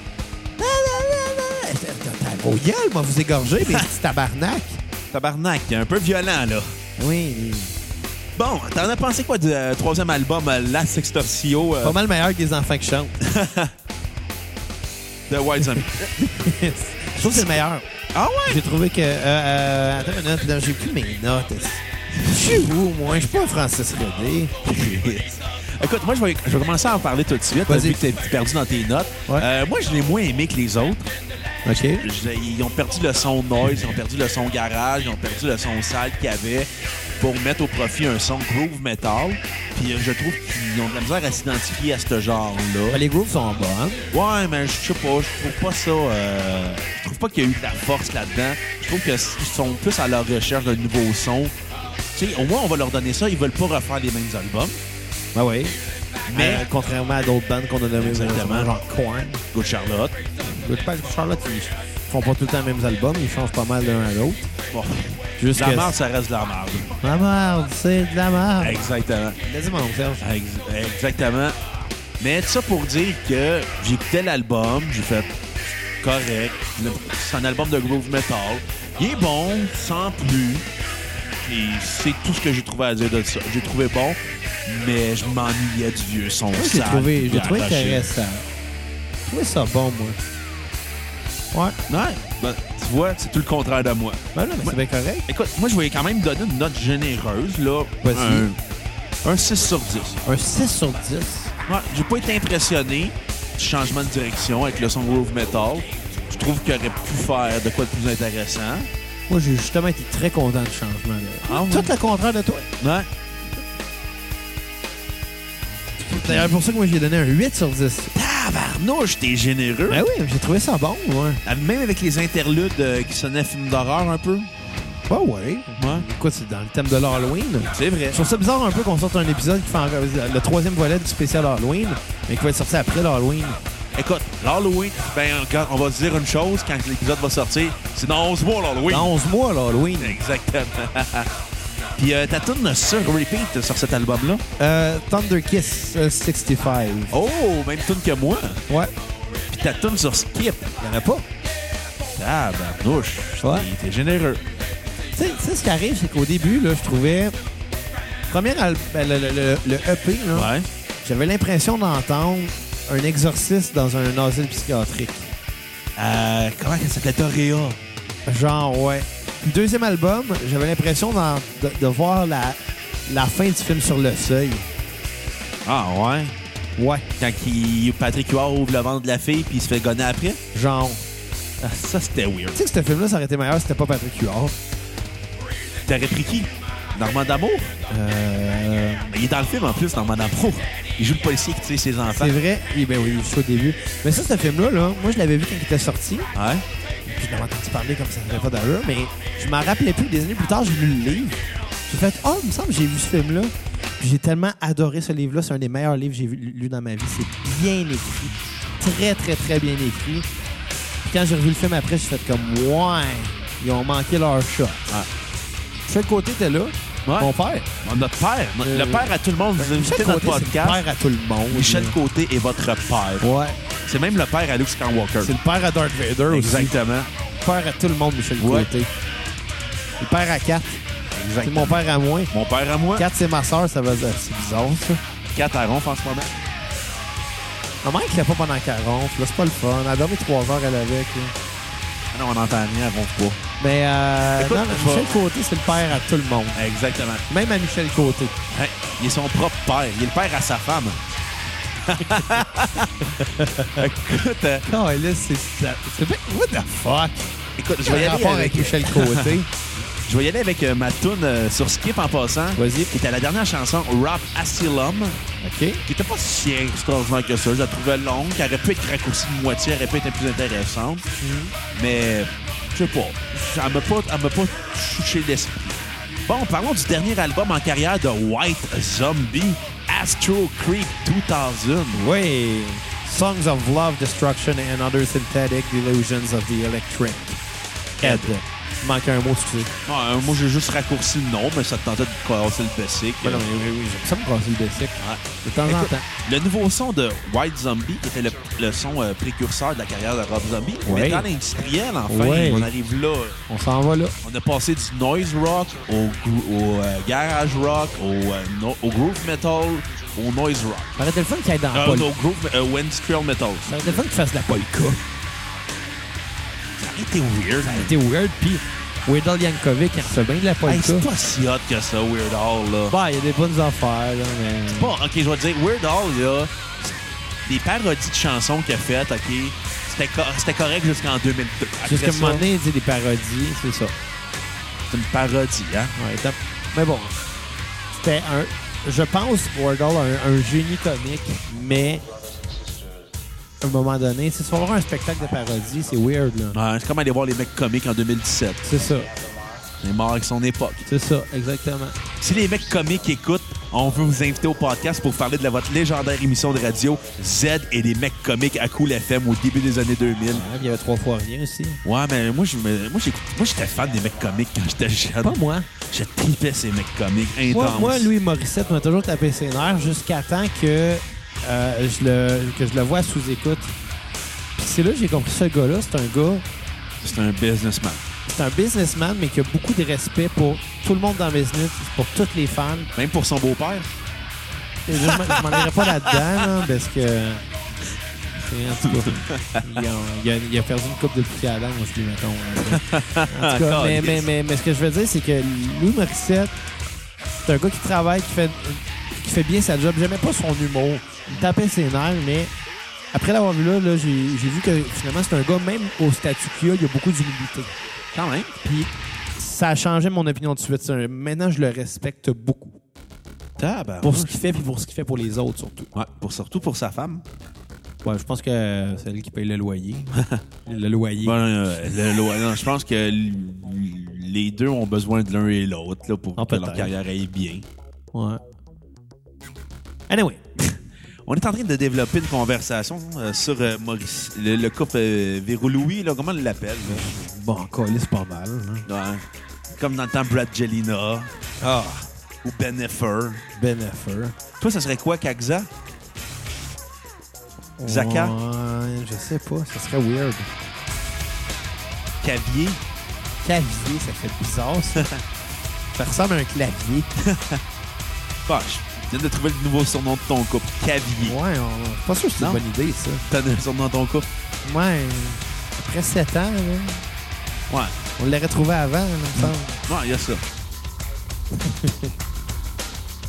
La, la, la, la. T'as- t'as Vos gueules, moi, vous égorgez, mes petits tabarnak. Tabarnak, un peu violent, là. Oui. Bon, t'en as pensé quoi du euh, troisième album, euh, La Sextortio euh, Pas mal meilleur que les enfants qui chantent. (laughs) de Wild Zombie? Je trouve que c'est le meilleur. ah ouais? J'ai trouvé que. Euh, euh, attends une minute, là, j'ai plus mes notes. Je suis où, moi? Je suis pas Francis Redé. (laughs) Écoute, moi, je vais, je vais commencer à en parler tout de suite, Vas-y. vu que t'es perdu dans tes notes. Ouais. Euh, moi, je l'ai moins aimé que les autres. OK. Je- ils ont perdu le son noise, ils ont perdu le son garage, ils ont perdu le son sale qu'il y avait pour mettre au profit un son groove metal. Puis euh, je trouve qu'ils ont de la misère à s'identifier à ce genre-là. les grooves sont bons, hein? Ouais, mais je sais pas, je trouve pas ça. euh, je trouve pas qu'il y a eu de la force là-dedans. Je trouve qu'ils sont plus à la recherche d'un nouveau son. Tu sais, au moins, on va leur donner ça. Ils veulent pas refaire les mêmes albums. Ben oui. Mais Mais- contrairement à d'autres bandes qu'on a nommées, Exactement. genre Korn, Good Charlotte. Goodbye Charlotte, ils font pas tout le temps les mêmes albums, ils changent pas mal l'un à l'autre. Bon, Juste de la que- merde, ça reste de la merde. La merde, c'est de la merde. Exactement. Vas-y, mon Serge. Ex- Exactement. Mais ça pour dire que j'écoutais l'album, j'ai fait correct. Le- C'est un album de groove metal. Il est bon, sans plus. Et c'est tout ce que j'ai trouvé à dire de ça. J'ai trouvé bon, mais je m'ennuyais du vieux son. Moi, j'ai sale, trouvé, j'ai trouvé arraché. intéressant. J'ai trouvé ça bon, moi. Ouais. Ouais, ben, tu vois, c'est tout le contraire de moi. Ben non, mais c'est bien correct. Écoute, moi, je vais quand même donner une note généreuse, là. Vas-y. Un, un 6 sur 10. Un 6 sur 10. Ouais, j'ai pas été impressionné du changement de direction avec le son groove metal. Je trouve qu'il aurait pu faire de quoi de plus intéressant. Moi, j'ai justement été très content du changement. Là. Ah ouais? Tout le contraire de toi. Ouais. C'est D'ailleurs, pour ça que moi, j'ai donné un 8 sur 10. Tabarnouche, t'es généreux. Ben oui, j'ai trouvé ça bon, moi. Même avec les interludes euh, qui sonnaient film d'horreur un peu. Ben oui. Ouais. Écoute, c'est dans le thème de l'Halloween. C'est vrai. Je trouve ça bizarre un peu qu'on sorte un épisode qui fait encore- le troisième volet du spécial Halloween, mais qui va être sorti après l'Halloween. Écoute, l'Halloween, ben, quand- on va se dire une chose quand l'épisode va sortir. C'est dans 11 mois, l'Halloween. Dans 11 mois, l'Halloween. Exactement. (laughs) Puis euh, ta tune sur repeat sur cet album-là. Euh, Thunder Kiss euh, 65. Oh, même tune que moi. Ouais. Puis ta tune sur Skip. Il en a pas. Tabarnouche. Ouais. t'es- T'es généreux. Tu sais- tu sais, ce qui arrive, c'est qu'au début, là, je trouvais. Premier al- ben, le, le- le- le EP, là, Ouais. j'avais l'impression d'entendre un exorciste dans un asile psychiatrique. Euh, comment elle s'appelait Toréa? Genre, ouais. Le Deuxième album, j'avais l'impression d'en- de, de voir la, la fin du film sur le seuil. Ah ouais? Ouais. Quand il- Patrick Huard ouvre le ventre de la fille puis il se fait gonner après? Genre. Ah, ça, c'était weird. Tu sais que ce film-là, ça aurait été meilleur si c'était pas Patrick Huard. T'aurais pris qui? Normand D'Amour? Euh, Il est dans le film en plus, Normand D'Amour. Il joue le policier qui tire ses enfants. c'est vrai. Oui, ben oui, je suis au début. Mais ça, ce film-là, là, moi, je l'avais vu quand il était sorti. Ouais? Puis je l'avais entendu parler comme ça, ça n'avait pas d'allure, mais je m'en rappelais plus. Des années plus tard, j'ai lu le livre. J'ai fait Oh, il me semble que j'ai vu ce film-là. Puis j'ai tellement adoré ce livre-là. C'est un des meilleurs livres que j'ai vu- lu dans ma vie. C'est bien écrit. Très, très, très bien écrit. Puis quand j'ai revu le film après, j'ai fait comme Ouais, ils ont manqué leur shot. Ah. Chaque côté était là. Ouais. Mon père. Ah, Notre père. no- Euh, le père à tout le monde. Vous invitez Michel notre Côté, c'est le podcast. père à tout le monde. Michel Côté est votre père. Ouais. C'est même le père à Luke Skywalker. C'est le père à Darth Vader aussi. Exactement. Le père à tout le monde, Michel Ouais. Côté. Le père à quatre. C'est Exactement. mon père à moi. Mon père à moi. 4, c'est ma soeur, ça veut dire. C'est bizarre, ça. Quatre à ronf en ce moment. Ma mère, elle l'a pas pendant 40. Là, c'est pas le fun. Elle a dormi 3 heures, elle avec. là. Ah Non, on n'entend rien, on ne pas. Mais euh, Écoute, non, je Michel vais- Côté, c'est le père à tout le monde. Exactement. Même à Michel Côté. Hein, Il est son propre père. Il est le père à sa femme. écoute, euh, Oh, là, c'est ça. C'est vrai- What the fuck? écoute, je Quel vais y aller rapport avec, avec Michel (laughs) Côté. je vais y aller avec euh, ma toune euh, sur Skip en passant. Vas-y. Qui était la dernière chanson, Rap Asylum, OK. qui était pas si extraordinaire que ça. Je la trouvais longue, qui aurait pu être raccourcie de moitié, elle aurait pu être plus intéressante. Mm-hmm. Mais, je sais pas, elle m'a pas, elle m'a pas touché l'esprit. Bon, parlons du dernier album en carrière de White Zombie, Astro Creep 2000. Oui. Songs of Love, Destruction and Other Synthetic Delusions of the Electric. Ed. Il manquait un mot, excusez. Ah, euh, moi, j'ai juste raccourci le nom, mais ça te tentait de casser le basic. Ben non, mais oui, oui, j'aime ça me casser le basic. Ah. De temps en Écoute, temps. Le nouveau son de White Zombie, qui était le, le son euh, précurseur de la carrière de Rob Zombie, Ouais. mais dans l'industriel, enfin, Ouais. on arrive là. On s'en va là. On a passé du noise rock au, grou- au, euh, garage rock, au, euh, no- au groove metal, au noise rock. Ça aurait été le fun qu'il aille dans la Euh, polka. au groove, euh, au industrial metal. Ça aurait été le fun qu'il fasse de la polka. Ça aurait été weird. C'était weird, puis Weddle Yankovic, il reçoit bien de la Hey, polka. c'est pas si hot que ça, Weird Al, là. Bah, il y a des bonnes affaires, là, mais... Bon, ok, je vais te dire, Weird Al, là, des parodies de chansons qu'il a faites, ok, c'était co- c'était correct jusqu'en 2002. Après Jusqu'à un ça, moment donné, il dit des parodies, c'est ça. C'est une parodie, hein? Ouais, top. Mais bon, c'était un... Je pense Wardle un, un génie comique, mais à un moment donné, si tu vas voir un spectacle de parodie, c'est weird, là. Ouais, c'est comme aller voir les mecs comiques en 2017. C'est ça, Les morts avec son époque. c'est ça, exactement. Si les mecs comiques écoutent, on veut vous inviter au podcast pour parler de la- votre légendaire émission de radio Z et des mecs comiques à Cool FM au début des années 2000. Ouais, puis Ah, il y avait trois fois rien aussi. Ouais, mais moi, je me- moi, j'écoute- moi, j'étais fan des mecs comiques quand j'étais jeune. Pas moi. Je tripais ces mecs comiques Moi, intenses. moi, Louis Morissette m'a toujours tapé ses nerfs jusqu'à temps que, euh, je le, que je le vois sous écoute. Puis c'est là que j'ai compris ce gars-là, c'est un gars, c'est un businessman. c'est un businessman, mais qui a beaucoup de respect pour tout le monde dans le business, pour toutes les fans. Même pour son beau-père. Et Je m'en- je m'en irai pas là-dedans, là, parce que. En tout cas, il a, il a- il a perdu une coupe de pied à la langue, je dis, mettons. En (laughs) tout cas, mais, mais, mais, mais ce que je veux dire, c'est que Louis Morissette, c'est un gars qui travaille, qui fait, qui fait bien sa job. J'aimais pas son humour. Il tapait ses nerfs, mais après l'avoir vu là, là, j'ai j'ai vu que finalement, c'est un gars, même au statut qu'il a, il y a beaucoup d'humilité. Quand même. Puis ça a changé mon opinion tout de suite. C'est un- Maintenant, je le respecte beaucoup. Pour ce qu'il fait, puis pour ce qu'il fait pour les autres, surtout. Ouais, pour surtout pour sa femme. Ouais, je pense que euh, c'est elle qui paye le (laughs) loyer. le loyer. Bon, euh, le loi- non, je pense que l- les deux ont besoin de l'un et l'autre là, pour Ah, que leur peut-être. carrière aille bien. Ouais. Anyway. On est en train de développer une conversation euh, sur euh, Maurice, le, le couple euh, Véro-Louis, là, comment on l'appelle? là? Bon, encore, c'est pas mal. hein. Ouais. Comme dans le temps Brad Jelina Ah, ou Ben Effer. Ben Affleck. Toi, ça serait quoi, Kakza? Zaka? Ouais, je sais pas, ça serait weird. Cavier? Clavier, ça fait bizarre, ça. (laughs) ça ressemble à un clavier. Ah, je viens de trouver le nouveau surnom de ton couple, Cavier. Ouais, on... je suis pas sûr que c'est Non. une bonne idée, ça. T'as un surnom de ton couple? Ouais, après 7 ans, là, Ouais, on l'aurait trouvé avant, là, il me semble. ouais, il y a (laughs) ça.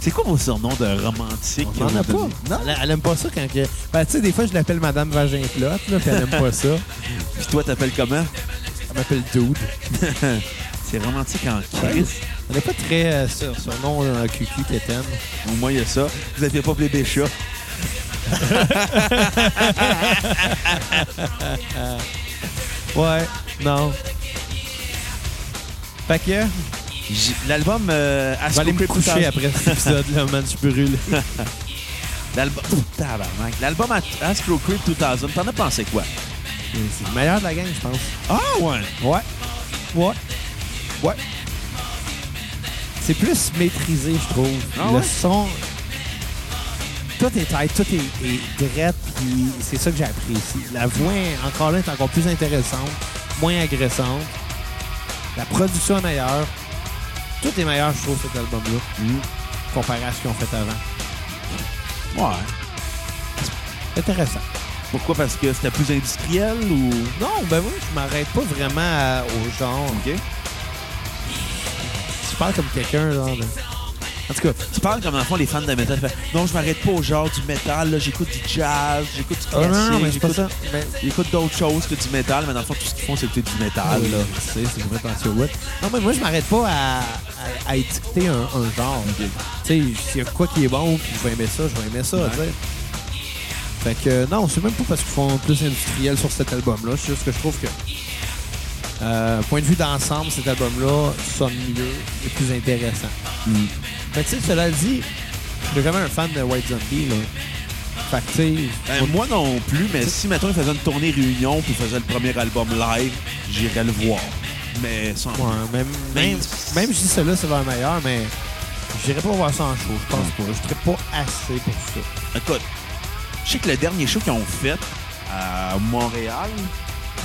C'est quoi vos surnoms de romantique? euh, On en a que pas. vous donnez? Non. Elle, elle aime pas ça quand que. Ben, tu sais, des fois, je l'appelle Madame Vagin Plotte, là, puis elle aime pas ça. Puis toi, t'appelles comment? Elle m'appelle Dude. C'est romantique en crise. On n'est pas très euh, sur son nom euh, cucu Kéten. Au moins, il y a ça. Vous n'aviez pas les chats. Ouais, non. Fait que, J- L'album euh, je vais Astro aller me Creep coucher 2000 après cet épisode-là, man, je suis brûlé. L'album Ouh, tabarnak. L'album At- Astro Creep 2000, t'en as pensé quoi? C'est le meilleur de la gang, je pense. Ah ouais! Ouais. Ouais. Ouais. C'est plus maîtrisé, je trouve. Ah le ouais? son. Tout est tight, tout est, est drette, puis c'est ça que j'apprécie. La voix, encore là, est encore plus intéressante, moins agressante. La production est meilleure. Tout est meilleur, je trouve, cet album-là, comparé à ce qu'ils ont fait avant. Ouais. Intéressant. Pourquoi? Parce que c'était plus industriel ou... Non, ben moi, je m'arrête pas vraiment à- au genre. OK. Tu parles comme quelqu'un, genre. de- En tout cas, tu parles comme dans le fond les fans de métal. Fait, non, je m'arrête pas au genre du métal. là. J'écoute du jazz, j'écoute du classique, j'écoute, Ah, Mais- j'écoute d'autres choses que du métal, mais dans le fond, tout ce qu'ils font, c'est écouter du métal. là. ah, Tu sais, c'est vrai parce que ouais. Non, mais moi, je m'arrête pas à, à, à étiqueter un, un genre. Tu sais, s'il y a quoi qui est bon, puis je vais aimer ça, je vais aimer ça, tu sais. Fait que euh, non, c'est même pas parce qu'ils font plus industriel sur cet album-là. C'est juste que je trouve que, euh, point de vue d'ensemble, cet album-là sonne mieux et plus intéressant. Fait que, tu sais, cela dit, je suis jamais un fan de White Zombie, là. Fait que, tu sais, Ben, moi non plus, mais si, mettons, ils faisaient une tournée réunion puis ils faisaient le premier album live, j'irais le voir. Mais sans... Ouais, même, même, même si celle-là, c'est vers meilleur, mais j'irai pas voir ça en show. Je Hmm. pense pas. Je serais pas assez pour ça. Écoute, je sais que le dernier show qu'ils ont fait à Montréal,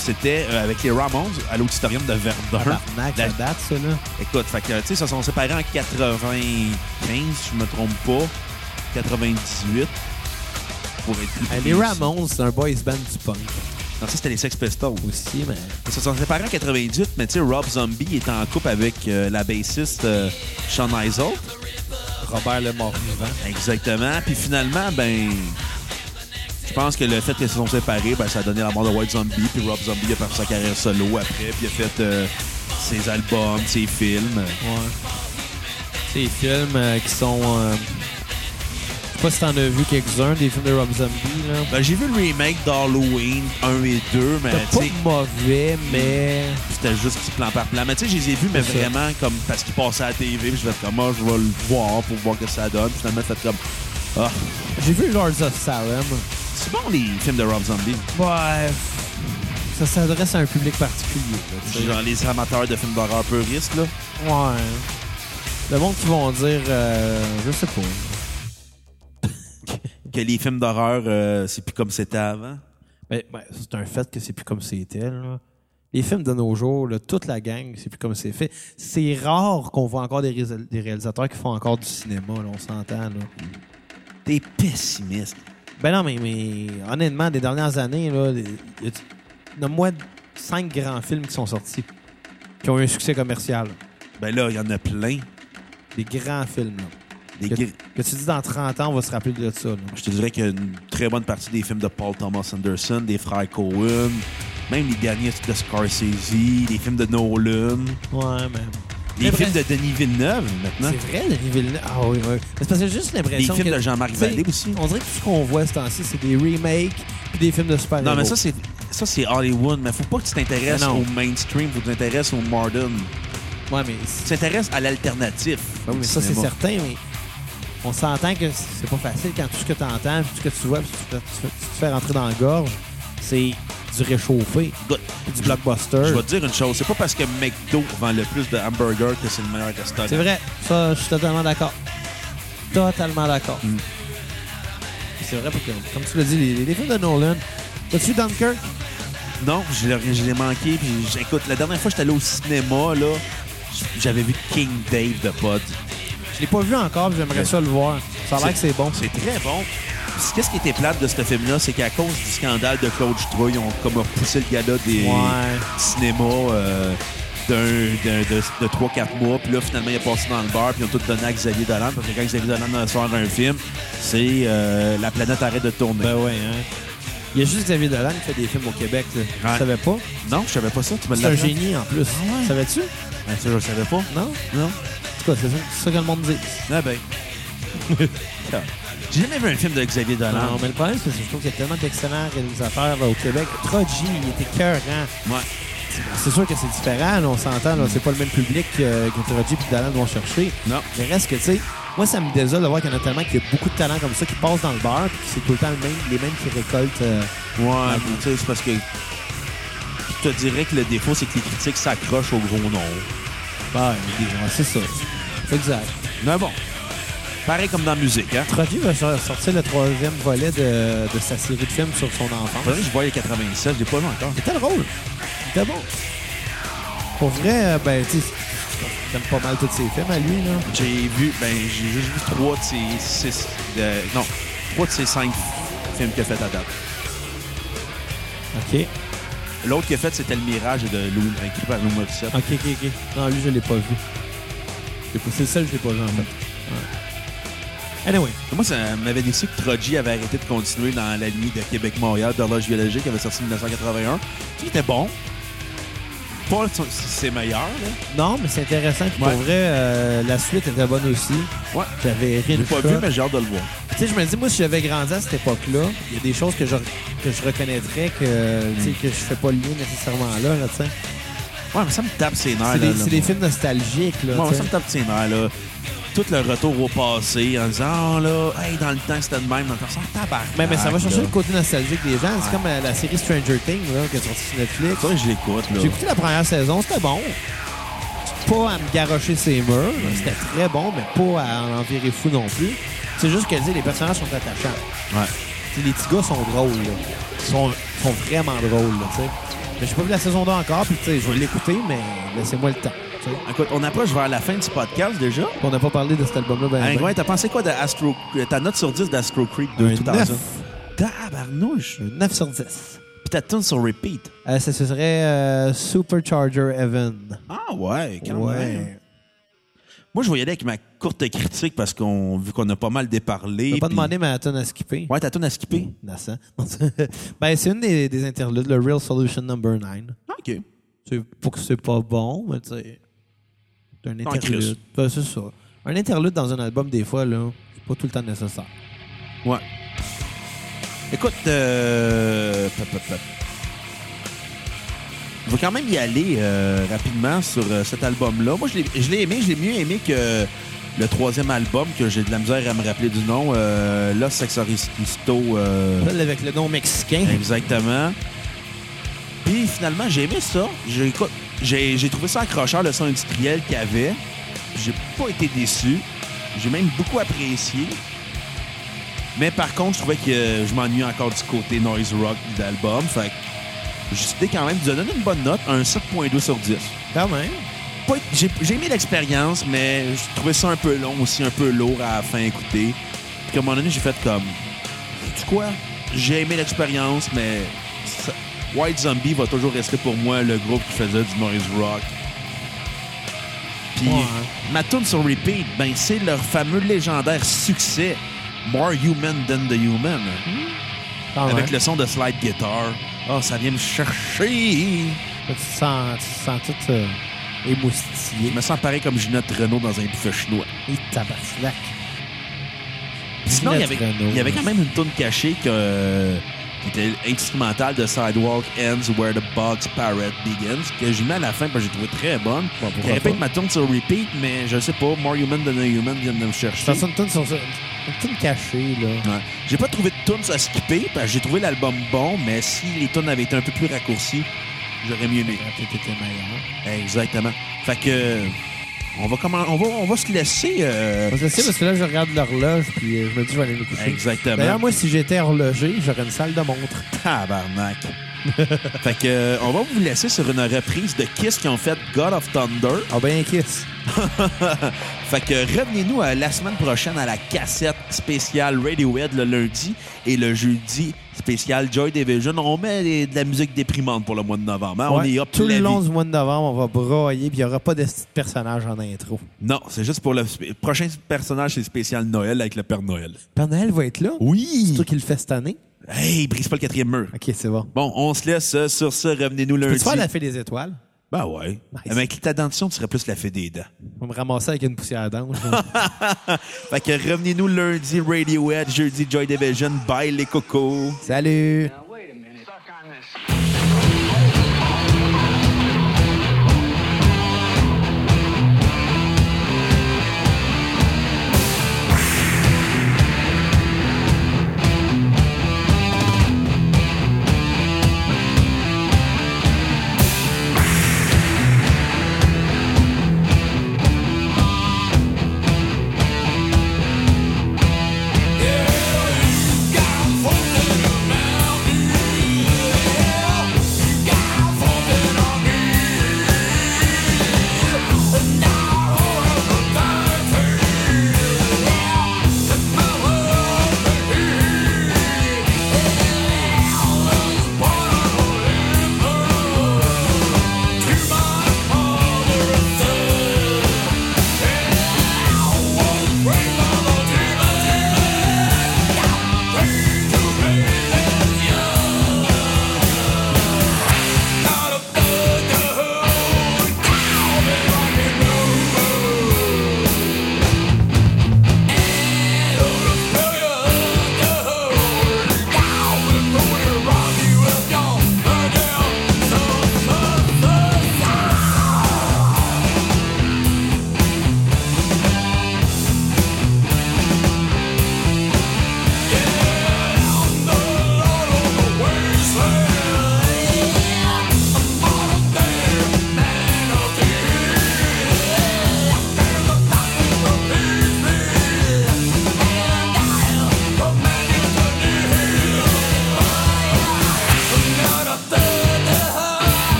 c'était euh, avec les Ramones à l'auditorium de Verdun. Tabarnak, La- ça date, ça, là. Écoute, fait que, tu sais, ils se sont séparés en 95, si je me trompe pas, 98, pour être plus Hey, Ah, Les précis. Ramones, c'est un boys band du punk Non, ça, c'était les Sex Pistols. aussi, mais... Ils se sont séparés en 98, mais tu sais, Rob Zombie est en couple avec euh, la bassiste euh, Sean Isle. Robert le mort-vivant. Exactement. Puis finalement, ben. Je pense que le fait qu'ils se sont séparés, ben, ça a donné la mort de White Zombie. Puis Rob Zombie a fait sa carrière solo après. Puis il a fait euh, ses albums, ses films. Ouais. Ces films euh, qui sont... euh, Je sais pas si t'en as vu quelques-uns, des films de Rob Zombie, là. Ben, j'ai vu le remake d'Halloween 1 et 2, mais C'est Ben, tu pas sais, mauvais, mais... c'était juste petit plan par plan. Mais tu sais, je les ai vus, mais C'est ça. vraiment comme parce qu'ils passaient à la TV. Puis je vais être comme, ah, je vais le voir pour voir que ça donne. Puis finalement, fait comme, ah, J'ai vu Lords of Salem. c'est bon les films de Rob Zombie. Ouais... Ça s'adresse à un public particulier, là, tu sais. Genre les amateurs de films d'horreur peu risques, là. Ouais. Le monde qui vont dire, euh, je sais pas. Que les films d'horreur, euh, c'est plus comme c'était avant. Mais, ben, c'est un fait que c'est plus comme c'était. Là. Les films de nos jours, là, toute la gang, c'est plus comme c'est fait. C'est rare qu'on voit encore des, rés- des réalisateurs qui font encore du cinéma, là, on s'entend. Là. T'es pessimiste. Ben non, mais, mais honnêtement, des dernières années, là, les- y a-tu- nomme-moi cinq grands films qui sont sortis, qui ont eu un succès commercial. Ben là, il y en a plein. Des grands films. là. Des Que, gr- que tu dis dans 30 ans, on va se rappeler de ça. là. Je te dirais qu'il y a une très bonne partie des films de Paul Thomas Anderson, des frères Cohen, même les derniers de Scorsese, les films de Nolan, Ouais, mais. les Mais films de Denis Villeneuve maintenant. C'est vrai, Denis Villeneuve. Ah oui, oui. Mais c'est parce que j'ai juste Les l'impression. Hein? films que- de Jean-Marc tu sais, Vallée aussi. On dirait que tout ce qu'on voit ce temps-ci, c'est des remakes puis des films de super Non, mais ça, c'est ça c'est Hollywood, mais faut pas que tu t'intéresses Mais non. au mainstream, faut que tu t'intéresses au modern. Ouais, mais Tu c'est- t'intéresses à l'alternatif. ouais, Ah mais au ça, c'est cinéma. certain, mais on s'entend que c'est pas facile quand tout ce que tu entends, tout ce que tu vois, puis tout ce que tu, tu te fais rentrer dans la gorge, c'est du réchauffé, Good. puis du Je blockbuster. vais te dire une chose, c'est pas parce que McDo vend le plus de hamburgers que c'est le meilleur restaurant. C'est vrai, ça, je suis totalement d'accord. Totalement d'accord. Mm. C'est vrai, parce que, comme tu l'as dit, les, les films de Nolan. T'as-tu Dunkirk? Non, je l'ai, je l'ai manqué. Puis j'- écoute, la dernière fois que j'étais allé au cinéma, là, j- j'avais vu King Dave de Pod. Je l'ai pas vu encore, puis j'aimerais ça le voir. Ça a l'air que c'est bon. C'est très bon. Puis Qu'est-ce qui était plate de ce film-là, c'est qu'à cause du scandale de Claude Trouille, on comme a poussé le gala des Ouais. cinémas euh, d'un, d'un- de, de 3-4 mois. Puis là, finalement, il est passé dans le bar, puis ils ont tout donné à Xavier Dolan. Parce que quand Xavier Dolan sort un film, c'est euh, La planète arrête de tourner. Ben ouais, hein. Il y a juste Xavier Dolan qui fait des films au Québec. Là. Ouais. Tu savais pas? non, je savais pas ça. Tu me C'est un l'as génie en plus. ouais? Savais-tu? Ben, ça, je le savais pas. Non? Non. En tout cas, c'est ça, c'est ça que le monde dit. Ah (laughs) ben. J'ai jamais vu un film de Xavier Dolan. Non, mais le problème, c'est que je trouve qu'il y a tellement d'excellents réalisateurs là, au Québec. Troji, il était cœurant. Ouais. C'est sûr que c'est différent, là, on s'entend. là, C'est pas le même public euh, que Troji et Dolan vont chercher. Non. Mais reste que, tu sais, moi, ça me désole de voir qu'il y en a tellement qui a beaucoup de talents comme ça qui passent dans le bar puis que c'est tout le temps le même- les mêmes qui récoltent. euh, Ouais, mais Ah, tu sais, c'est parce que je te dirais que le défaut, c'est que les critiques s'accrochent au gros nom. bah, des- ouais, c'est ça. Exact. Mais bon. Pareil comme dans la musique, hein? Prodigy va sor- sortir le troisième volet de, de sa série de films sur son enfance. Faudrait que je voie les 87, je l'ai pas vu encore. C'était drôle. C'était bon. Pour vrai, euh, ben, tu sais, j'aime pas mal tous ses films à lui, là. J'ai vu, ben, j'ai juste vu euh, trois de ses six. de- non, trois de ses cinq films qu'il a fait à date. OK. L'autre qu'il a fait, c'était Le Mirage de ben, Louis, écrit par Louis Morissette. OK, OK, OK. Non, lui, je l'ai pas vu. J'ai pas- C'est le seul que je l'ai pas vu, en fait. Ouais. Anyway. Moi, ça m'avait déçu que Troji avait arrêté de continuer dans la ligne de Québec-Montréal d'horloge biologique qui avait sorti en 1981. Qui était bon. Pas si c'est meilleur, là. Non, mais c'est intéressant. Puis Ouais. Pour vrai, euh, la suite était bonne aussi. Ouais. J'avais ri J'ai de pas ça. vu, mais j'ai hâte de le voir. Tu sais, je me dis, moi, si j'avais grandi à cette époque-là, il y a des choses que je, que je reconnaîtrais que, tu sais, que je fais pas le lien nécessairement là, là, tu sais. Ouais, mais ça me tape ses nerfs, là. C'est des, là, c'est des moi. films nostalgiques, là, Ouais, ça tu sais. me tape ses nerfs, là. Tout le retour au passé en disant, oh là, hey, dans le temps, c'était le même. Dans le temps, ça tabarnak, Mais, mais ça va chercher Ah, là. Ah. le côté nostalgique des gens. C'est comme euh, la série Stranger Things, là, qui est sortie sur Netflix. Faudrait que je l'écoute, là. J'ai écouté la première saison, c'était bon. Pas à me garrocher ses murs, là, c'était très bon, mais pas à en virer fou non plus. C'est juste que tu sais, les personnages sont attachants. Ouais. Tu sais, les petits gars sont drôles, là. Ils sont, ils sont vraiment drôles, là, tu sais. Mais j'ai pas vu la saison 2 encore, puis tu sais, je vais l'écouter, mais laissez-moi le temps. tu sais. Écoute, on approche vers la fin du podcast, déjà. On n'a pas parlé de cet album-là, ben, Hey, ben. ouais, t'as pensé quoi de Astro... Ta note sur 10 d'Astro Creek de Un 2000? neuf. Tabarnouche! 9 sur 10. Puis ta tune sur repeat. Euh, ça, ce serait euh, Supercharger Evan. Ah ouais, quand même. hein. Moi, je vais y aller avec ma courte critique parce qu'on vu qu'on a pas mal déparlé. T'as pas puis- demandé ma tonne à skipper. Ouais, ta tune à skipper. Nassan. (laughs) ben, c'est une des, des interludes, le Real Solution Number 9. Ah, OK. C'est pour que c'est pas bon, mais tu sais. C'est un En crise. interlude. Ben, c'est ça. Un interlude dans un album, des fois, là, c'est pas tout le temps nécessaire. Ouais. Écoute, euh... pop, pop, pop. Je vais quand même y aller euh, rapidement sur euh, cet album-là. Moi, je l'ai- je l'ai aimé. Je l'ai mieux aimé que le troisième album que j'ai de la misère à me rappeler du nom. Euh, Los Sexoristo. Euh, Là, avec le nom mexicain. Ben Exactement. Puis finalement, j'ai aimé ça. J'ai écoute, j'ai j'ai trouvé ça accrocheur, le son industriel qu'il y avait. J'ai pas été déçu. J'ai même beaucoup apprécié. Mais par contre, je trouvais que euh, je m'ennuie encore du côté noise rock de l'album. Fait que j'ai décidé quand même de donner une bonne note, un 7.2 sur 10. Quand même. Pas- J'ai j'ai aimé l'expérience, mais je trouvais ça un peu long aussi, un peu lourd à la fin à écouter. Puis à un moment donné, j'ai fait comme. Tu quoi? J'ai aimé l'expérience, mais ça- White Zombie va toujours rester pour moi le groupe qui faisait du noise rock. Puis Ouais. ma tune sur repeat, ben c'est leur fameux légendaire succès More Human Than the Human, Quand avec même. le son de slide guitar. Oh, ça vient me chercher. Tu te sens, tu te sens tout euh, émoustillé. Je me sens pareil comme Ginette Renault dans un buffet chinois. Et tabarnak. Sinon, il y, avait, Ginette Renault. il y avait quand même une tourne cachée que, euh, qui était instrumentale de Sidewalk Ends Where the Box Parrot Begins, que j'ai mis à la fin parce que j'ai trouvé très bonne. Bon, pourquoi qui aurait pu pas. être ma tourne sur repeat, mais je sais pas, More Human Than a Human vient de me chercher. Ça sonne une toune sur ça. Une toune cachée, là. Ouais. J'ai pas trouvé de tunes à skipper parce que j'ai trouvé l'album bon, mais si les tunes avaient été un peu plus raccourcies, j'aurais mieux aimé. Ah, T'étais meilleur. Exactement. Fait que. On va, comment, on va, on va se laisser. euh, On se laisse parce que là, je regarde l'horloge, puis euh, je me dis, je vais aller me coucher. Exactement. D'ailleurs, moi, si j'étais horloger, j'aurais une salle de montre. Tabarnak. (laughs) fait que, euh, on va vous laisser sur une reprise de Kiss qui ont fait God of Thunder. Ah ben, kiss. Fait que revenez-nous euh, la semaine prochaine à la cassette spéciale Radiohead le lundi et le jeudi spécial Joy Division. On met les- de la musique déprimante pour le mois de novembre. hein. On Ouais. est up Tout la le vie. long du mois de novembre, on va broyer, puis il n'y aura pas de petits personnages en intro. Non, c'est juste pour le spé- prochain personnage, c'est spécial Noël avec le Père Noël. Père Noël va être là. C'est Oui! toi qui le fais cette année. Hey, brise pas le quatrième mur. OK, c'est bon. Bon, on se laisse euh, sur ce. Revenez-nous Peux-tu lundi. faire la fée des étoiles? Ben ouais. Nice. Avec ta dentition, tu serais plus la fée des dents. On va me ramasser avec une poussière (laughs) à dents. Fait que revenez-nous lundi, Radiohead, jeudi, Joy Division. Bye les cocos! Salut!